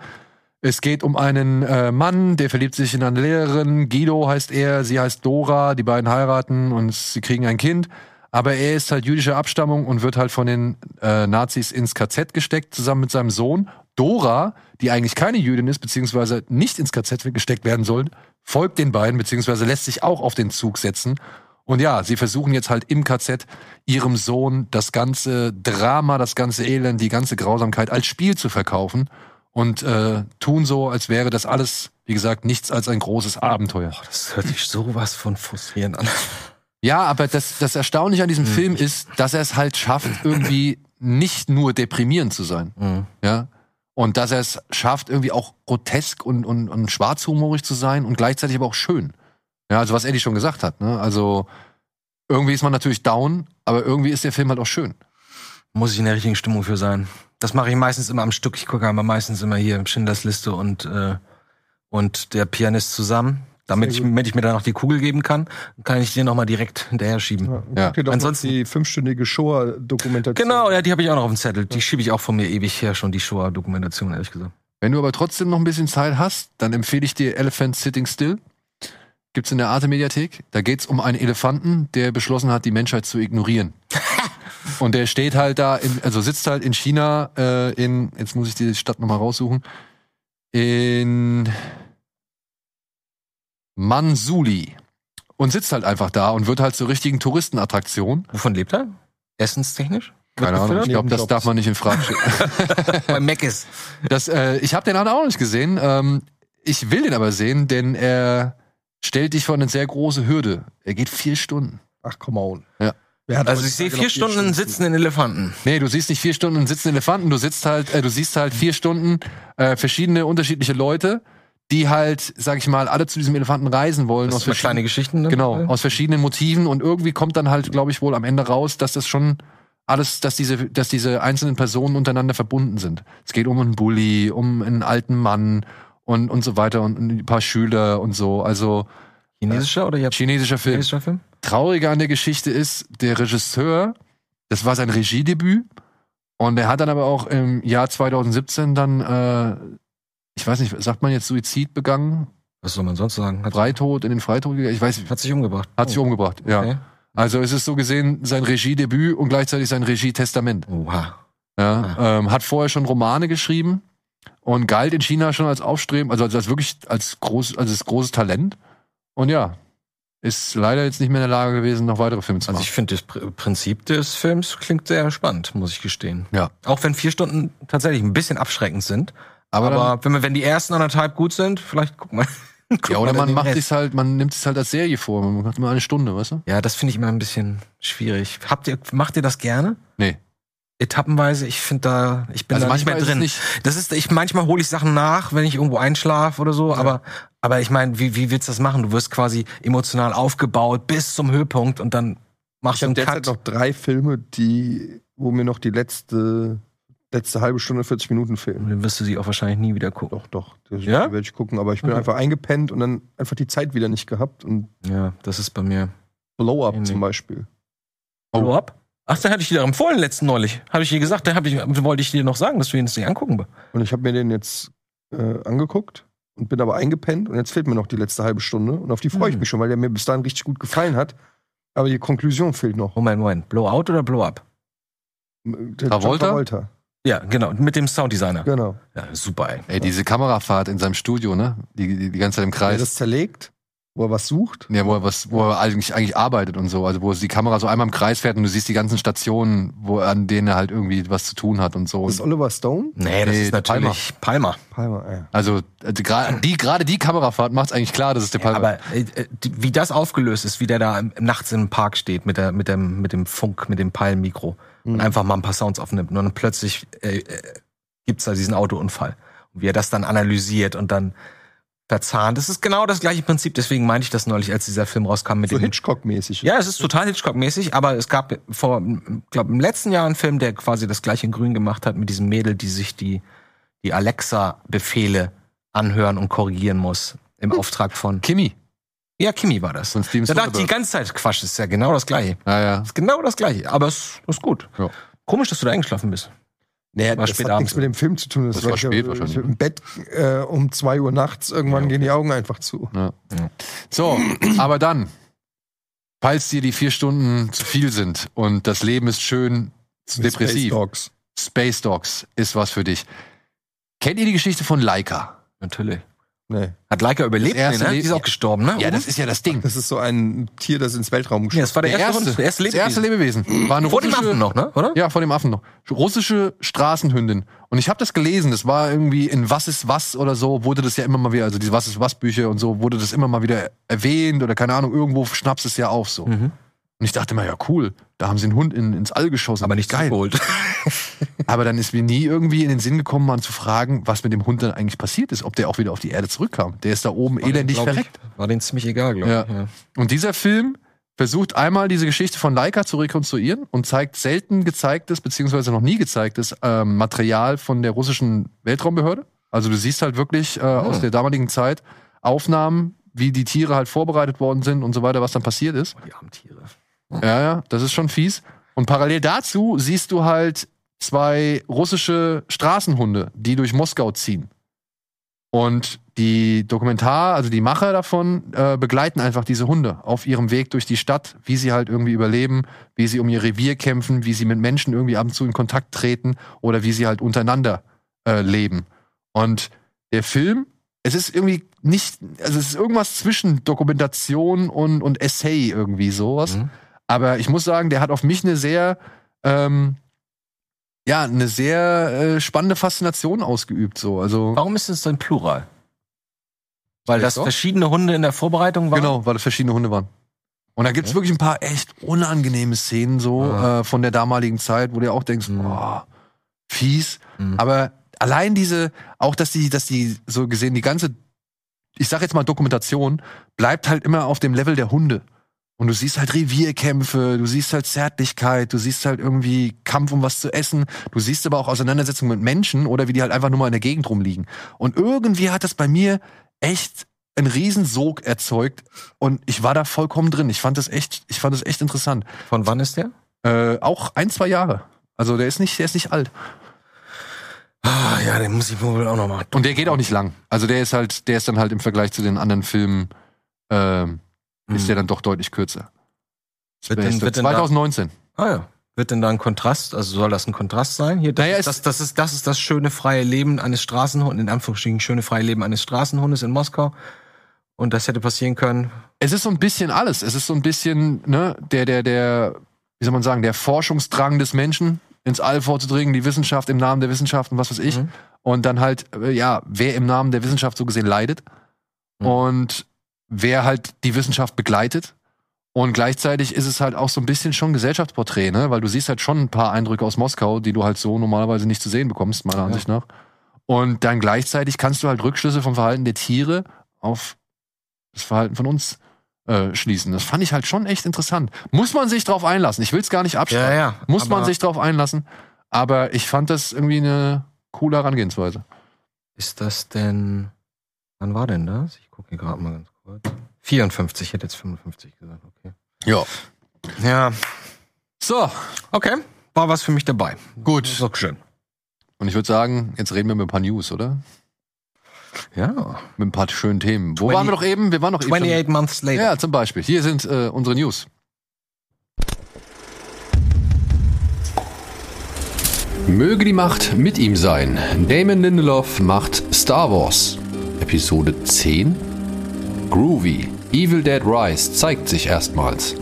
[SPEAKER 1] Es geht um einen äh, Mann, der verliebt sich in eine Lehrerin. Guido heißt er, sie heißt Dora. Die beiden heiraten und sie kriegen ein Kind. Aber er ist halt jüdischer Abstammung und wird halt von den äh, Nazis ins KZ gesteckt, zusammen mit seinem Sohn. Dora, die eigentlich keine Jüdin ist, beziehungsweise nicht ins KZ gesteckt werden soll, folgt den beiden, beziehungsweise lässt sich auch auf den Zug setzen. Und ja, sie versuchen jetzt halt im KZ ihrem Sohn das ganze Drama, das ganze Elend, die ganze Grausamkeit als Spiel zu verkaufen und äh, tun so, als wäre das alles, wie gesagt, nichts als ein großes Abenteuer.
[SPEAKER 3] Boah, Oh, das hört sich sowas von frustrierend an.
[SPEAKER 1] Ja, aber das, das Erstaunliche an diesem Film ist, dass er es halt schafft, irgendwie nicht nur deprimierend zu sein.
[SPEAKER 3] Mhm.
[SPEAKER 1] Ja. Und dass er es schafft, irgendwie auch grotesk und, und, und schwarzhumorig zu sein und gleichzeitig aber auch schön. Ja, also was Eddie schon gesagt hat, ne? Also irgendwie ist man natürlich down, aber irgendwie ist der Film halt auch schön.
[SPEAKER 3] Muss ich in der richtigen Stimmung für sein. Das mache ich meistens immer am Stück. Ich gucke aber meistens immer hier im Schindlers Liste und, äh, und der Pianist zusammen. Damit ich, damit ich mir dann noch die Kugel geben kann, kann ich dir nochmal direkt hinterher schieben.
[SPEAKER 1] Ja.
[SPEAKER 2] Guck dir doch
[SPEAKER 3] Ansonsten-
[SPEAKER 2] Ansonsten die fünfstündige Shoah-Dokumentation.
[SPEAKER 3] Genau, ja, die habe ich auch noch auf dem Zettel. Die schiebe ich auch von mir ewig her schon, die Shoah-Dokumentation, ehrlich gesagt.
[SPEAKER 1] Wenn du aber trotzdem noch ein bisschen Zeit hast, dann empfehle ich dir Elephant Sitting Still. Gibt's in der Arte Mediathek. Da geht's um einen Elefanten, der beschlossen hat, die Menschheit zu ignorieren. Und der steht halt da, in, also sitzt halt in China, äh, in, jetzt muss ich die Stadt nochmal raussuchen, in Mansuli. Und sitzt halt einfach da und wird halt zur richtigen Touristenattraktion.
[SPEAKER 3] Wovon lebt er? Essenstechnisch?
[SPEAKER 1] Keine Ahnung, ich glaube, das darf man nicht in Frage stellen.
[SPEAKER 3] Bei Mac ist.
[SPEAKER 1] Das, äh, ich habe den anderen auch noch nicht gesehen. Ähm, ich will den aber sehen, denn er stellt dich vor eine sehr große Hürde. Er geht vier Stunden.
[SPEAKER 2] Ach, come on.
[SPEAKER 1] Ja.
[SPEAKER 2] Wer hat
[SPEAKER 3] Also
[SPEAKER 2] heute
[SPEAKER 3] ich sehe
[SPEAKER 2] Tage
[SPEAKER 3] vier
[SPEAKER 2] noch
[SPEAKER 3] Stunden einen sitzenden Elefanten.
[SPEAKER 1] Nee, du siehst nicht vier Stunden sitzen Elefanten, du sitzt halt, äh, du siehst halt vier Stunden äh, verschiedene unterschiedliche Leute, die halt, sag ich mal, alle zu diesem Elefanten reisen wollen.
[SPEAKER 3] Das sind
[SPEAKER 1] verschiedenen-
[SPEAKER 3] kleine Geschichten. Ne?
[SPEAKER 1] Genau, aus verschiedenen Motiven und irgendwie kommt dann halt, glaube ich, wohl am Ende raus, dass das schon alles, dass diese, dass diese einzelnen Personen untereinander verbunden sind. Es geht um einen Bully, um einen alten Mann und, und so weiter und ein paar Schüler und so. Also
[SPEAKER 3] Chinesischer oder japanischer
[SPEAKER 1] chinesischer Film.
[SPEAKER 3] Film?
[SPEAKER 1] Trauriger an der Geschichte ist, der Regisseur, das war sein Regiedebüt und er hat dann aber auch im Jahr 2017 dann, äh, ich weiß nicht, sagt man jetzt Suizid begangen?
[SPEAKER 3] Was soll man sonst sagen? Hat,
[SPEAKER 1] Freitod, in den Freitod gegangen? Ich weiß,
[SPEAKER 3] hat sich umgebracht. Oh.
[SPEAKER 1] hat sich umgebracht, ja.
[SPEAKER 3] Okay.
[SPEAKER 1] Also es ist so gesehen sein Regiedebüt und gleichzeitig sein Regietestament.
[SPEAKER 3] Oha. Ah.
[SPEAKER 1] Ja, ähm, hat vorher schon Romane geschrieben und galt in China schon als Aufstreben, also als, als wirklich als groß, also als großes Talent. Und ja, ist leider jetzt nicht mehr in der Lage gewesen, noch weitere Filme zu
[SPEAKER 3] Also
[SPEAKER 1] machen.
[SPEAKER 3] ich finde das Pr- Prinzip des Films klingt sehr spannend, muss ich gestehen.
[SPEAKER 1] Ja.
[SPEAKER 3] Auch wenn vier Stunden tatsächlich ein bisschen abschreckend sind.
[SPEAKER 1] aber
[SPEAKER 3] Aber wenn, wir- wenn die ersten anderthalb gut sind, vielleicht guck mal. guck
[SPEAKER 1] dann, ja, oder
[SPEAKER 3] mal
[SPEAKER 1] man
[SPEAKER 3] den
[SPEAKER 1] macht
[SPEAKER 3] Rest.
[SPEAKER 1] es halt, man nimmt es halt als Serie vor. Man macht immer eine Stunde, weißt du?
[SPEAKER 3] Ja, das finde ich immer ein bisschen schwierig. Habt ihr, macht ihr das gerne?
[SPEAKER 1] Nee.
[SPEAKER 3] Etappenweise, ich finde da, ich bin
[SPEAKER 1] Also
[SPEAKER 3] da nicht
[SPEAKER 1] manchmal
[SPEAKER 3] mehr
[SPEAKER 1] ist es
[SPEAKER 3] drin.
[SPEAKER 1] nicht-
[SPEAKER 3] Das ist, ich manchmal hole ich Sachen nach, wenn ich irgendwo einschlafe oder so. Aber, aber ich meine, wie, wie willst du das machen? Du wirst quasi emotional aufgebaut bis zum Höhepunkt und dann machst
[SPEAKER 2] Ich
[SPEAKER 3] du
[SPEAKER 2] habe
[SPEAKER 3] einen Cut.
[SPEAKER 2] derzeit noch drei Filme, die, wo mir noch die letzte letzte halbe Stunde, 40 Minuten fehlen.
[SPEAKER 3] Dann wirst du sie auch wahrscheinlich nie wieder gucken.
[SPEAKER 2] Doch, doch. Das
[SPEAKER 3] Ja?
[SPEAKER 2] werde ich gucken, aber ich bin
[SPEAKER 3] Okay.
[SPEAKER 2] einfach eingepennt und dann einfach die Zeit wieder nicht gehabt und
[SPEAKER 3] Ja, das ist bei mir.
[SPEAKER 2] Blow-Up
[SPEAKER 3] Ähnlich.
[SPEAKER 2] zum Beispiel.
[SPEAKER 1] Oh.
[SPEAKER 3] Blow up? Ach, dann hatte ich dir empfohlen letzten neulich. Habe ich dir gesagt, da hab ich, wollte ich dir noch sagen, dass du ihn jetzt nicht angucken.
[SPEAKER 2] Und ich habe mir den jetzt äh, angeguckt und bin aber eingepennt und jetzt fehlt mir noch die letzte halbe Stunde und auf die freue ich
[SPEAKER 3] Hm.
[SPEAKER 2] mich schon, weil der mir bis dahin richtig gut gefallen hat. Aber die Konklusion fehlt noch.
[SPEAKER 3] Moment, Moment. Blowout oder Blow up?
[SPEAKER 2] Der
[SPEAKER 1] Travolta?
[SPEAKER 2] John Travolta.
[SPEAKER 3] Ja, genau. Mit dem Sounddesigner.
[SPEAKER 2] Genau.
[SPEAKER 3] Ja, super, ey.
[SPEAKER 1] Ey, diese Kamerafahrt in seinem Studio, ne? Die, die, die ganze Zeit im
[SPEAKER 2] Wer
[SPEAKER 1] Kreis.
[SPEAKER 2] das zerlegt, wo er was sucht.
[SPEAKER 1] Ja, wo er, was, wo er eigentlich, eigentlich arbeitet und so. Also, wo die Kamera so einmal im Kreis fährt und du siehst die ganzen Stationen, wo, an denen er halt irgendwie was zu tun hat und so.
[SPEAKER 2] Das ist Oliver Stone.
[SPEAKER 3] Nee, das
[SPEAKER 1] Nee,
[SPEAKER 3] ist natürlich Palmer.
[SPEAKER 2] Palmer, ah ja.
[SPEAKER 1] Also, äh, die- gra- die, gerade die Kamerafahrt macht's eigentlich klar, dass es der
[SPEAKER 3] Ja,
[SPEAKER 1] Palmer
[SPEAKER 3] aber äh, äh, die- wie das aufgelöst ist, wie der da im- nachts im Park steht mit, der, mit, dem, mit dem Funk, mit dem Palmmikro und einfach mal ein paar Sounds aufnimmt. Und dann plötzlich äh, äh, gibt's da diesen Autounfall. Und wie er das dann analysiert und dann verzahnt. Das ist genau das gleiche Prinzip. Deswegen meinte ich das neulich, als dieser Film rauskam mit
[SPEAKER 2] So
[SPEAKER 3] dem
[SPEAKER 2] Hitchcock-mäßig.
[SPEAKER 3] Ja, es ist total Hitchcock-mäßig, aber es gab vor, glaube im letzten Jahr einen Film, der quasi das gleiche in Grün gemacht hat mit diesem Mädel, die sich die, die Alexa-Befehle anhören und korrigieren muss. Im Auftrag von.
[SPEAKER 1] Kimi
[SPEAKER 3] Ja, Kimi war das.
[SPEAKER 1] von Steven
[SPEAKER 3] Da dachte ich die
[SPEAKER 1] Soderbergh.
[SPEAKER 3] ganze Zeit, Quatsch, das ist ja genau das gleiche.
[SPEAKER 1] Ja, ja.
[SPEAKER 3] Das ist genau das gleiche, aber es ist gut.
[SPEAKER 1] Ja.
[SPEAKER 3] Komisch, dass du da eingeschlafen bist.
[SPEAKER 2] Naja,
[SPEAKER 3] war
[SPEAKER 2] das
[SPEAKER 3] spät
[SPEAKER 2] hat
[SPEAKER 3] abends.
[SPEAKER 2] nichts mit dem Film zu tun.
[SPEAKER 1] Das war spät
[SPEAKER 2] ich,
[SPEAKER 1] wahrscheinlich.
[SPEAKER 2] Im Bett äh, um 2 Uhr nachts, irgendwann
[SPEAKER 1] Ja, okay.
[SPEAKER 2] gehen die Augen einfach zu.
[SPEAKER 1] So, aber dann, falls dir die vier Stunden zu viel sind und das Leben ist schön zu
[SPEAKER 2] Mit Space
[SPEAKER 1] depressiv,
[SPEAKER 2] Dogs.
[SPEAKER 1] Space Dogs ist was für dich. Kennt ihr die Geschichte von Laika?
[SPEAKER 3] Natürlich.
[SPEAKER 2] Nee.
[SPEAKER 3] Hat Leica überlebt?
[SPEAKER 1] Das erste
[SPEAKER 3] Nee, ne? Die
[SPEAKER 1] Leben-
[SPEAKER 3] ist auch gestorben, ne?
[SPEAKER 1] Ja, das ist ja das Ding.
[SPEAKER 2] Das ist so ein Tier, das ins Weltraum
[SPEAKER 3] ja,
[SPEAKER 2] geschickt
[SPEAKER 3] das war der, erste, Hund, der erste
[SPEAKER 1] das erste Lebewesen. War eine
[SPEAKER 3] Vor dem
[SPEAKER 1] russische-
[SPEAKER 3] Affen noch, ne? Oder?
[SPEAKER 1] Ja, vor dem Affen noch. Russische Straßenhündin. Und ich habe das gelesen, das war irgendwie in Was ist was oder so, wurde das ja immer mal wieder, also diese Was ist was Bücher und so, wurde das immer mal wieder erwähnt oder keine Ahnung, irgendwo schnappst es ja auf so.
[SPEAKER 3] Mhm.
[SPEAKER 1] Und ich dachte mir, ja cool, da haben sie einen Hund in, ins All geschossen.
[SPEAKER 3] Aber nicht
[SPEAKER 1] geil.
[SPEAKER 3] geholt.
[SPEAKER 1] Aber dann ist mir nie irgendwie in den Sinn gekommen, mal zu fragen, was mit dem Hund dann eigentlich passiert ist, ob der auch wieder auf die Erde zurückkam. Der ist da oben elendig
[SPEAKER 3] Glaub ich.
[SPEAKER 1] verreckt.
[SPEAKER 3] War denen ziemlich egal, glaube
[SPEAKER 1] Ja.
[SPEAKER 3] ich. ne? Ja.
[SPEAKER 1] Und dieser Film versucht einmal diese Geschichte von Leica zu rekonstruieren und zeigt selten gezeigtes, beziehungsweise noch nie gezeigtes ähm, Material von der russischen Weltraumbehörde. Also du siehst halt wirklich äh, aus der damaligen Zeit Aufnahmen, wie die Tiere halt vorbereitet worden sind und so weiter, was dann passiert ist.
[SPEAKER 3] Die armen Tiere.
[SPEAKER 1] Ja, ja, das ist schon fies. Und parallel dazu siehst du halt zwei russische Straßenhunde, die durch Moskau ziehen. Und die Dokumentar, also die Macher davon, äh, begleiten einfach diese Hunde auf ihrem Weg durch die Stadt, wie sie halt irgendwie überleben, wie sie um ihr Revier kämpfen, wie sie mit Menschen irgendwie ab und zu in Kontakt treten oder wie sie halt untereinander äh, leben. Und der Film, es ist irgendwie nicht, also es ist irgendwas zwischen Dokumentation und, und Essay irgendwie sowas.
[SPEAKER 3] Mhm.
[SPEAKER 1] Aber ich muss sagen, der hat auf mich eine sehr, ähm, ja, eine sehr äh, spannende Faszination ausgeübt. So, also
[SPEAKER 3] Warum ist es denn Plural? Oh, Weil das
[SPEAKER 1] doch.
[SPEAKER 3] verschiedene Hunde in der Vorbereitung waren.
[SPEAKER 1] genau, weil es verschiedene Hunde waren. Und da gibt's wirklich ein paar echt unangenehme Szenen so
[SPEAKER 3] Ah.
[SPEAKER 1] äh, von der damaligen Zeit, wo du ja auch denkst,
[SPEAKER 3] Mhm.
[SPEAKER 1] boah, fies.
[SPEAKER 3] Mhm.
[SPEAKER 1] Aber allein diese, auch dass die, dass die so gesehen die ganze, ich sag jetzt mal Dokumentation, bleibt halt immer auf dem Level der Hunde. Und du siehst halt Revierkämpfe, du siehst halt Zärtlichkeit, du siehst halt irgendwie Kampf um was zu essen, du siehst aber auch Auseinandersetzungen mit Menschen oder wie die halt einfach nur mal in der Gegend rumliegen. Und irgendwie hat das bei mir echt einen Riesensog erzeugt und ich war da vollkommen drin. Ich fand das echt, ich fand das echt interessant.
[SPEAKER 3] Von wann ist der?
[SPEAKER 1] Äh, auch ein, zwei Jahre. Also der ist nicht, der ist nicht alt.
[SPEAKER 3] Ah, ja, den muss ich wohl auch noch mal.
[SPEAKER 1] Und der geht auch nicht lang. Also der ist halt, der ist dann halt im Vergleich zu den anderen Filmen, ähm, ist der dann doch deutlich kürzer.
[SPEAKER 3] Hm. Wird denn, wird denn da,
[SPEAKER 1] 2019.
[SPEAKER 3] ah, ja. Wird denn da ein Kontrast? Also soll das ein Kontrast sein? Hier, das,
[SPEAKER 1] Naja,
[SPEAKER 3] ist,
[SPEAKER 1] es-
[SPEAKER 3] das, das, ist, das ist das schöne freie Leben eines Straßenhundes, in Anführungsstrichen schöne freie Leben eines Straßenhundes in Moskau. Und das hätte passieren können.
[SPEAKER 1] es ist so ein bisschen alles. Es ist so ein bisschen, ne, der, der, der, wie soll man sagen, der Forschungsdrang des Menschen, ins All vorzudringen, die Wissenschaft im Namen der Wissenschaft und was weiß ich.
[SPEAKER 3] Mhm.
[SPEAKER 1] Und dann halt, äh, ja, wer im Namen der Wissenschaft so gesehen leidet
[SPEAKER 3] Mhm.
[SPEAKER 1] und wer halt die Wissenschaft begleitet. Und gleichzeitig ist es halt auch so ein bisschen schon ein Gesellschaftsporträt, ne? Weil du siehst halt schon ein paar Eindrücke aus Moskau, die du halt so normalerweise nicht zu sehen bekommst, meiner Ansicht nach. Und dann gleichzeitig kannst du halt Rückschlüsse vom Verhalten der Tiere auf das Verhalten von uns äh, schließen. Das fand ich halt schon echt interessant. Muss man sich drauf einlassen. Ich will es gar nicht abschreiben.
[SPEAKER 3] ja.
[SPEAKER 1] Muss man
[SPEAKER 3] aber-
[SPEAKER 1] sich drauf einlassen. Aber ich fand das irgendwie eine coole Herangehensweise.
[SPEAKER 3] Ist das denn. Wann war denn das? Ich gucke hier gerade mal ganz kurz. 54, ich hätte jetzt 55 gesagt, okay.
[SPEAKER 1] Ja.
[SPEAKER 3] Ja,
[SPEAKER 1] So,
[SPEAKER 3] okay. War was für mich dabei. Ist
[SPEAKER 1] gut.
[SPEAKER 3] doch schön.
[SPEAKER 1] Und ich würde sagen, jetzt reden wir mit ein paar News, oder?
[SPEAKER 3] Ja.
[SPEAKER 1] Mit ein paar schönen Themen. Wo
[SPEAKER 3] 20
[SPEAKER 1] waren wir doch eben? Wir waren doch eben.
[SPEAKER 3] 28 months
[SPEAKER 1] schon-
[SPEAKER 3] later.
[SPEAKER 1] Ja, zum Beispiel. Hier sind äh, unsere News. Möge die Macht mit ihm sein. Damon Lindelof macht Star Wars. Episode 10? Groovy. Evil Dead Rise zeigt sich erstmals.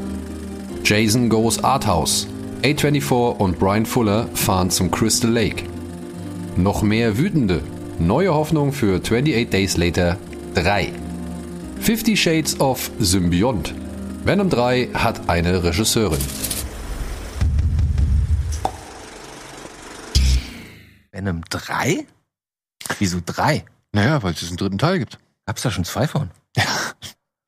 [SPEAKER 1] Jason Goes Arthouse. A24 und Brian Fuller fahren zum Crystal Lake. Noch mehr Wütende. Neue Hoffnung für 28 Days Later 3. Fifty Shades of Symbiont. Venom 3 hat eine Regisseurin.
[SPEAKER 3] Venom 3? Wieso 3?
[SPEAKER 1] Naja, weil es diesen dritten Teil gibt.
[SPEAKER 3] Gab's da schon zwei von?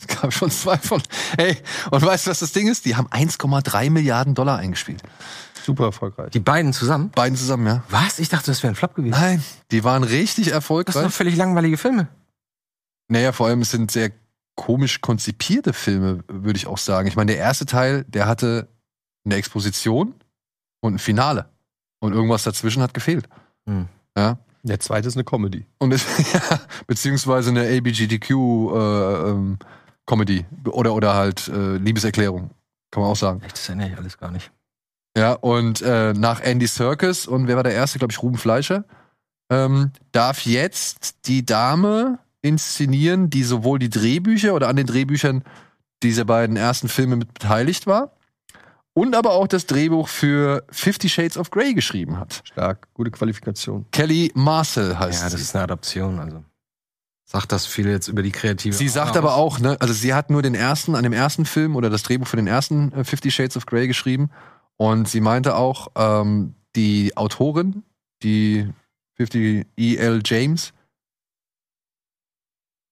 [SPEAKER 1] Es gab schon zwei von. Hey, und weißt du, was das Ding ist? Die haben 1,3 Milliarden Dollar eingespielt.
[SPEAKER 2] Super erfolgreich.
[SPEAKER 3] Die beiden zusammen?
[SPEAKER 1] Beiden zusammen, ja?
[SPEAKER 3] Was? Ich dachte, das wäre ein Flop gewesen.
[SPEAKER 1] Nein, die waren richtig
[SPEAKER 3] Das sind
[SPEAKER 1] erfolgreich.
[SPEAKER 3] doch völlig langweilige Filme.
[SPEAKER 1] Naja, vor allem es sind sehr komisch konzipierte Filme, würde ich auch sagen. Ich meine, der erste Teil, der hatte eine Exposition und ein Finale. Und irgendwas dazwischen hat gefehlt.
[SPEAKER 2] Der zweite ist eine Comedy.
[SPEAKER 1] Und es, ja, beziehungsweise eine ABGDQ-Comedy äh, ähm, oder, oder halt äh, Liebeserklärung, kann man auch sagen.
[SPEAKER 3] Echt, das erinnere ich alles gar nicht.
[SPEAKER 1] Ja, und äh, nach Andy Serkis und wer war der erste, glaube ich, Ruben Fleischer, ähm, darf jetzt die Dame inszenieren, die sowohl die Drehbücher oder an den Drehbüchern dieser beiden ersten Filme mit beteiligt war und aber auch das Drehbuch für Fifty Shades of Grey geschrieben hat.
[SPEAKER 2] Stark, gute Qualifikation.
[SPEAKER 1] Kelly Marcel heißt
[SPEAKER 3] Ja, das
[SPEAKER 1] sie.
[SPEAKER 3] Also ist eine Adaption, also. Sagt das viel jetzt über die kreative.
[SPEAKER 1] Sie sagt aber auch, ne, also sie hat nur den ersten, an dem ersten Film oder das Drehbuch für den ersten äh, Fifty Shades of Grey geschrieben. Und sie meinte auch, ähm, die Autorin, die 50 E.L. James,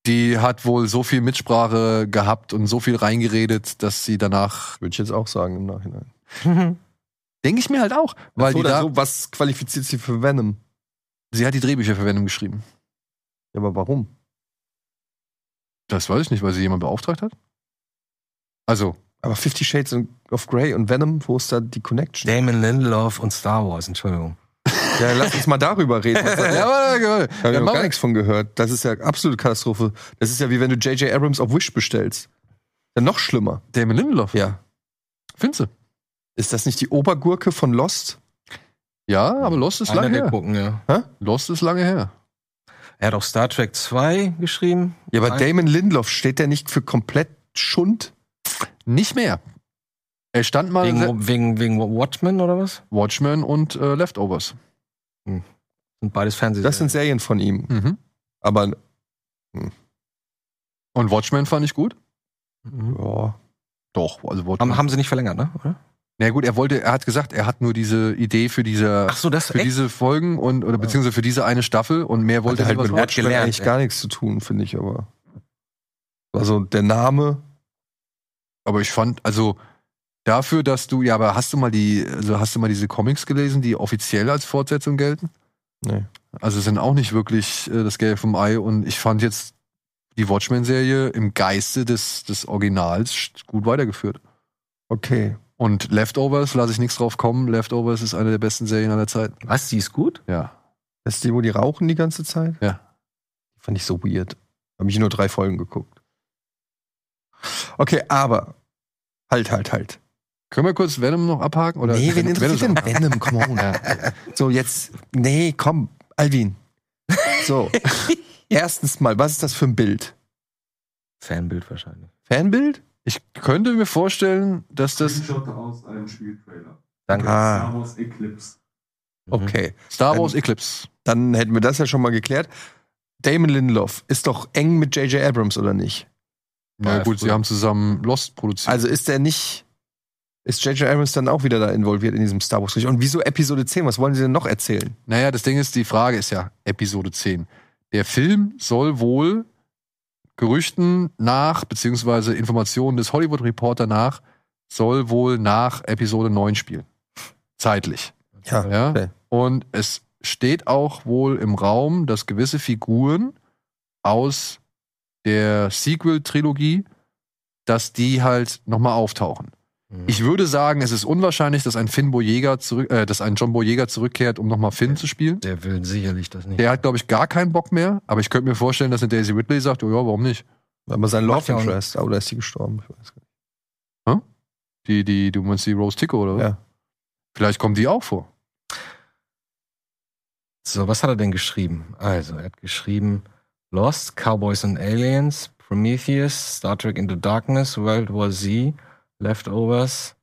[SPEAKER 1] die hat wohl so viel Mitsprache gehabt und so viel reingeredet, dass sie danach,
[SPEAKER 2] Würde ich jetzt auch sagen im Nachhinein.
[SPEAKER 1] denke ich mir halt auch, weil
[SPEAKER 2] so
[SPEAKER 1] die da,
[SPEAKER 2] so, was qualifiziert sie für Venom?
[SPEAKER 1] sie hat die Drehbücher für Venom geschrieben.
[SPEAKER 2] Ja, aber warum?
[SPEAKER 1] Das weiß ich nicht, weil sie jemand beauftragt hat. Also,
[SPEAKER 2] Aber Fifty Shades of Grey und Venom, wo ist da die Connection?
[SPEAKER 3] Damon Lindelof und Star Wars, Entschuldigung.
[SPEAKER 2] Ja, lass uns mal darüber reden. Was
[SPEAKER 1] ja,
[SPEAKER 2] hat-
[SPEAKER 1] ja, ja, ja,
[SPEAKER 2] Da habe ich noch
[SPEAKER 1] mach
[SPEAKER 2] gar
[SPEAKER 1] ich.
[SPEAKER 2] nichts von gehört. Das ist ja absolute Katastrophe. Das ist ja wie wenn du J.J. Abrams auf Wish bestellst. Ja, noch schlimmer.
[SPEAKER 1] Damon Lindelof,
[SPEAKER 2] Ja.
[SPEAKER 1] findest du?
[SPEAKER 2] Ist das nicht die Obergurke von Lost?
[SPEAKER 1] Ja, aber Lost ist lange
[SPEAKER 3] Einer der
[SPEAKER 1] her.
[SPEAKER 3] gucken, ja.
[SPEAKER 1] Lost ist lange her.
[SPEAKER 3] Er hat auch Star Trek 2 geschrieben.
[SPEAKER 2] Ja, aber
[SPEAKER 3] Nein.
[SPEAKER 2] Damon Lindelof, steht der nicht für komplett Schund?
[SPEAKER 1] Nicht mehr. Er stand mal in
[SPEAKER 3] Wegen, wegen, wegen Watchmen oder was?
[SPEAKER 1] Watchmen und äh, Leftovers.
[SPEAKER 3] Sind beides Fernsehserien.
[SPEAKER 2] Das sind Serien von
[SPEAKER 1] Mhm.
[SPEAKER 2] ihm. Aber,
[SPEAKER 1] Und Watchmen fand ich gut.
[SPEAKER 3] Mhm.
[SPEAKER 2] ja.
[SPEAKER 1] Doch, also Watchmen.
[SPEAKER 3] Haben, haben sie nicht verlängert, ne? Oder?
[SPEAKER 1] Na gut, er wollte, er hat gesagt, er hat nur diese Idee für diese,
[SPEAKER 3] Ach so, das
[SPEAKER 1] für diese Folgen und oder beziehungsweise für diese eine Staffel und mehr wollte er
[SPEAKER 2] Hat halt
[SPEAKER 1] halt
[SPEAKER 2] mit
[SPEAKER 3] was- er hat
[SPEAKER 2] Watchmen
[SPEAKER 3] gelernt,
[SPEAKER 2] eigentlich
[SPEAKER 3] ey.
[SPEAKER 2] gar nichts zu tun, finde ich, aber. Also der Name,
[SPEAKER 1] Aber ich fand, also dafür, dass du, ja, aber hast du mal die, also hast du mal diese Comics gelesen, die offiziell als Fortsetzung gelten?
[SPEAKER 2] Nee.
[SPEAKER 1] Also sind auch nicht wirklich äh, das Gelbe vom Ei und ich fand jetzt die Watchmen-Serie im Geiste des, des Originals sch- gut weitergeführt.
[SPEAKER 2] okay.
[SPEAKER 1] Und Leftovers lasse ich nichts drauf kommen. Leftovers ist eine der besten Serien aller Zeiten.
[SPEAKER 3] Was, die ist gut?
[SPEAKER 1] Ja.
[SPEAKER 2] Das ist die, wo die rauchen die ganze Zeit?
[SPEAKER 1] Ja.
[SPEAKER 2] Die fand ich so weird. Habe ich nur drei Folgen geguckt. Okay, aber. Halt, halt, halt.
[SPEAKER 1] Können wir kurz Venom noch abhaken? Oder
[SPEAKER 2] nee, wen
[SPEAKER 1] Venom-
[SPEAKER 2] interessiert
[SPEAKER 1] Venom
[SPEAKER 2] denn Venom? Come on. So, jetzt, nee, komm, Alvin. So, erstens mal, was ist das für ein Bild?
[SPEAKER 3] Fanbild wahrscheinlich.
[SPEAKER 2] Fanbild?
[SPEAKER 1] Ich könnte mir vorstellen, dass das
[SPEAKER 7] Screenshot aus einem Spieltrailer.
[SPEAKER 3] Danke.
[SPEAKER 2] Ah,
[SPEAKER 7] Star Wars Eclipse.
[SPEAKER 2] okay.
[SPEAKER 1] Star
[SPEAKER 2] Dann-
[SPEAKER 1] Wars Eclipse.
[SPEAKER 2] Dann hätten wir das ja schon mal geklärt. Damon Lindelof ist doch eng mit J.J. Abrams, oder nicht?
[SPEAKER 1] Na
[SPEAKER 3] Ja,
[SPEAKER 1] gut,
[SPEAKER 3] früher.
[SPEAKER 1] sie haben zusammen Lost produziert.
[SPEAKER 2] Also ist der nicht. Ist J.J. Abrams dann auch wieder da involviert in diesem Star Wars-Krieg? Und wieso Episode 10? Was wollen sie denn noch erzählen?
[SPEAKER 1] Naja, das Ding ist, die Frage ist ja Episode 10. Der Film soll wohl Gerüchten nach, beziehungsweise Informationen des Hollywood Reporter nach, soll wohl nach Episode 9 spielen. Zeitlich. Ja.
[SPEAKER 2] Ah, okay.
[SPEAKER 1] Und es steht auch wohl im Raum, dass gewisse Figuren aus der Sequel-Trilogie, dass die halt nochmal auftauchen.
[SPEAKER 3] Mhm.
[SPEAKER 1] Ich würde sagen, es ist unwahrscheinlich, dass ein Finn Boyega zurück, äh, dass ein John Boyega zurückkehrt, um nochmal Finn zu spielen.
[SPEAKER 3] Der will sicherlich das nicht.
[SPEAKER 1] Der hat, glaube ich, gar keinen Bock mehr, aber ich könnte mir vorstellen, dass eine Daisy Ridley sagt, oh ja, warum nicht?
[SPEAKER 2] Aber sein
[SPEAKER 3] Macht
[SPEAKER 2] Love
[SPEAKER 3] ja auch
[SPEAKER 2] Interest, oder ist sie gestorben? Ich weiß gar nicht.
[SPEAKER 1] Die, die, du meinst die Rose Tico, oder? was?
[SPEAKER 2] Ja.
[SPEAKER 1] Vielleicht kommt die auch vor.
[SPEAKER 3] So, was hat er denn geschrieben? Also, er hat geschrieben Lost, Cowboys and Aliens, Prometheus, Star Trek Into Darkness, World War Z, Leftovers,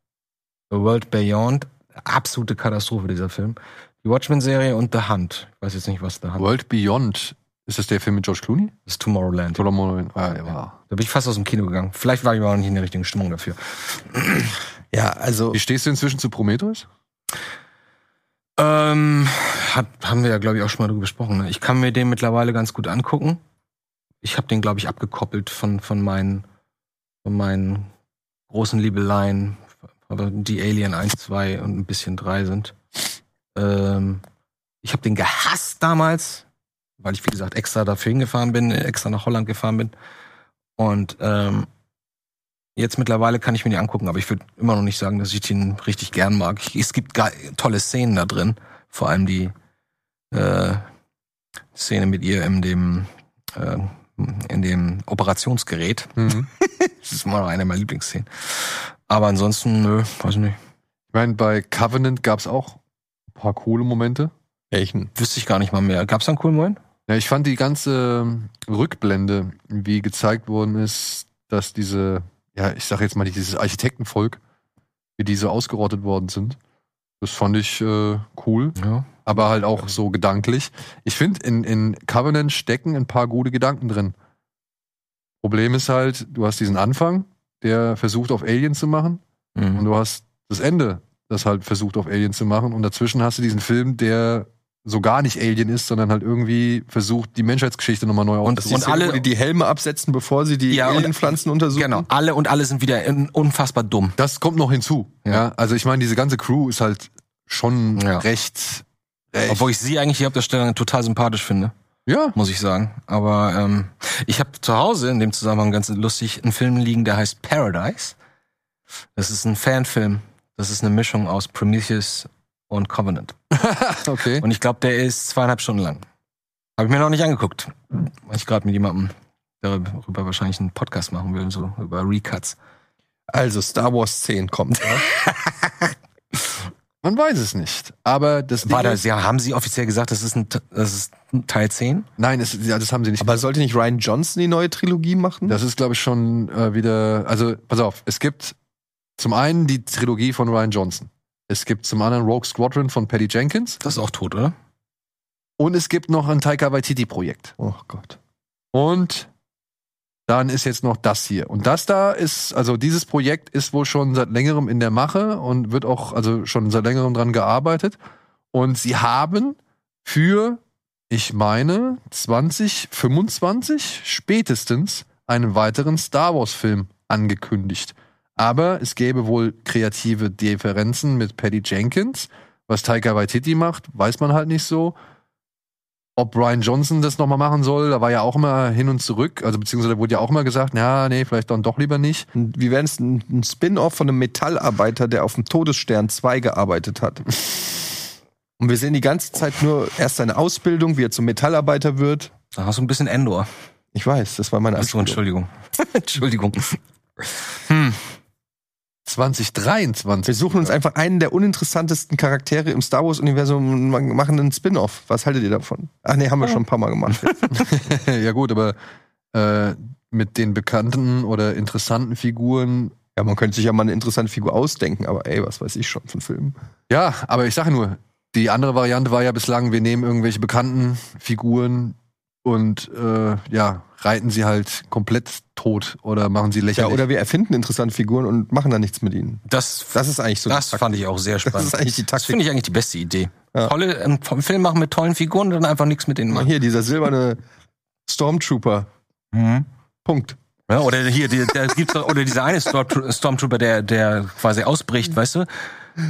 [SPEAKER 3] The World Beyond. Absolute Katastrophe, dieser Film. Die Watchmen-Serie und The Hunt. Ich weiß jetzt nicht, was The Hunt
[SPEAKER 1] World Beyond. Ist das der Film mit George Clooney?
[SPEAKER 3] ist. Tomorrowland.
[SPEAKER 1] Oder Monoin? Ah, der
[SPEAKER 3] Ja.
[SPEAKER 1] war.
[SPEAKER 3] Da bin ich fast aus dem Kino gegangen. Vielleicht war ich aber auch nicht in der richtigen Stimmung dafür.
[SPEAKER 2] Ja, also
[SPEAKER 1] Wie stehst du inzwischen zu Prometheus?
[SPEAKER 3] Ähm, hat, haben wir ja, glaube ich, auch schon mal drüber gesprochen. Ne? Ich kann mir den mittlerweile ganz gut angucken. Ich habe den, glaube ich, abgekoppelt von, von, meinen, von meinen großen Liebeleien, aber die Alien 1, 2 und ein bisschen 3 sind. Ähm, ich habe den gehasst damals, weil ich, wie gesagt, extra dafür hingefahren bin, extra nach Holland gefahren bin. Und ähm, Jetzt mittlerweile kann ich mir die angucken, aber ich würde immer noch nicht sagen, dass ich den richtig gern mag. Ich, es gibt ge- tolle Szenen da drin, vor allem die äh, Szene mit ihr in dem äh, in dem Operationsgerät.
[SPEAKER 1] Mhm.
[SPEAKER 3] Das ist immer noch eine meiner Lieblingsszenen. Aber ansonsten, nö, weiß nicht.
[SPEAKER 1] Ich meine, bei Covenant gab es auch ein paar coole Momente.
[SPEAKER 2] welchen?
[SPEAKER 3] Wüsste ich gar nicht mal mehr. Gab's da einen coolen Moment?
[SPEAKER 1] Ja, ich fand die ganze Rückblende, wie gezeigt worden ist, dass diese, ja, ich sag jetzt mal dieses Architektenvolk, wie die so ausgerottet worden sind. Das fand ich äh, cool.
[SPEAKER 3] Ja.
[SPEAKER 1] aber halt auch so gedanklich. Ich finde, in, in Covenant stecken ein paar gute Gedanken drin. Problem ist halt, du hast diesen Anfang, der versucht auf Alien zu machen, und
[SPEAKER 3] Mhm.
[SPEAKER 1] du hast das Ende, das halt versucht auf Alien zu machen, und dazwischen hast du diesen Film, der so gar nicht Alien ist, sondern halt irgendwie versucht, die Menschheitsgeschichte nochmal neu
[SPEAKER 3] Und-
[SPEAKER 1] aufzuziehen.
[SPEAKER 2] Szene,
[SPEAKER 3] alle-
[SPEAKER 2] wo die die Helme absetzen, bevor sie die
[SPEAKER 3] Ja, und-
[SPEAKER 2] Alienpflanzen untersuchen.
[SPEAKER 3] Genau. Alle und alle sind wieder in, unfassbar dumm.
[SPEAKER 1] Das kommt noch hinzu.
[SPEAKER 3] Ja.
[SPEAKER 1] Ja. Also ich meine, diese ganze Crew ist halt schon
[SPEAKER 3] Ja.
[SPEAKER 1] recht, recht.
[SPEAKER 3] Obwohl ich sie eigentlich hier auf der Stelle total sympathisch finde.
[SPEAKER 1] ja.
[SPEAKER 3] muss ich sagen. Aber ähm, ich habe zu Hause in dem Zusammenhang ganz lustig einen Film liegen, der heißt Paradise. Das ist ein Fanfilm. Das ist eine Mischung aus Prometheus und Covenant.
[SPEAKER 1] Okay.
[SPEAKER 3] Und ich glaube, der ist zweieinhalb Stunden lang. Habe ich mir noch nicht angeguckt. Weil ich gerade mit jemandem darüber wahrscheinlich einen Podcast machen will, so über Recuts.
[SPEAKER 2] Also Star Wars 10 kommt.
[SPEAKER 1] Man weiß es nicht. Aber das
[SPEAKER 3] War
[SPEAKER 1] Ding
[SPEAKER 3] das, ja, haben sie offiziell gesagt, das ist, ein, das ist ein Teil 10?
[SPEAKER 1] Nein, es, ja, das haben sie nicht
[SPEAKER 2] Aber sollte nicht Ryan Johnson die neue Trilogie machen?
[SPEAKER 1] Das ist, glaube ich, schon äh, wieder. Also, pass auf, es gibt zum einen die Trilogie von Ryan Johnson. Es gibt zum anderen Rogue Squadron von Patty Jenkins.
[SPEAKER 3] Das ist auch tot, oder?
[SPEAKER 1] Und es gibt noch ein Taika Waititi-Projekt.
[SPEAKER 2] oh Gott.
[SPEAKER 1] Und dann ist jetzt noch das hier. Und das da ist, also dieses Projekt ist wohl schon seit längerem in der Mache und wird auch, also schon seit längerem dran gearbeitet. Und sie haben für, ich meine, 2025 spätestens einen weiteren Star Wars-Film angekündigt. Aber es gäbe wohl kreative Differenzen mit Patty Jenkins. Was Taika Waititi macht, weiß man halt nicht so ob Brian Johnson das nochmal machen soll, da war ja auch immer hin und zurück, also beziehungsweise wurde ja auch immer gesagt, na, nee, vielleicht dann doch lieber nicht.
[SPEAKER 2] Und Wie wäre es ein, ein Spin-off von einem Metallarbeiter, der auf dem Todesstern 2 gearbeitet hat? Und wir sehen die ganze Zeit nur erst seine Ausbildung, wie er zum Metallarbeiter wird.
[SPEAKER 3] Da hast du ein bisschen Endor.
[SPEAKER 2] Ich weiß, das war meine
[SPEAKER 3] Achso,
[SPEAKER 2] Anspielung.
[SPEAKER 3] Entschuldigung. Entschuldigung.
[SPEAKER 1] 2023.
[SPEAKER 2] Wir suchen uns einfach einen der uninteressantesten Charaktere im Star Wars-Universum und ma- machen einen Spin-off. Was haltet ihr davon? Ach nee, haben wir schon ein paar Mal gemacht.
[SPEAKER 1] ja gut, aber äh, mit den bekannten oder interessanten Figuren.
[SPEAKER 2] ja, man könnte sich ja mal eine interessante Figur ausdenken, aber ey, was weiß ich schon von Filmen.
[SPEAKER 1] Ja, aber ich sage nur, die andere Variante war ja bislang, wir nehmen irgendwelche bekannten Figuren und äh, ja, reiten sie halt komplett tot oder machen sie
[SPEAKER 2] Ja,
[SPEAKER 1] lächerlich.
[SPEAKER 2] oder wir erfinden interessante Figuren und machen dann nichts mit ihnen.
[SPEAKER 3] Das,
[SPEAKER 2] Das ist eigentlich so. die
[SPEAKER 3] das
[SPEAKER 2] Taktik.
[SPEAKER 3] fand ich auch sehr spannend.
[SPEAKER 2] das ist eigentlich die
[SPEAKER 3] Das finde
[SPEAKER 2] Taktik.
[SPEAKER 3] ich eigentlich die beste Idee.
[SPEAKER 2] Ja.
[SPEAKER 3] Tolle, ähm, vom Film machen mit tollen Figuren und dann einfach nichts mit denen
[SPEAKER 2] Mal
[SPEAKER 3] machen.
[SPEAKER 2] hier, dieser silberne Stormtrooper.
[SPEAKER 3] Mhm.
[SPEAKER 2] Punkt.
[SPEAKER 3] Ja, oder hier, die, da gibt's, doch- oder dieser eine Stormtro- Stormtrooper, der, der quasi ausbricht, weißt du?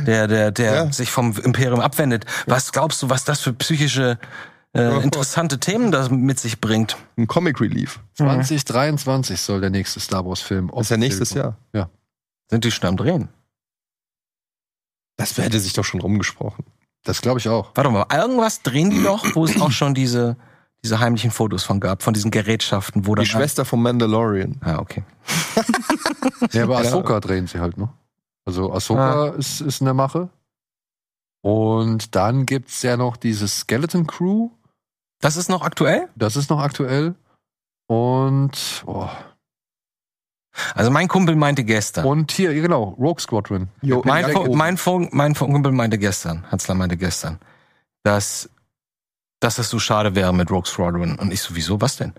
[SPEAKER 3] der, der, der
[SPEAKER 2] Mhm. Ja.
[SPEAKER 3] sich vom Imperium abwendet. Was glaubst du, was das für psychische äh, interessante Themen das mit sich bringt?
[SPEAKER 2] Ein Comic Relief.
[SPEAKER 1] 2023 soll der nächste Star Wars Film.
[SPEAKER 2] Das ist ja nächstes Jahr.
[SPEAKER 1] Ja.
[SPEAKER 3] Sind die schon am Drehen?
[SPEAKER 2] Das hätte sich doch schon rumgesprochen.
[SPEAKER 1] Das glaube ich auch.
[SPEAKER 3] Warte mal, irgendwas drehen die doch, wo es auch schon diese, diese heimlichen Fotos von gab, von diesen Gerätschaften, wo
[SPEAKER 2] Die
[SPEAKER 3] dann-
[SPEAKER 2] Schwester von Mandalorian.
[SPEAKER 3] Ah, okay.
[SPEAKER 1] Ja, aber
[SPEAKER 2] Ja.
[SPEAKER 1] Ahsoka drehen sie halt, ne? Also Ahsoka ist, ist in der Mache. Und dann gibt's ja noch diese Skeleton Crew.
[SPEAKER 3] Das ist noch aktuell?
[SPEAKER 1] Das ist noch aktuell. Und, oh.
[SPEAKER 3] Also mein Kumpel meinte gestern.
[SPEAKER 1] und hier, ja, genau, Rogue Squadron.
[SPEAKER 2] Jo,
[SPEAKER 3] mein,
[SPEAKER 2] ja,
[SPEAKER 3] Fu-
[SPEAKER 2] oben.
[SPEAKER 3] mein, Fu- mein Fu- Kumpel meinte gestern, Hatzler meinte gestern, dass, dass es so schade wäre mit Rogue Squadron. Und ich so, wieso, was denn? Und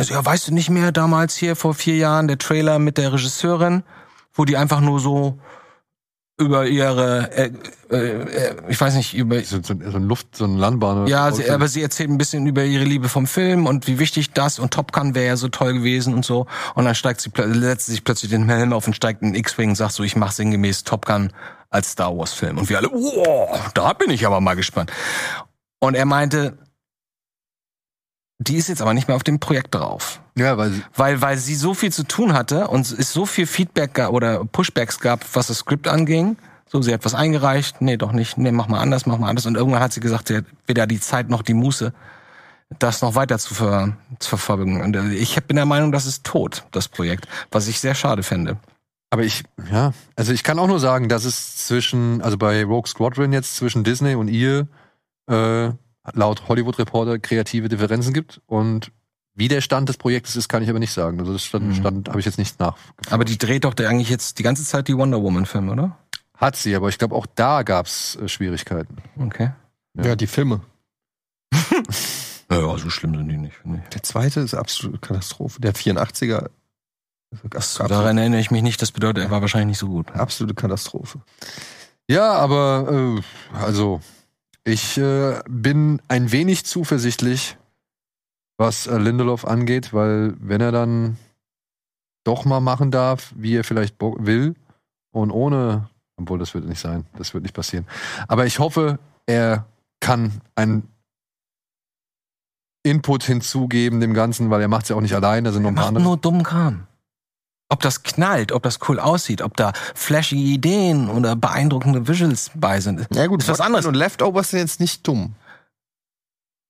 [SPEAKER 3] er so, ja, weißt du nicht mehr, damals hier vor vier Jahren, der Trailer mit der Regisseurin, wo die einfach nur so über ihre, äh, äh, äh, ich weiß nicht, über,
[SPEAKER 1] So, so, so ein Luft, so ein Landbahn. oder
[SPEAKER 3] ja,
[SPEAKER 1] so.
[SPEAKER 3] sie, aber sie erzählt ein bisschen über ihre Liebe vom Film und wie wichtig das und Top Gun wäre ja so toll gewesen und so. Und dann steigt sie, plö- setzt sie sich plötzlich den Helm auf und steigt in den X-Wing und sagt so, ich mache sinngemäß Top Gun als Star Wars Film. Und wir alle, wow, da bin ich aber mal gespannt. Und er meinte, die ist jetzt aber nicht mehr auf dem Projekt drauf
[SPEAKER 1] ja, weil sie,
[SPEAKER 3] weil, weil sie so viel zu tun hatte und es so viel Feedback gab oder Pushbacks gab, was das Skript anging. So, sie hat was eingereicht, nee, doch nicht, nee, mach mal anders, mach mal anders. Und irgendwann hat sie gesagt, sie hat weder die Zeit noch die Muße, das noch weiter zu, ver zu verfolgen. Und äh, ich bin der Meinung, das ist tot, das Projekt, was ich sehr schade finde.
[SPEAKER 1] aber ich, ja, also ich kann auch nur sagen, dass es zwischen, also bei Rogue Squadron jetzt zwischen Disney und ihr, äh, laut Hollywood Reporter kreative Differenzen gibt und wie der Stand des Projektes ist, kann ich aber nicht sagen. Also das Stand,
[SPEAKER 3] Mhm.
[SPEAKER 1] Stand habe ich jetzt nicht nach.
[SPEAKER 3] Aber die dreht doch der eigentlich jetzt die ganze Zeit die Wonder Woman-Filme, oder?
[SPEAKER 1] Hat sie, aber ich glaube auch da gab's äh, Schwierigkeiten.
[SPEAKER 3] Okay.
[SPEAKER 2] ja, die Filme.
[SPEAKER 3] Ja, so schlimm sind die nicht, finde ich.
[SPEAKER 2] Der zweite ist absolute Katastrophe. Der 84er. ist eine Absolute,
[SPEAKER 3] Daran erinnere ich mich nicht, das bedeutet, er war wahrscheinlich nicht so gut.
[SPEAKER 2] absolute Katastrophe.
[SPEAKER 1] Ja, aber äh, also ich äh, bin ein wenig zuversichtlich, was äh, Lindelof angeht, weil wenn er dann doch mal machen darf, wie er vielleicht bo- will und ohne, obwohl das wird nicht sein, das wird nicht passieren. Aber ich hoffe, er kann einen Input hinzugeben dem Ganzen, weil er macht es ja auch nicht allein, da sind noch ein paar
[SPEAKER 3] Macht
[SPEAKER 1] andere.
[SPEAKER 3] nur dummen Kram. Ob das knallt, ob das cool aussieht, ob da flashige Ideen oder beeindruckende Visuals bei sind.
[SPEAKER 2] Ja gut,
[SPEAKER 3] Ist was
[SPEAKER 2] Watchmen
[SPEAKER 3] anderes.
[SPEAKER 2] Und Leftovers sind jetzt nicht dumm.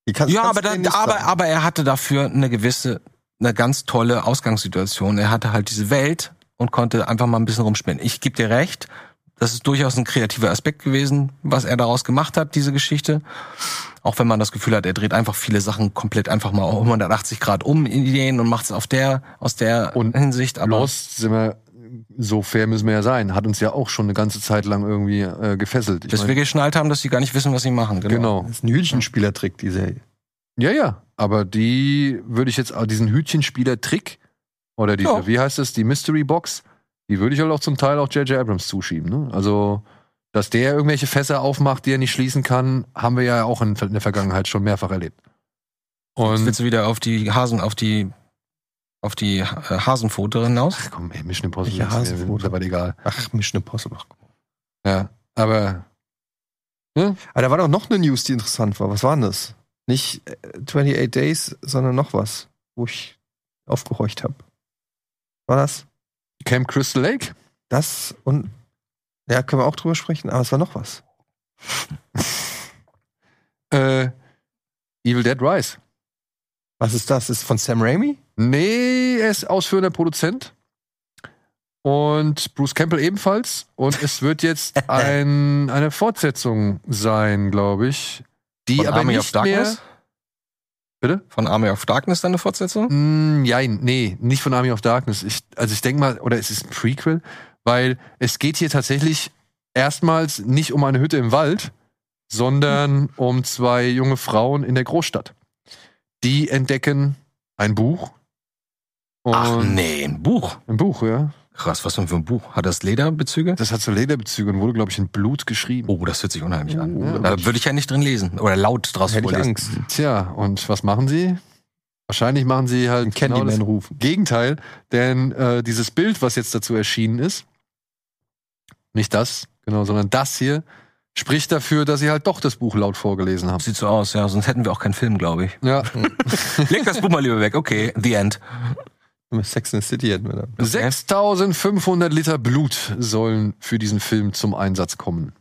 [SPEAKER 2] Die kannst-
[SPEAKER 3] ja,
[SPEAKER 2] kannst
[SPEAKER 3] aber,
[SPEAKER 2] du denen
[SPEAKER 3] dann,
[SPEAKER 2] nicht
[SPEAKER 3] aber,
[SPEAKER 2] sagen.
[SPEAKER 3] aber er hatte dafür eine gewisse, eine ganz tolle Ausgangssituation. Er hatte halt diese Welt und konnte einfach mal ein bisschen rumspinnen. Ich geb dir recht, das ist durchaus ein kreativer Aspekt gewesen, was er daraus gemacht hat, diese Geschichte. Auch wenn man das Gefühl hat, er dreht einfach viele Sachen komplett einfach mal um 180 Grad um in Ideen und macht es auf der, aus der
[SPEAKER 1] Und
[SPEAKER 3] Hinsicht. Aber
[SPEAKER 1] Lost sind wir, so fair müssen wir ja sein, hat uns ja auch schon eine ganze Zeit lang irgendwie äh, gefesselt. Ich
[SPEAKER 3] dass wir
[SPEAKER 1] mein,
[SPEAKER 3] geschnallt haben, dass sie gar nicht wissen, was sie machen.
[SPEAKER 1] genau.
[SPEAKER 2] Das ist ein Hühnchenspielertrick, die Serie.
[SPEAKER 1] Ja, ja. Aber die würde ich jetzt, auch diesen Hütchenspieler-Trick oder diese,
[SPEAKER 3] Ja.
[SPEAKER 1] wie heißt es, die Mystery Box, die würde ich halt auch zum Teil auch J.J. Abrams zuschieben. Ne? Also, dass der irgendwelche Fässer aufmacht, die er nicht schließen kann, haben wir ja auch in der Vergangenheit schon mehrfach erlebt.
[SPEAKER 3] Jetzt
[SPEAKER 1] Und
[SPEAKER 3] willst du wieder auf die Hasen, auf die, auf die äh, Hasenpfote hinaus?
[SPEAKER 1] ach komm, ey, Mission Impossible
[SPEAKER 2] Ja,
[SPEAKER 1] ist
[SPEAKER 2] so
[SPEAKER 1] mir
[SPEAKER 2] gut.
[SPEAKER 1] mittlerweile egal.
[SPEAKER 2] Ach, Mission Impossible. Ach, guck mal.
[SPEAKER 1] Ja, aber
[SPEAKER 2] Aber da war doch noch eine News, die interessant war. Was war denn das? Nicht äh, 28 Days, sondern noch was, wo ich aufgehorcht habe. War das?
[SPEAKER 1] Camp Crystal Lake?
[SPEAKER 2] Das und ja, können wir auch drüber sprechen, aber es war noch was.
[SPEAKER 1] Äh, Evil Dead Rise.
[SPEAKER 2] Was ist das? Ist von Sam Raimi?
[SPEAKER 1] Nee, er ist ausführender Produzent. Und Bruce Campbell ebenfalls. Und es wird jetzt ein, eine Fortsetzung sein, glaube ich. Die
[SPEAKER 3] Von
[SPEAKER 1] aber
[SPEAKER 3] Army
[SPEAKER 1] nicht
[SPEAKER 3] of Darkness?
[SPEAKER 1] Mehr, bitte?
[SPEAKER 3] Von Army of Darkness dann eine Fortsetzung?
[SPEAKER 1] Mm, nein, nee, nicht von Army of Darkness. Ich, also ich denke mal, oder es ist ein Prequel, weil es geht hier tatsächlich erstmals nicht um eine Hütte im Wald, sondern um zwei junge Frauen in der Großstadt. Die entdecken ein Buch. Und
[SPEAKER 3] Ach nee, ein Buch.
[SPEAKER 1] Ein Buch, ja.
[SPEAKER 3] Krass, was denn für ein Buch? Hat das Lederbezüge?
[SPEAKER 1] Das hat so Lederbezüge und wurde, glaube ich, in Blut geschrieben.
[SPEAKER 3] Oh, das hört sich unheimlich an.
[SPEAKER 2] Oh,
[SPEAKER 1] ja.
[SPEAKER 3] Da würde ich ja nicht drin lesen. Oder laut draus
[SPEAKER 2] Hätte ich
[SPEAKER 3] vorlesen.
[SPEAKER 2] Angst.
[SPEAKER 1] Tja, und was machen sie? Wahrscheinlich machen sie halt
[SPEAKER 2] Den
[SPEAKER 1] genau das
[SPEAKER 2] Candyman rufen.
[SPEAKER 1] Gegenteil, denn äh, dieses Bild, was jetzt dazu erschienen ist, nicht das Genau, sondern das hier spricht dafür, dass sie halt doch das Buch laut vorgelesen haben.
[SPEAKER 3] Sieht so aus, ja. Sonst hätten wir auch keinen Film, glaube ich.
[SPEAKER 1] Ja.
[SPEAKER 3] Leg das Buch mal lieber weg. Okay, The End.
[SPEAKER 2] Sex in the City hätten wir da.
[SPEAKER 1] 6500 Liter Blut sollen für diesen Film zum Einsatz kommen.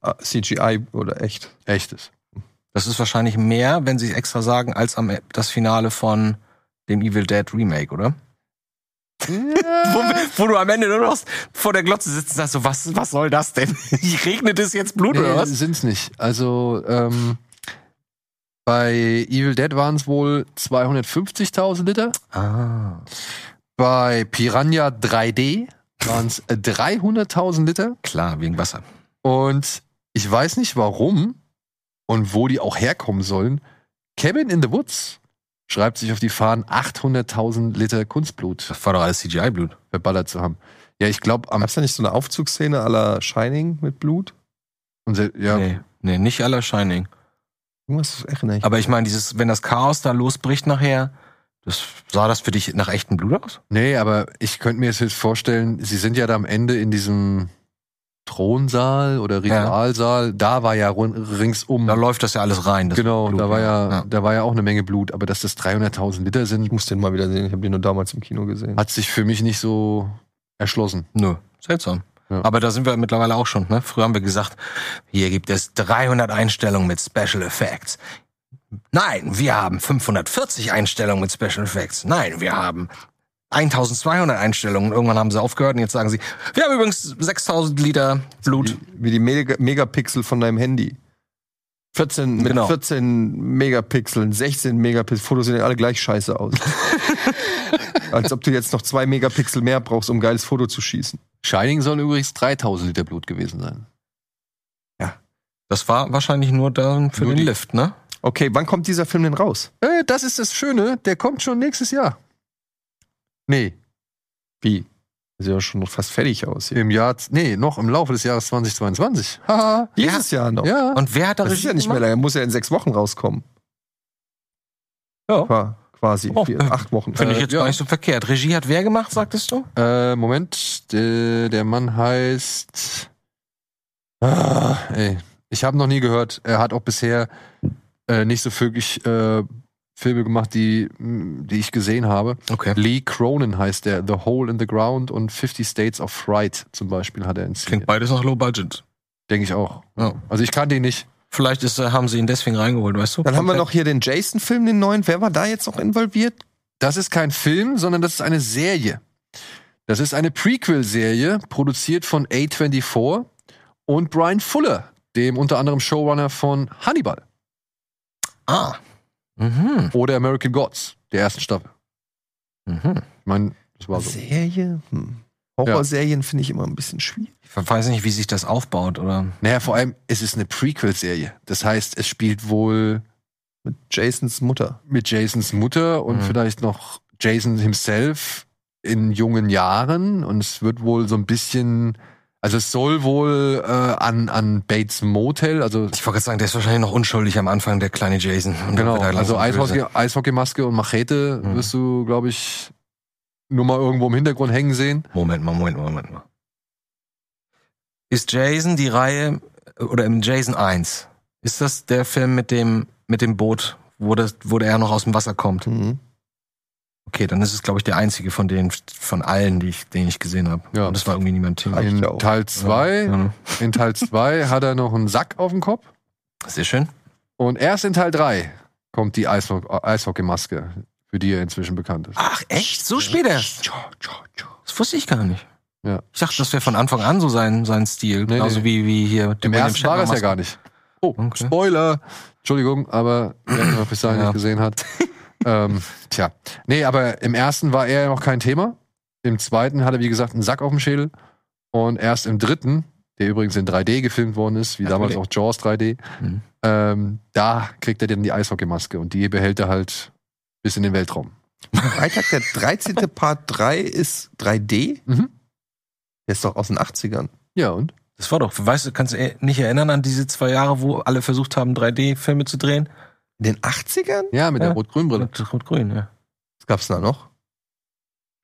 [SPEAKER 2] Ah, CGI oder echt.
[SPEAKER 1] Echtes.
[SPEAKER 3] Das ist wahrscheinlich mehr, wenn sie es extra sagen, als am, E- das Finale von dem Evil Dead Remake, oder? wo, wo du am Ende nur noch vor der Glotze sitzt und sagst so, was, was soll das denn? Regnet es jetzt Blut oder
[SPEAKER 1] Nee,
[SPEAKER 3] was?
[SPEAKER 1] sind's nicht. Also ähm, bei Evil Dead waren es wohl 250.000 Liter.
[SPEAKER 3] Ah.
[SPEAKER 1] Bei Piranha 3D waren es 300.000 äh, Liter.
[SPEAKER 3] Klar, wegen Wasser.
[SPEAKER 1] Und ich weiß nicht warum und wo die auch herkommen sollen. Cabin in the Woods schreibt sich auf die Fahnen 800.000 Liter Kunstblut
[SPEAKER 3] Das war doch alles CGI-Blut.
[SPEAKER 1] verballert zu haben. Ja, ich glaube, am.
[SPEAKER 2] Gab's da nicht so eine Aufzugsszene aller Shining mit Blut?
[SPEAKER 1] unser- Ja,
[SPEAKER 3] Nee, nee, nicht aller Shining.
[SPEAKER 2] Irgendwas erinnere ich.
[SPEAKER 3] Aber ich meine, dieses, wenn das Chaos da losbricht nachher, das, sah das für dich nach echtem Blut aus?
[SPEAKER 1] Nee, aber ich könnte mir jetzt vorstellen, sie sind ja da am Ende in diesem Thronsaal oder
[SPEAKER 3] Ja.
[SPEAKER 1] Ritualsaal. Da war ja rund, ringsum.
[SPEAKER 3] Da läuft das ja alles rein. Das
[SPEAKER 1] genau,
[SPEAKER 3] Blut,
[SPEAKER 1] da war ja,
[SPEAKER 3] ja.
[SPEAKER 1] da war ja auch eine Menge Blut, aber dass das 300.000 Liter sind,
[SPEAKER 2] ich muss den mal wieder sehen. Ich habe den nur damals im Kino gesehen.
[SPEAKER 1] hat sich für mich nicht so erschlossen.
[SPEAKER 3] Nö, seltsam.
[SPEAKER 1] Ja.
[SPEAKER 3] Aber da sind wir mittlerweile auch schon. Ne? Früher haben wir gesagt, hier gibt es 300 Einstellungen mit Special Effects. Nein, wir haben 540 Einstellungen mit Special Effects. Nein, wir haben 1200 Einstellungen. Irgendwann haben sie aufgehört und jetzt sagen sie, wir haben übrigens 6000 Liter Blut.
[SPEAKER 2] Wie, wie die Mega Megapixel von deinem Handy. 14, mit
[SPEAKER 3] Genau.
[SPEAKER 2] 14 Megapixeln, 16 Megapixel, Fotos sehen alle gleich scheiße aus. Als ob du jetzt noch zwei Megapixel mehr brauchst, um ein geiles Foto zu schießen.
[SPEAKER 1] Shining soll übrigens 3.000 Liter Blut gewesen sein.
[SPEAKER 3] Das war wahrscheinlich nur dann für
[SPEAKER 1] Nur
[SPEAKER 3] den
[SPEAKER 1] die-
[SPEAKER 3] Lift, ne?
[SPEAKER 2] Okay, wann kommt dieser Film denn raus?
[SPEAKER 1] Äh, das ist das Schöne, der kommt schon nächstes Jahr. Nee,
[SPEAKER 2] Wie? Sieht ja schon fast fertig aus. Hier.
[SPEAKER 1] im Jahr, nee, noch im Laufe des Jahres 2022. Haha,
[SPEAKER 2] Dieses Jahr noch.
[SPEAKER 1] ja.
[SPEAKER 3] Und wer hat da
[SPEAKER 2] Das ist
[SPEAKER 3] Regie
[SPEAKER 2] ja nicht mehr
[SPEAKER 3] gemacht?
[SPEAKER 2] lange. Er muss ja in sechs Wochen rauskommen.
[SPEAKER 3] Ja.
[SPEAKER 2] Qua- Quasi.
[SPEAKER 3] Oh,
[SPEAKER 2] Vier,
[SPEAKER 3] äh,
[SPEAKER 2] acht Wochen.
[SPEAKER 3] Finde ich
[SPEAKER 1] Äh,
[SPEAKER 3] jetzt
[SPEAKER 1] ja.
[SPEAKER 3] gar nicht so verkehrt. Regie hat wer gemacht, sagtest du?
[SPEAKER 1] Äh, Moment, der, der Mann heißt. Ah, ey, ich habe noch nie gehört. Er hat auch bisher äh, nicht so wirklich äh, Filme gemacht, die, mh, die ich gesehen habe.
[SPEAKER 3] Okay.
[SPEAKER 1] Lee Cronin heißt der. The Hole in the Ground und 50 States of Fright zum Beispiel hat er
[SPEAKER 3] Klingt
[SPEAKER 1] inszeniert.
[SPEAKER 3] beides nach Low Budget.
[SPEAKER 1] Denke ich auch.
[SPEAKER 3] Ja.
[SPEAKER 1] Also ich kannte ihn nicht.
[SPEAKER 3] Vielleicht ist, äh, haben sie ihn deswegen reingeholt, weißt du?
[SPEAKER 2] Dann haben wir noch hier den Jason-Film, den neuen. Wer war da jetzt noch involviert?
[SPEAKER 1] Das ist kein Film, sondern das ist eine Serie. Das ist eine Prequel-Serie, produziert von A24 und Brian Fuller, dem unter anderem Showrunner von Hannibal
[SPEAKER 3] Ah. Mhm.
[SPEAKER 1] oder American Gods, der ersten Staffel.
[SPEAKER 3] Mhm.
[SPEAKER 1] Ich meine, das war so.
[SPEAKER 2] Serie? Hm. Horrorserien finde ich immer ein bisschen schwierig.
[SPEAKER 3] Ich weiß nicht, wie sich das aufbaut, oder?
[SPEAKER 1] Naja, vor allem, es ist eine Prequel-Serie. Das heißt, es spielt wohl
[SPEAKER 2] Mit Jasons Mutter.
[SPEAKER 1] mit Jasons Mutter und
[SPEAKER 3] Mhm.
[SPEAKER 1] vielleicht noch Jason himself in jungen Jahren. Und es wird wohl so ein bisschen, also es soll wohl äh, an, an Bates Motel, also
[SPEAKER 3] Ich wollte gerade sagen, der ist wahrscheinlich noch unschuldig am Anfang, der kleine Jason. Und
[SPEAKER 1] Genau,
[SPEAKER 3] wird da
[SPEAKER 1] also
[SPEAKER 3] langsam
[SPEAKER 1] Eishockey,
[SPEAKER 3] böse.
[SPEAKER 1] Eishockeymaske und Machete
[SPEAKER 3] Mhm.
[SPEAKER 1] wirst du, glaube ich, nur mal irgendwo im Hintergrund hängen sehen.
[SPEAKER 3] Moment mal, Moment mal, Moment mal. Ist Jason die Reihe, oder im Jason 1, ist das der Film mit dem, mit dem Boot, wo, das, wo der noch aus dem Wasser kommt?
[SPEAKER 2] Mhm.
[SPEAKER 3] Okay, dann ist es, glaube ich, der einzige von denen, von allen, die ich, den ich gesehen habe.
[SPEAKER 1] Ja.
[SPEAKER 3] Und das war irgendwie niemand Team.
[SPEAKER 2] Ja, ich
[SPEAKER 1] In
[SPEAKER 2] glaub.
[SPEAKER 1] Teil 2,
[SPEAKER 3] Ja, ne?
[SPEAKER 1] in Teil 2 hat er noch einen Sack auf dem Kopf.
[SPEAKER 3] Sehr schön.
[SPEAKER 1] Und erst in Teil 3 kommt die Eisho- Eishockeymaske, für die er inzwischen bekannt ist.
[SPEAKER 3] Ach, echt? So spät erst? Das wusste ich gar nicht.
[SPEAKER 1] Ja.
[SPEAKER 3] Ich dachte, das wäre von Anfang an so sein, sein Stil.
[SPEAKER 1] Nee,
[SPEAKER 3] Genauso
[SPEAKER 1] nee.
[SPEAKER 3] wie, wie hier
[SPEAKER 1] Im ersten war es ja gar nicht. Oh,
[SPEAKER 3] Okay.
[SPEAKER 1] Spoiler! Entschuldigung, aber wer ihn bis dahin
[SPEAKER 3] Ja.
[SPEAKER 1] nicht gesehen hat. ähm, tja. Nee, aber im ersten war er ja noch kein Thema. Im zweiten hatte, wie gesagt, einen Sack auf dem Schädel. Und erst im dritten, der übrigens in 3D gefilmt worden ist, wie damals auch Jaws 3D,
[SPEAKER 3] Mhm.
[SPEAKER 1] ähm, da kriegt er dann die Eishockeymaske und die behält er halt bis in den Weltraum.
[SPEAKER 2] Freitag der 13. Part 3 ist 3D?
[SPEAKER 1] Mhm.
[SPEAKER 2] Der ist doch aus den 80ern.
[SPEAKER 1] Ja, und?
[SPEAKER 3] Das war doch, weißt du, kannst du eh nicht erinnern an diese zwei Jahre, wo alle versucht haben, 3D-Filme zu drehen?
[SPEAKER 2] In den 80ern?
[SPEAKER 1] Ja, mit
[SPEAKER 3] Ja.
[SPEAKER 1] der rot-grünen Brille.
[SPEAKER 3] Mit Rot-Grün, ja.
[SPEAKER 2] Was gab's da noch?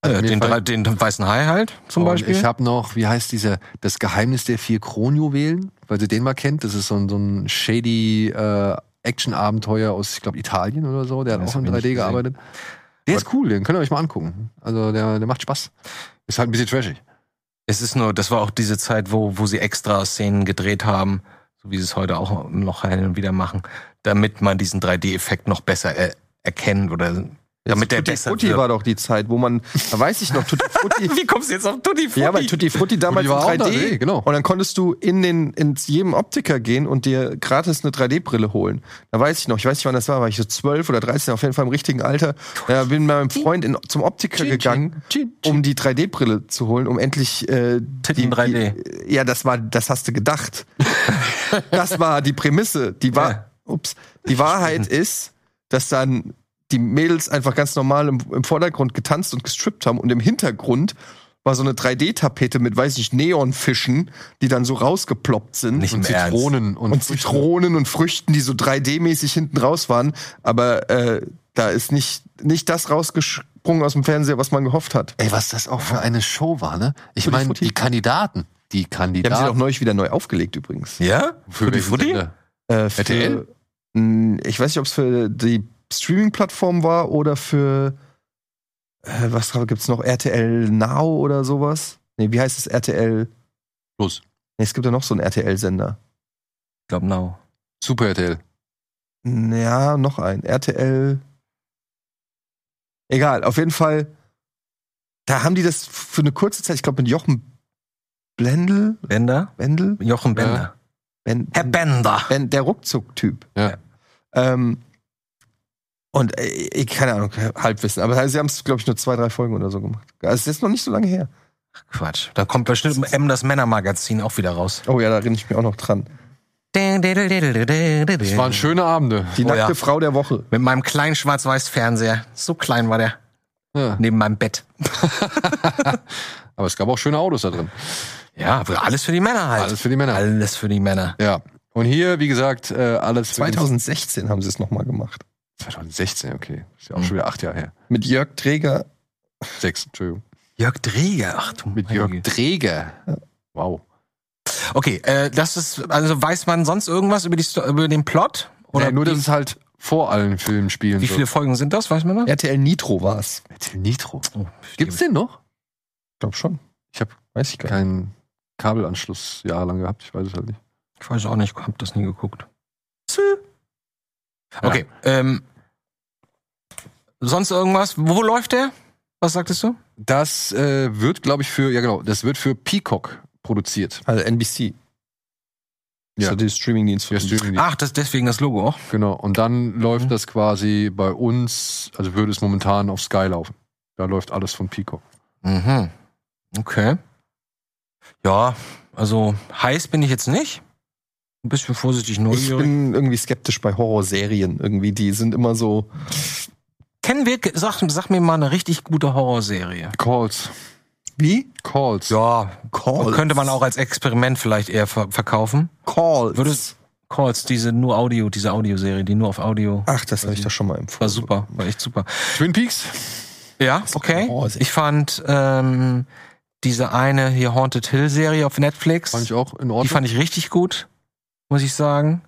[SPEAKER 3] Äh,
[SPEAKER 1] Also mir
[SPEAKER 3] den,
[SPEAKER 1] fallen-
[SPEAKER 3] drei- den weißen Hai halt zum
[SPEAKER 1] Und
[SPEAKER 3] Beispiel.
[SPEAKER 1] Ich habe noch, wie heißt dieser, das Geheimnis der vier Kronjuwelen, weil ihr den mal kennt. Das ist so ein, so ein shady äh, Action-Abenteuer aus, ich glaube, Italien oder so. Der hat
[SPEAKER 3] Das
[SPEAKER 1] auch in 3D
[SPEAKER 3] hab ich nicht gesehen.
[SPEAKER 1] gearbeitet. Der ist cool, den könnt ihr euch mal angucken. Also der, der macht Spaß. Ist halt ein bisschen trashig.
[SPEAKER 3] es ist nur, das war auch diese Zeit, wo, wo sie extra Szenen gedreht haben, so wie sie es heute auch noch hin und wieder machen, damit man diesen 3D-Effekt noch besser äh, erkennt oder damit der
[SPEAKER 2] Tutti
[SPEAKER 3] besser
[SPEAKER 2] Frutti
[SPEAKER 3] wird.
[SPEAKER 2] war doch die Zeit, wo man, da weiß ich noch, Tutti Frutti.
[SPEAKER 3] Wie kommst du jetzt auf Tutti Frutti?
[SPEAKER 2] ja, weil Tutti Frutti damals
[SPEAKER 1] war auch
[SPEAKER 2] in 3D,
[SPEAKER 1] 3D, genau.
[SPEAKER 2] Und dann konntest du in den, in jedem Optiker gehen und dir gratis eine 3D-Brille holen. Da weiß ich noch, ich weiß nicht, wann das war, war ich so 12 oder 13, auf jeden Fall im richtigen Alter. Da bin mit meinem Freund in, zum Optiker gegangen, um die 3D-Brille zu holen, um endlich, äh, die,
[SPEAKER 3] Titten 3D.
[SPEAKER 2] Die, äh, ja, das war, das hast du gedacht. das war die Prämisse. Die war,
[SPEAKER 3] Ja.
[SPEAKER 2] ups, die Wahrheit ist, dass dann die Mädels einfach ganz normal im, im Vordergrund getanzt und gestrippt haben und im Hintergrund war so eine 3D-Tapete mit, weiß ich, Neonfischen, die dann so rausgeploppt sind.
[SPEAKER 3] Nicht
[SPEAKER 2] und
[SPEAKER 3] im Ernst.
[SPEAKER 1] Um Zitronen und,
[SPEAKER 2] und
[SPEAKER 1] Früchte.
[SPEAKER 2] Zitronen und Früchten, die so 3D-mäßig hinten raus waren. Aber äh, da ist nicht, nicht das rausgesprungen aus dem Fernseher, was man gehofft hat.
[SPEAKER 1] Ey, was das auch für eine Show war, ne? Ich
[SPEAKER 2] Tutti
[SPEAKER 1] meine,
[SPEAKER 2] Frutti.
[SPEAKER 1] die Kandidaten. Die
[SPEAKER 2] Die haben sie doch
[SPEAKER 1] Kandidaten.
[SPEAKER 2] neulich wieder neu aufgelegt übrigens.
[SPEAKER 3] Ja?
[SPEAKER 1] für
[SPEAKER 3] Tutti
[SPEAKER 1] die
[SPEAKER 3] Frutti?
[SPEAKER 1] Sender?
[SPEAKER 2] Äh, für,
[SPEAKER 1] RTL?
[SPEAKER 2] Mh, Ich weiß nicht, ob es für die Streaming-Plattform war oder für äh, was gibt's noch? RTL Now oder sowas? Nee, wie heißt es RTL?
[SPEAKER 1] Plus.
[SPEAKER 2] Nee, es gibt ja noch so einen RTL-Sender.
[SPEAKER 3] Ich glaube, no.
[SPEAKER 1] Super RTL.
[SPEAKER 2] Ja, noch ein. RTL. Egal, auf jeden Fall. Da haben die das für eine kurze Zeit, ich glaube, mit Jochen Blendl,
[SPEAKER 3] Bender?
[SPEAKER 2] Wendel,
[SPEAKER 3] Jochen Bender.
[SPEAKER 1] Ja.
[SPEAKER 2] Ben,
[SPEAKER 3] Herr Bender.
[SPEAKER 2] Ben, der Ruckzuck-Typ.
[SPEAKER 1] Ja.
[SPEAKER 2] Ähm, und äh, ich, keine Ahnung, Halbwissen. Aber sie haben es, glaube ich, nur zwei, drei Folgen oder so gemacht. Also es ist noch nicht so lange her.
[SPEAKER 3] Quatsch. Da kommt bestimmt im M das Männermagazin auch wieder raus.
[SPEAKER 2] Oh ja, da erinnere ich mich auch noch dran.
[SPEAKER 1] Es waren schöne Abende.
[SPEAKER 2] Die
[SPEAKER 3] Oh ja.
[SPEAKER 2] nackte Frau der Woche.
[SPEAKER 3] Mit meinem kleinen Schwarz-Weiß-Fernseher. So klein war der.
[SPEAKER 1] Ja.
[SPEAKER 3] Neben meinem Bett.
[SPEAKER 1] Aber es gab auch schöne Autos da drin.
[SPEAKER 3] Ja, aber alles für die Männer halt.
[SPEAKER 1] Alles für die Männer.
[SPEAKER 3] Alles für die Männer.
[SPEAKER 1] Ja. Und hier, wie gesagt, äh, alles für den-
[SPEAKER 2] 2016 haben sie es nochmal gemacht.
[SPEAKER 1] 2016, okay. Ist ja
[SPEAKER 3] Hm.
[SPEAKER 1] auch schon wieder acht Jahre her.
[SPEAKER 2] Mit Jörg Träger.
[SPEAKER 1] Sechs, Entschuldigung.
[SPEAKER 3] Jörg Dreger. Ach du
[SPEAKER 1] Mit
[SPEAKER 3] meine
[SPEAKER 1] Jörg
[SPEAKER 3] Güte.
[SPEAKER 1] Dreger. Wow.
[SPEAKER 3] Okay, äh, das ist, also weiß man sonst irgendwas über, die, Sto- über den Plot? Oder
[SPEAKER 1] Oder nur, dass
[SPEAKER 3] wie,
[SPEAKER 1] es halt vor allen Filmen spielen
[SPEAKER 3] wie viele Folgen sind das? Weiß man das?
[SPEAKER 2] RTL Nitro war es.
[SPEAKER 1] wird. Nitro.
[SPEAKER 3] Oh,
[SPEAKER 1] Gibt's den noch?
[SPEAKER 2] Ich glaube schon.
[SPEAKER 1] Ich habe
[SPEAKER 2] Weiß ich gar nicht.
[SPEAKER 1] keinen Kabelanschluss jahrelang gehabt. Ich weiß es halt nicht.
[SPEAKER 3] Ich weiß auch nicht, hab das nie geguckt. Okay, ähm, sonst irgendwas? Wo läuft der? Was sagtest du?
[SPEAKER 1] Das äh, wird, glaube ich, für, ja genau, das wird für Peacock produziert.
[SPEAKER 2] Also NBC.
[SPEAKER 1] Ja.
[SPEAKER 2] Ja. die Streamingdienst für
[SPEAKER 1] Der
[SPEAKER 2] uns.
[SPEAKER 1] Streaming-
[SPEAKER 3] Ach, ah. Mhm. das deswegen das Logo auch.
[SPEAKER 1] Genau. Und dann läuft das quasi bei uns, also würde es momentan auf Sky laufen. Da läuft alles von Peacock.
[SPEAKER 3] Mhm. Okay. Ja, also heiß bin ich jetzt nicht. Ein bisschen vorsichtig
[SPEAKER 2] Ich
[SPEAKER 3] neugierig.
[SPEAKER 2] bin irgendwie skeptisch bei Horrorserien. Irgendwie, die sind immer so.
[SPEAKER 3] Kennen wir, sag, sag mir mal eine richtig gute Horrorserie.
[SPEAKER 1] Calls.
[SPEAKER 2] Wie?
[SPEAKER 1] Calls.
[SPEAKER 3] Ja,
[SPEAKER 2] Calls.
[SPEAKER 3] könnte man auch als Experiment vielleicht eher ver verkaufen.
[SPEAKER 2] Calls.
[SPEAKER 3] Würde Calls, diese nur Audio, diese Audioserie, die nur auf Audio
[SPEAKER 2] Ach, das habe ich doch schon mal empfohlen.
[SPEAKER 3] war super, war echt super.
[SPEAKER 1] Twin Peaks.
[SPEAKER 3] Ja,
[SPEAKER 2] keine
[SPEAKER 3] okay.
[SPEAKER 1] Oh,
[SPEAKER 2] Horrorserie.
[SPEAKER 3] Ich fand ähm, diese eine hier Haunted Hill Serie auf Netflix,
[SPEAKER 1] Fand ich auch in
[SPEAKER 3] die
[SPEAKER 1] Ordnung.
[SPEAKER 3] fand ich richtig gut, muss ich sagen.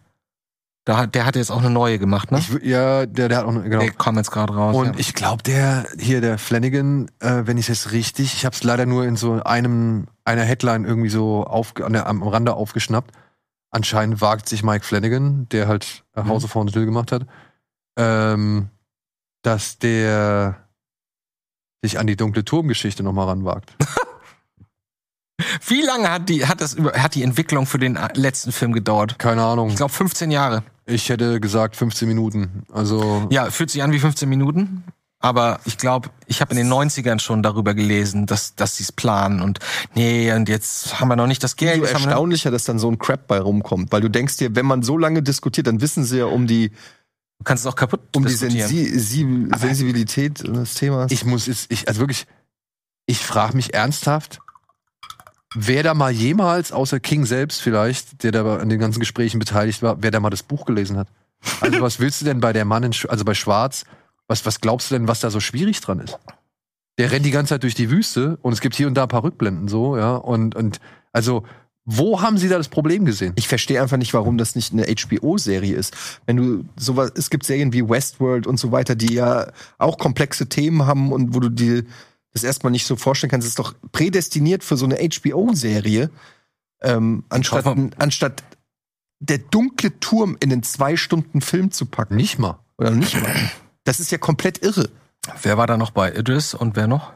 [SPEAKER 3] Da hat, der hat jetzt auch eine neue gemacht, ne?
[SPEAKER 1] Ich wü- ja, der, der hat auch, genau.
[SPEAKER 3] Der kam jetzt gerade raus.
[SPEAKER 1] Und
[SPEAKER 3] ja.
[SPEAKER 1] ich glaube, der hier, der Flanagan, äh, wenn ich es jetzt richtig, ich habe es leider nur in so einem, einer Headline irgendwie so auf, an der, am Rande aufgeschnappt. Anscheinend wagt sich Mike Flanagan, der halt
[SPEAKER 3] Mhm.
[SPEAKER 1] äh, House of Horns Hill gemacht hat, ähm, dass der sich an die dunkle Turmgeschichte nochmal ranwagt.
[SPEAKER 3] Wie lange hat die, hat das über, hat die Entwicklung für den äh, letzten Film gedauert?
[SPEAKER 1] Keine Ahnung.
[SPEAKER 3] Ich glaube 15 Jahre.
[SPEAKER 1] Ich hätte gesagt 15 Minuten. Also
[SPEAKER 3] Ja, fühlt sich an wie 15 Minuten. Aber ich glaube, ich habe in den 90ern schon darüber gelesen, dass, dass sie es planen und nee, und jetzt haben wir noch nicht das Geld.
[SPEAKER 2] umso
[SPEAKER 3] jetzt haben wir noch-
[SPEAKER 2] erstaunlicher, dass dann so ein Crap bei rumkommt, weil du denkst dir, wenn man so lange diskutiert, dann wissen sie ja um die
[SPEAKER 3] Du kannst es auch kaputt
[SPEAKER 2] um die
[SPEAKER 3] diskutieren.
[SPEAKER 2] Sensi Sie- Sensibilität des Themas.
[SPEAKER 1] ich muss jetzt, ich, also wirklich, ich frage mich ernsthaft, wer da mal jemals, außer King selbst vielleicht, der da an den ganzen Gesprächen beteiligt war, wer da mal das Buch gelesen hat. Also was willst du denn bei der Mann, in, Sch- also bei Schwarz, was, was glaubst du denn, was da so schwierig dran ist? der rennt die ganze Zeit durch die Wüste und es gibt hier und da ein paar Rückblenden so, ja. Und, und also, wo haben sie da das Problem gesehen?
[SPEAKER 2] Ich verstehe einfach nicht, warum das nicht eine HBO-Serie ist. Wenn du sowas, es gibt Serien wie Westworld und so weiter, die ja auch komplexe Themen haben und wo du dir das erstmal nicht so vorstellen kannst, Das ist doch prädestiniert für so eine HBO-Serie, ähm, anstatt,
[SPEAKER 3] hoffe-
[SPEAKER 2] anstatt der dunkle Turm in einen zwei Stunden Film zu packen.
[SPEAKER 1] Nicht mal.
[SPEAKER 2] Oder nicht mal. Das ist ja komplett irre.
[SPEAKER 3] Wer war da noch bei Idris und wer noch?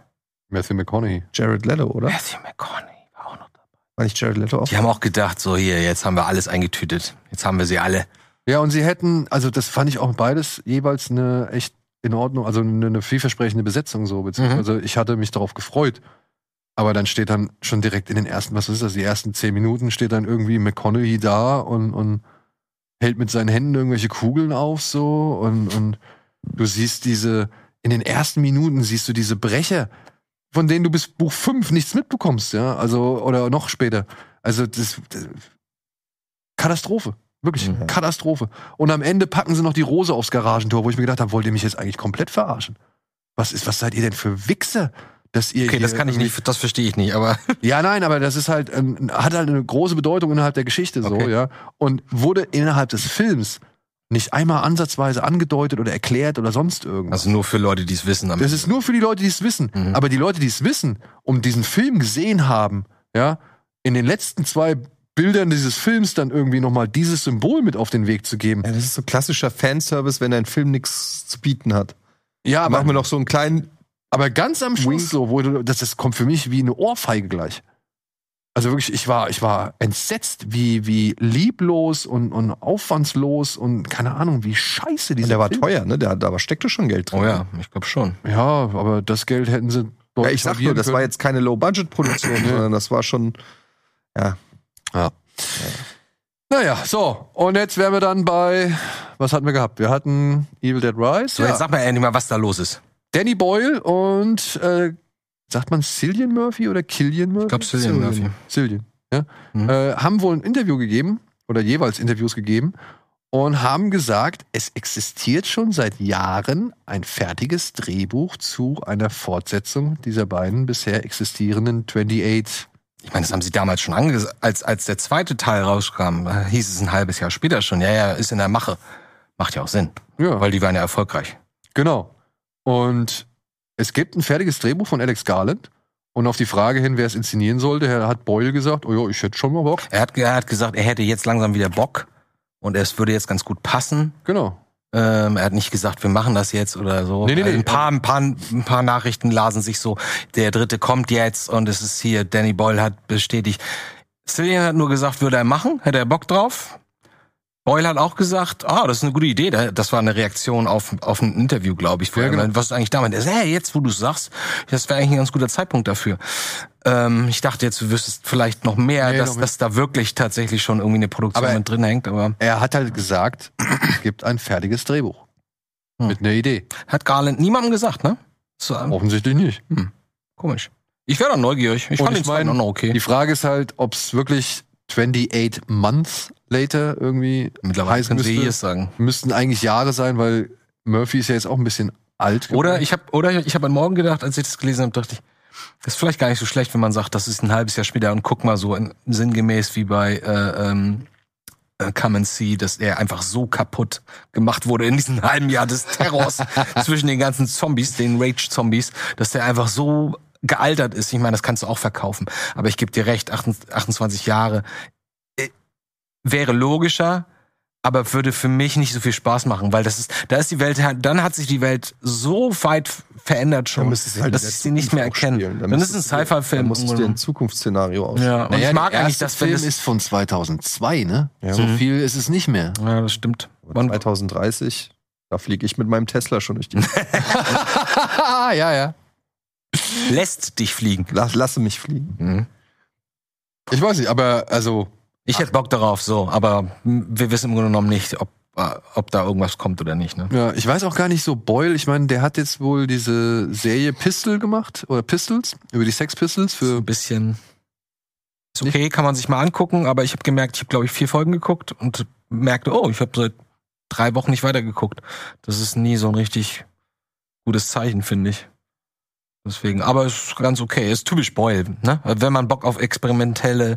[SPEAKER 1] Matthew McConaughey.
[SPEAKER 2] Jared Leto, oder?
[SPEAKER 3] Matthew McConaughey war auch noch dabei.
[SPEAKER 2] War nicht Jared Leto auch?
[SPEAKER 3] Die haben auch gedacht, so hier, jetzt haben wir alles eingetütet. Jetzt haben wir sie alle.
[SPEAKER 1] Ja, und sie hätten, also das fand ich auch beides jeweils eine echt in Ordnung, also eine, eine vielversprechende Besetzung so, beziehungsweise ich hatte mich darauf gefreut. Aber dann steht dann schon direkt in den ersten, was ist das, die ersten zehn Minuten steht dann irgendwie McConaughey da und, und hält mit seinen Händen irgendwelche Kugeln auf so und, und du siehst diese, in den ersten Minuten siehst du diese Brecher, von denen du bis Buch 5 nichts mitbekommst, ja, also, oder noch später. Also das, das Katastrophe. Wirklich,
[SPEAKER 2] Mhm.
[SPEAKER 1] Katastrophe. Und am Ende packen sie noch die Rose aufs Garagentor, wo ich mir gedacht habe, wollt ihr mich jetzt eigentlich komplett verarschen? Was ist, was seid ihr denn für Wichser, dass ihr
[SPEAKER 3] Okay,
[SPEAKER 1] hier
[SPEAKER 3] das kann ich
[SPEAKER 1] irgendwie-
[SPEAKER 3] nicht, das verstehe ich nicht, aber
[SPEAKER 1] ja, nein, aber das ist halt, ähm, hat halt eine große Bedeutung innerhalb der Geschichte so,
[SPEAKER 3] Okay.
[SPEAKER 1] ja. Und wurde innerhalb des Films nicht einmal ansatzweise angedeutet oder erklärt oder sonst irgendwas.
[SPEAKER 3] also nur für Leute, die es wissen. am
[SPEAKER 1] das
[SPEAKER 3] Ende.
[SPEAKER 1] ist nur für die Leute, die es wissen.
[SPEAKER 3] Mhm.
[SPEAKER 1] Aber die Leute, die es wissen und diesen Film gesehen haben, ja, in den letzten zwei Bildern dieses Films dann irgendwie nochmal dieses Symbol mit auf den Weg zu geben.
[SPEAKER 2] Ja, das ist so klassischer Fanservice, wenn dein Film nichts zu bieten hat.
[SPEAKER 1] Ja,
[SPEAKER 2] Da
[SPEAKER 1] aber,
[SPEAKER 2] machen wir noch so einen kleinen.
[SPEAKER 1] aber ganz am Schluss
[SPEAKER 2] Wink.
[SPEAKER 1] so, wo du, das, das kommt für mich wie eine Ohrfeige gleich. Also wirklich, ich war, ich war entsetzt, wie, wie lieblos und, und aufwandslos und keine Ahnung, wie scheiße
[SPEAKER 2] Und
[SPEAKER 1] dieser
[SPEAKER 2] der war
[SPEAKER 1] Film.
[SPEAKER 2] teuer, ne? Der, da steckte schon Geld drin.
[SPEAKER 3] oh ja, ich glaube schon.
[SPEAKER 1] Ja, aber das Geld hätten sie
[SPEAKER 2] Ja, ich sag nur, das war jetzt keine Low-Budget-Produktion, sondern das war schon.
[SPEAKER 1] Naja, so. Und jetzt wären wir dann bei, was hatten wir gehabt? Wir hatten Evil Dead Rise,
[SPEAKER 3] So,
[SPEAKER 1] ja.
[SPEAKER 3] jetzt sag mal endlich mal, was da los ist.
[SPEAKER 1] Danny Boyle und, äh, sagt man Cillian Murphy oder Killian Murphy?
[SPEAKER 3] Ich glaube, Cillian
[SPEAKER 2] Cillian.
[SPEAKER 3] Murphy.
[SPEAKER 1] Silvien, ja,
[SPEAKER 3] Mhm.
[SPEAKER 1] äh, haben wohl ein Interview gegeben oder jeweils Interviews gegeben und haben gesagt, es existiert schon seit Jahren ein fertiges Drehbuch zu einer Fortsetzung dieser beiden bisher existierenden 28.
[SPEAKER 3] Ich meine, das haben sie damals schon angesagt. Als, als der zweite Teil rauskam, äh, hieß es ein halbes Jahr später schon. Ja, ja, ist in der Mache. Macht ja auch Sinn,
[SPEAKER 1] Ja,
[SPEAKER 3] weil die waren ja erfolgreich.
[SPEAKER 1] genau. Und es gibt ein fertiges Drehbuch von Alex Garland. Und auf die Frage hin, wer es inszenieren sollte, Herr- hat Boyle gesagt, oh ja, ich hätte schon mal Bock.
[SPEAKER 3] Er hat, er hat gesagt, er hätte jetzt langsam wieder Bock und es würde jetzt ganz gut passen.
[SPEAKER 1] Genau.
[SPEAKER 3] Ähm, er hat nicht gesagt, wir machen das jetzt oder so. ähm,
[SPEAKER 1] Nee, nee, nee.
[SPEAKER 3] Ein, paar, ein, paar, ein paar Nachrichten lasen sich so, der dritte kommt jetzt und es ist hier, Danny Boyle hat bestätigt. Cillian hat nur gesagt, würde er machen, hätte er Bock drauf. Boyle hat auch gesagt, ah, das ist eine gute Idee. Da- Das war eine Reaktion auf, auf ein Interview, glaube ich. wo
[SPEAKER 1] Ja,
[SPEAKER 3] er
[SPEAKER 1] genau.
[SPEAKER 3] meinte, Was ist eigentlich damit? Er sagt, hey, jetzt, wo du sagst, das wäre eigentlich ein ganz guter Zeitpunkt dafür. Ähm, ich dachte jetzt, du wüsstest vielleicht noch mehr,
[SPEAKER 1] Nee,
[SPEAKER 3] dass,
[SPEAKER 1] noch mehr.
[SPEAKER 3] dass da wirklich tatsächlich schon irgendwie eine Produktion
[SPEAKER 1] Aber-
[SPEAKER 3] mit drin hängt. Aber
[SPEAKER 1] Er hat halt gesagt, es gibt ein fertiges Drehbuch.
[SPEAKER 3] Hm.
[SPEAKER 1] Mit einer Idee.
[SPEAKER 3] hat Garland niemandem gesagt, ne? So, ähm,
[SPEAKER 1] Offensichtlich nicht.
[SPEAKER 3] Komisch. Ich wäre doch neugierig. Ich
[SPEAKER 1] Und
[SPEAKER 3] fand
[SPEAKER 1] ich
[SPEAKER 3] den zweiten
[SPEAKER 1] mein,
[SPEAKER 3] auch noch okay.
[SPEAKER 1] Die Frage ist halt, ob es wirklich 28 Months later irgendwie
[SPEAKER 3] Mittlerweile
[SPEAKER 1] heißen
[SPEAKER 3] können sie
[SPEAKER 1] müsste.
[SPEAKER 3] Years sagen.
[SPEAKER 1] Müssten eigentlich Jahre sein, weil Murphy ist ja jetzt auch ein bisschen alt. geworden.
[SPEAKER 3] Oder ich habe oder ich habe an morgen gedacht, als ich das gelesen habe, dachte ich, das ist vielleicht gar nicht so schlecht, wenn man sagt, das ist ein halbes Jahr später und guck mal so in, sinngemäß wie bei äh, ähm, äh, Come and See, dass er einfach so kaputt gemacht wurde in diesem halben Jahr des Terrors zwischen den ganzen Zombies, den Rage-Zombies, dass der einfach so gealtert ist. Ich meine, das kannst du auch verkaufen. Aber ich geb dir recht, 28 28 Jahre äh, wäre logischer, aber würde für mich nicht so viel Spaß machen, weil das ist, da ist die Welt, dann hat sich die Welt so weit verändert schon,
[SPEAKER 2] Dann müsstest du halt
[SPEAKER 3] dass
[SPEAKER 2] in der
[SPEAKER 3] ich sie nicht mehr
[SPEAKER 2] Zukunft
[SPEAKER 3] erkenne.
[SPEAKER 2] spielen.
[SPEAKER 3] Dann, ist es
[SPEAKER 2] müsstest du-
[SPEAKER 3] ein
[SPEAKER 2] Dann
[SPEAKER 3] Sci-Fi-Film.
[SPEAKER 2] musstest du dir ein Zukunftsszenario aus.
[SPEAKER 3] Ja, und
[SPEAKER 1] Naja,
[SPEAKER 3] ich mag
[SPEAKER 1] der
[SPEAKER 3] eigentlich
[SPEAKER 1] erste
[SPEAKER 3] das, wenn
[SPEAKER 1] Film
[SPEAKER 3] das,
[SPEAKER 1] ist von 2002, ne?
[SPEAKER 2] Ja.
[SPEAKER 1] So
[SPEAKER 3] Mhm.
[SPEAKER 1] viel ist es nicht mehr.
[SPEAKER 3] ja, das stimmt.
[SPEAKER 2] Aber
[SPEAKER 3] Wann-
[SPEAKER 2] 2030, da fliege ich mit meinem Tesla schon durch die.
[SPEAKER 1] ja, ja.
[SPEAKER 3] lässt dich fliegen.
[SPEAKER 2] Lass, lasse mich fliegen.
[SPEAKER 1] Ich weiß nicht, aber also
[SPEAKER 3] Ich hätte Bock darauf, so, aber m, wir wissen im Grunde genommen nicht, ob, äh, ob da irgendwas kommt oder nicht. Ne?
[SPEAKER 1] Ja, ich weiß auch gar nicht so Boyle. Ich meine, der hat jetzt wohl diese Serie Pistol gemacht oder Pistols über die Sex Pistols für
[SPEAKER 3] Ein bisschen. Ist okay, kann man sich mal angucken, aber ich habe gemerkt, ich habe, glaube ich, vier Folgen geguckt und merkte, oh, ich habe seit drei Wochen nicht weitergeguckt. Das ist nie so ein richtig gutes Zeichen, finde ich. Deswegen, aber ist ganz okay. Ist typisch Boyle, ne? Wenn man Bock auf experimentelle,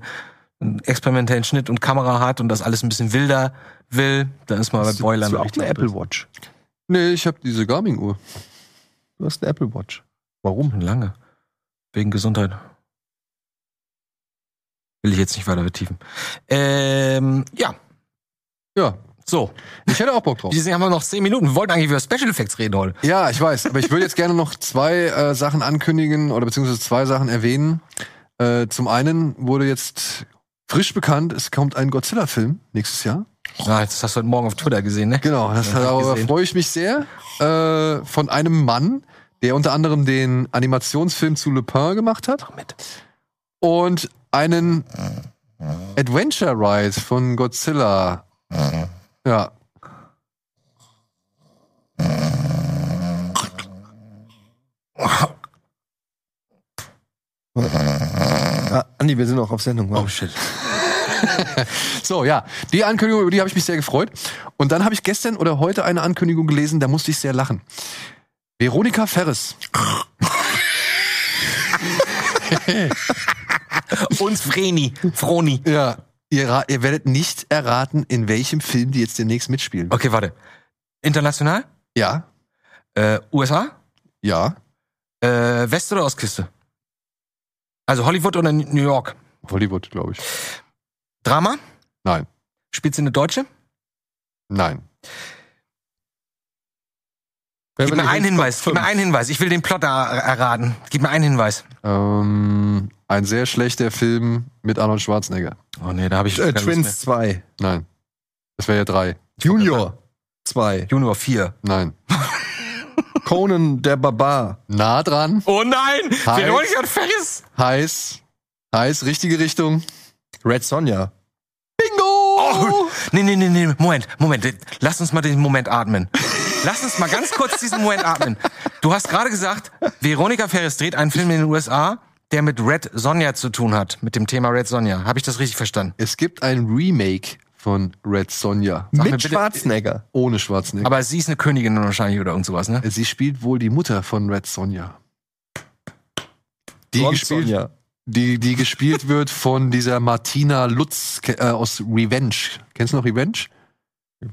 [SPEAKER 3] experimentellen Schnitt und Kamera hat und das alles ein bisschen wilder will, dann ist man bei Boyle
[SPEAKER 2] du
[SPEAKER 3] dann
[SPEAKER 2] auch eine Apple Watch.
[SPEAKER 1] Nee, ich habe diese Garmin-Uhr.
[SPEAKER 2] Du hast eine Apple Watch.
[SPEAKER 3] Warum? Lange. Wegen Gesundheit. Will ich jetzt nicht weiter vertiefen. Ähm, ja,
[SPEAKER 1] Ja,
[SPEAKER 3] so.
[SPEAKER 1] ich hätte auch Bock drauf.
[SPEAKER 3] Wir sind- haben wir noch zehn Minuten. Wir wollten eigentlich über Special Effects reden heute.
[SPEAKER 1] Ja, ich weiß, aber ich würde jetzt gerne noch zwei äh, Sachen ankündigen oder beziehungsweise zwei Sachen erwähnen. Äh, zum einen wurde jetzt frisch bekannt, es kommt ein Godzilla-Film nächstes Jahr.
[SPEAKER 3] Ah, das hast du heute Morgen auf Twitter gesehen, ne?
[SPEAKER 1] Genau, das,
[SPEAKER 3] Ja, hab ich
[SPEAKER 1] darüber
[SPEAKER 3] gesehen.
[SPEAKER 1] freue ich mich sehr. Äh, von einem Mann, der unter anderem den Animationsfilm zu Le Pen gemacht hat. Und einen Adventure Ride von Godzilla. Ja.
[SPEAKER 2] Ah, Andi, wir sind auch auf Sendung. Oh, shit.
[SPEAKER 1] So, ja. Die Ankündigung, über die habe ich mich sehr gefreut. Und dann habe ich gestern oder heute eine Ankündigung gelesen, da musste ich sehr lachen. Veronika Ferres.
[SPEAKER 3] Uns Vreni. Froni.
[SPEAKER 1] Ja. Ihr, ra- ihr werdet nicht erraten, in welchem Film die jetzt demnächst mitspielen.
[SPEAKER 3] Okay, warte. International?
[SPEAKER 1] Ja.
[SPEAKER 3] Äh, USA?
[SPEAKER 1] Ja.
[SPEAKER 3] Äh, West- oder Ostküste? Also Hollywood oder New York?
[SPEAKER 1] Hollywood, glaube ich.
[SPEAKER 3] Drama?
[SPEAKER 1] Nein.
[SPEAKER 3] Spielt sie eine Deutsche?
[SPEAKER 1] Nein.
[SPEAKER 3] Gib mir einen Hinweis. Gib mir einen Hinweis. Ich will den Plot er erraten. Gib mir einen Hinweis.
[SPEAKER 1] Ähm, ein sehr schlechter Film mit Arnold Schwarzenegger.
[SPEAKER 3] Oh nee, da habe ich
[SPEAKER 2] Äh,
[SPEAKER 3] keine Lust
[SPEAKER 2] Twins 2.
[SPEAKER 1] Nein. Das wäre ja drei.
[SPEAKER 2] Junior 2.
[SPEAKER 3] mehr. Junior 4.
[SPEAKER 1] Nein.
[SPEAKER 2] Conan der Barbar.
[SPEAKER 1] Nah dran.
[SPEAKER 3] Oh nein!
[SPEAKER 1] Hi.
[SPEAKER 3] Veronika Ferris!
[SPEAKER 1] Heiß. Heiß, richtige Richtung.
[SPEAKER 2] Red Sonja.
[SPEAKER 1] Bingo!
[SPEAKER 3] Nee, nee, nee, nee, Moment, Moment. Lass uns mal den Moment atmen. Lass uns mal ganz kurz diesen Moment atmen. Du hast gerade gesagt, Veronika Ferris dreht einen Film in den USA, der mit Red Sonja zu tun hat. Mit dem Thema Red Sonja. Habe ich das richtig verstanden?
[SPEAKER 1] Es gibt ein Remake von Red Sonja.
[SPEAKER 3] Sag mir
[SPEAKER 2] Mit
[SPEAKER 3] bitte-
[SPEAKER 2] Schwarzenegger.
[SPEAKER 1] Ohne Schwarzenegger.
[SPEAKER 3] Aber sie ist eine Königin wahrscheinlich oder irgend sowas, ne?
[SPEAKER 1] Sie spielt wohl die Mutter von Red Sonja. Die
[SPEAKER 2] Ron
[SPEAKER 1] gespielt,
[SPEAKER 2] Sonja.
[SPEAKER 1] die, die gespielt wird von dieser Martina Lutz ke- äh, aus Revenge. Kennst du noch Revenge?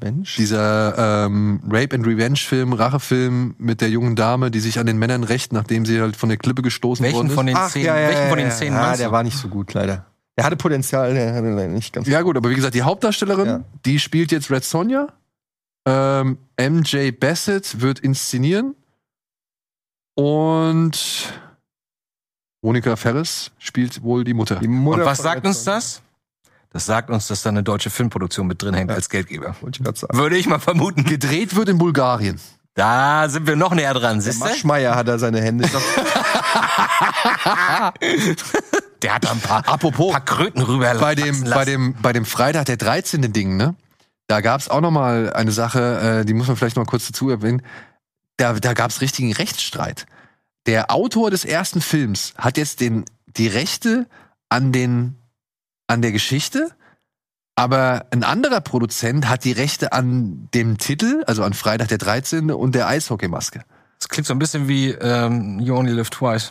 [SPEAKER 2] Mensch.
[SPEAKER 1] Dieser ähm, Rape and Revenge-Film, Rachefilm mit der jungen Dame, die sich an den Männern rächt, nachdem sie halt von der Klippe gestoßen
[SPEAKER 3] Welchen
[SPEAKER 1] worden ist.
[SPEAKER 3] von den Szenen, welchen von den Szenen
[SPEAKER 2] ja, Ah,
[SPEAKER 3] meinst
[SPEAKER 2] der
[SPEAKER 3] du?
[SPEAKER 2] war nicht so gut, leider. Der hatte Potenzial, der hatte leider nicht ganz.
[SPEAKER 1] ja gut, aber wie gesagt, die Hauptdarstellerin,
[SPEAKER 2] Ja.
[SPEAKER 1] die spielt jetzt Red Sonja. Ähm, MJ Bassett wird inszenieren. Und Monika Ferris spielt wohl die Mutter.
[SPEAKER 2] Die Mutter
[SPEAKER 3] Und was
[SPEAKER 2] von
[SPEAKER 3] sagt
[SPEAKER 2] Red
[SPEAKER 3] uns
[SPEAKER 2] Sonja.
[SPEAKER 3] das? Das sagt uns, dass da eine deutsche Filmproduktion mit drin hängt als Geldgeber.
[SPEAKER 2] Wollte ich gerade sagen.
[SPEAKER 3] Würde ich mal vermuten.
[SPEAKER 1] Gedreht wird in Bulgarien.
[SPEAKER 3] Da sind wir noch näher dran,
[SPEAKER 2] Der
[SPEAKER 3] siehst du?
[SPEAKER 2] Maschmeier hat da seine Hände.
[SPEAKER 3] Der hat da ein paar,
[SPEAKER 1] Apropos,
[SPEAKER 3] paar Kröten rüber
[SPEAKER 1] bei dem,
[SPEAKER 3] lassen.
[SPEAKER 1] bei dem, bei dem Freitag der 13. Ding, ne? Da gab's auch noch mal eine Sache, äh, die muss man vielleicht noch kurz dazu erwähnen. Da, da gab's richtigen Rechtsstreit. Der Autor des ersten Films hat jetzt den, die Rechte an den, an der Geschichte, aber ein anderer Produzent hat die Rechte an dem Titel, also an Freitag der 13. und der Eishockeymaske.
[SPEAKER 3] Das klingt so ein bisschen wie ähm, You Only Live Twice.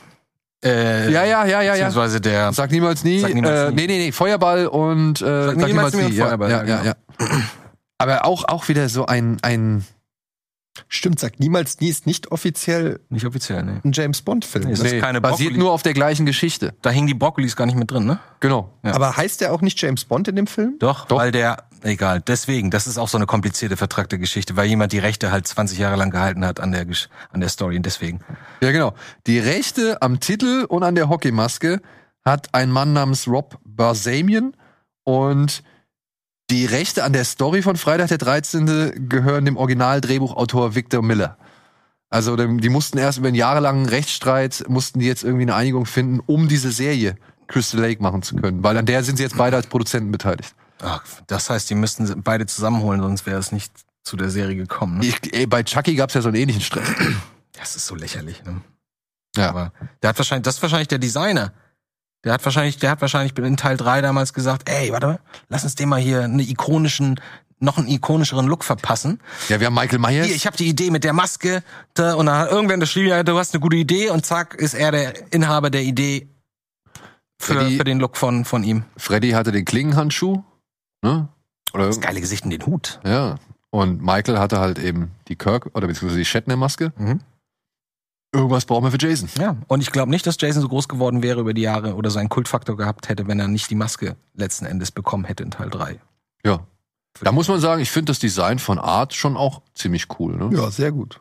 [SPEAKER 3] Äh,
[SPEAKER 1] Ja, ja, ja, ja, ja.
[SPEAKER 3] Beziehungsweise der.
[SPEAKER 1] Sag niemals nie.
[SPEAKER 3] Sag niemals
[SPEAKER 1] äh,
[SPEAKER 3] nie.
[SPEAKER 1] Nee, nee, nee, Feuerball und äh, sag, niemals, nie.
[SPEAKER 3] und
[SPEAKER 1] ja,
[SPEAKER 3] Feuerball, genau.
[SPEAKER 1] ja,
[SPEAKER 3] ja,
[SPEAKER 1] ja, ja. Aber auch, auch wieder so ein, ein
[SPEAKER 2] Stimmt, sagt niemals nie, ist nicht offiziell
[SPEAKER 3] Nicht offiziell, nee.
[SPEAKER 2] ein James Bond-Film. ne?
[SPEAKER 3] Nee, ist- Das keine
[SPEAKER 1] basiert
[SPEAKER 3] Brokkoli.
[SPEAKER 1] nur auf der gleichen Geschichte.
[SPEAKER 3] Da hingen die Brokkolis gar nicht mit drin, ne?
[SPEAKER 1] Genau.
[SPEAKER 3] Ja.
[SPEAKER 2] Aber heißt der auch nicht James Bond in dem Film?
[SPEAKER 3] Doch,
[SPEAKER 1] Doch.
[SPEAKER 3] weil der. Egal, deswegen, das ist auch so eine komplizierte vertragte Geschichte, weil jemand die Rechte halt 20 Jahre lang gehalten hat an der, Gesch- an der Story und deswegen.
[SPEAKER 1] Ja, genau. Die Rechte am Titel und an der Hockeymaske hat ein Mann namens Rob Barsamian und die Rechte an der Story von Freitag der 13. gehören dem Originaldrehbuchautor Victor Miller. Also dem- die mussten erst über einen jahrelangen Rechtsstreit, mussten die jetzt irgendwie eine Einigung finden, um diese Serie Crystal Lake machen zu können. Weil an der sind sie jetzt beide als Produzenten beteiligt.
[SPEAKER 3] Ach, das heißt, die müssten sie beide zusammenholen, sonst wäre es nicht zu der Serie gekommen. Ne?
[SPEAKER 1] Ich, ey, bei Chucky gab es ja so einen ähnlichen Stress.
[SPEAKER 3] Das ist so lächerlich, ne?
[SPEAKER 1] Ja.
[SPEAKER 3] Aber der hat wahrscheinlich, das ist wahrscheinlich der Designer. Der hat wahrscheinlich, der hat wahrscheinlich in Teil 3 damals gesagt, ey, warte mal, lass uns den mal hier einen ikonischen, noch einen ikonischeren Look verpassen.
[SPEAKER 1] Ja, wir haben Michael Myers.
[SPEAKER 3] Hier, ich habe die Idee mit der Maske. Da, und dann hat irgendwann geschrieben, ja, du hast eine gute Idee. Und zack, ist er der Inhaber der Idee für,
[SPEAKER 1] Ja, die-
[SPEAKER 3] für den Look von, von ihm.
[SPEAKER 1] Freddy hatte den Klingenhandschuh. Ne? Oder
[SPEAKER 3] Das geile Gesicht und den Hut.
[SPEAKER 1] Ja. Und Michael hatte halt eben die Kirk oder beziehungsweise die Shatner-Maske.
[SPEAKER 3] Mhm.
[SPEAKER 1] Irgendwas brauchen wir für Jason.
[SPEAKER 3] Ja, und ich glaube nicht, dass Jason so groß geworden wäre über die Jahre oder seinen Kultfaktor gehabt hätte, wenn er nicht die Maske letzten Endes bekommen hätte in Teil 3.
[SPEAKER 1] Ja. Da muss man sagen, ich finde das Design von Art schon auch ziemlich cool. Ne?
[SPEAKER 2] Ja, sehr gut.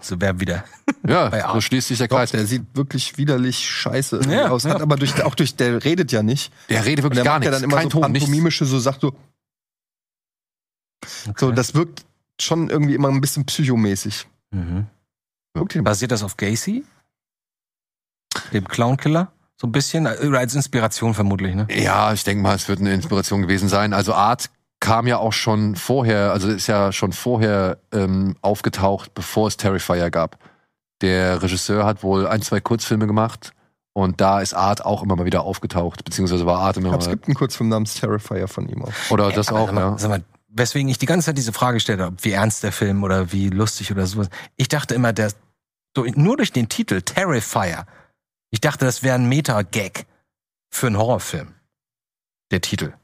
[SPEAKER 3] So wäre wieder.
[SPEAKER 1] Ja,
[SPEAKER 3] Bei Art.
[SPEAKER 1] so schließt sich der
[SPEAKER 2] Doch,
[SPEAKER 1] Kreis.
[SPEAKER 2] der sieht wirklich widerlich scheiße
[SPEAKER 3] Ja,
[SPEAKER 2] aus. Hat
[SPEAKER 3] ja.
[SPEAKER 2] aber durch, auch durch, der redet ja nicht.
[SPEAKER 1] Der redet
[SPEAKER 2] Und
[SPEAKER 1] wirklich
[SPEAKER 2] der
[SPEAKER 1] gar
[SPEAKER 2] macht ja
[SPEAKER 1] nichts.
[SPEAKER 2] dann immer
[SPEAKER 1] Kein
[SPEAKER 2] so
[SPEAKER 1] Ton, nichts.
[SPEAKER 2] pantomimische, so sagt so, so, das wirkt schon irgendwie immer ein bisschen psychomäßig.
[SPEAKER 3] Mhm.
[SPEAKER 2] Guck dir mal.
[SPEAKER 3] Basiert das auf Gacy? Dem Clownkiller? So ein bisschen? Oder als Inspiration vermutlich, ne?
[SPEAKER 1] Ja, ich denke mal, es wird eine Inspiration gewesen sein. Also Art kam ja auch schon vorher, also ist ja schon vorher ähm, aufgetaucht, bevor es Terrifier gab. Der Regisseur hat wohl ein, zwei Kurzfilme gemacht und da ist Art auch immer mal wieder aufgetaucht, beziehungsweise war Art
[SPEAKER 2] Ich
[SPEAKER 1] immer
[SPEAKER 2] glaube, es
[SPEAKER 1] mal.
[SPEAKER 2] gibt einen Kurzfilm namens Terrifier von ihm auch.
[SPEAKER 1] Oder das
[SPEAKER 3] Aber
[SPEAKER 1] auch,
[SPEAKER 3] sag mal,
[SPEAKER 1] ja.
[SPEAKER 3] Sag mal, weswegen ich die ganze Zeit diese Frage gestellt habe, wie ernst der Film oder wie lustig oder sowas. Ich dachte immer, der, durch- nur durch den Titel Terrifier, ich dachte, das wäre ein Meta-Gag für einen Horrorfilm. Der Titel.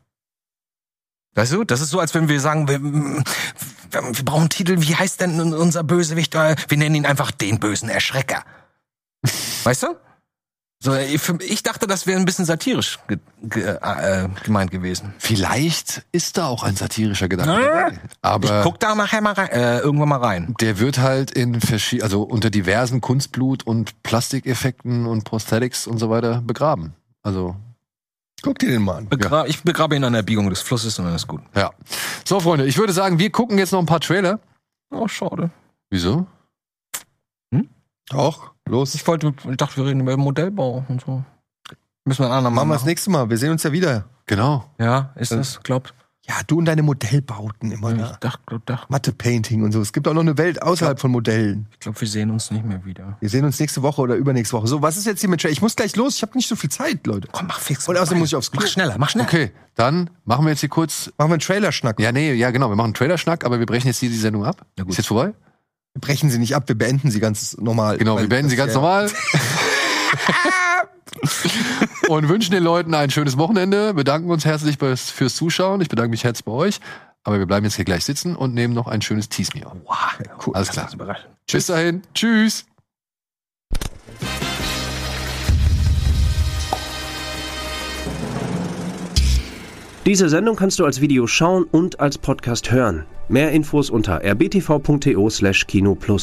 [SPEAKER 3] Weißt du, das ist so, als wenn wir sagen, wir, wir brauchen einen Titel, wie heißt denn unser Bösewicht? Äh, Wir nennen ihn einfach den bösen Erschrecker. Weißt du? So, ich ich dachte, das wäre ein bisschen satirisch ge, ge, äh, gemeint gewesen.
[SPEAKER 1] Vielleicht ist da auch ein satirischer Gedanke.
[SPEAKER 3] Ja.
[SPEAKER 1] dabei. Aber
[SPEAKER 3] ich guck da nachher mal rein, äh, irgendwann mal rein.
[SPEAKER 1] Der wird halt in verschied- also unter diversen Kunstblut und Plastikeffekten und Prosthetics und so weiter begraben. Also,
[SPEAKER 2] Guck dir den mal an.
[SPEAKER 3] Begra Ich begrabe ihn an der Biegung des Flusses und dann ist gut.
[SPEAKER 1] ja. So, Freunde, ich würde sagen, wir gucken jetzt noch ein paar Trailer.
[SPEAKER 3] Oh, schade.
[SPEAKER 1] Wieso?
[SPEAKER 2] Auch, los.
[SPEAKER 3] Ich wollte, ich dachte, wir reden über Modellbau und so. Müssen wir ein andermal
[SPEAKER 2] Machen wir das
[SPEAKER 3] machen.
[SPEAKER 2] nächste Mal. Wir sehen uns ja wieder.
[SPEAKER 1] Genau.
[SPEAKER 3] Ja, ist das, glaubt.
[SPEAKER 2] Ja, du und deine Modellbauten immer.
[SPEAKER 3] Ich
[SPEAKER 2] ne?
[SPEAKER 3] dachte, glaub, dachte,
[SPEAKER 2] Mathe-Painting und so. Es gibt auch noch eine Welt außerhalb von Modellen.
[SPEAKER 3] ich glaube, wir sehen uns nicht mehr wieder.
[SPEAKER 2] Wir sehen uns nächste Woche oder übernächste Woche. So, was ist jetzt hier mit Trailer? Ich muss gleich los. Ich habe nicht so viel Zeit, Leute.
[SPEAKER 3] Komm, mach fix.
[SPEAKER 2] Und außerdem muss ich aufs Klo.
[SPEAKER 3] Mach schneller, mach schneller.
[SPEAKER 1] Okay, dann machen wir jetzt hier kurz.
[SPEAKER 2] Machen wir einen Trailer-Schnack.
[SPEAKER 1] Ja, nee, ja, genau. Wir machen einen Trailerschnack, aber wir brechen jetzt hier die Sendung ab.
[SPEAKER 3] Na gut.
[SPEAKER 1] Ist jetzt vorbei?
[SPEAKER 2] Wir brechen sie nicht ab. Wir beenden sie ganz normal.
[SPEAKER 1] Genau,
[SPEAKER 2] Weil
[SPEAKER 1] wir beenden
[SPEAKER 2] das
[SPEAKER 1] sie ganz
[SPEAKER 2] ja-
[SPEAKER 1] normal. und wünschen den Leuten ein schönes Wochenende. Bedanken uns herzlich fürs, fürs Zuschauen. Ich bedanke mich herzlich bei euch. Aber wir bleiben jetzt hier gleich sitzen und nehmen noch ein schönes Tease Me auf.
[SPEAKER 3] Wow, cool.
[SPEAKER 1] Alles
[SPEAKER 3] Lass
[SPEAKER 1] klar.
[SPEAKER 3] uns überraschen.
[SPEAKER 1] Bis dahin. Tschüss.
[SPEAKER 8] Diese Sendung kannst du als Video schauen und als Podcast hören. Mehr Infos unter rbtv.to/kino plus.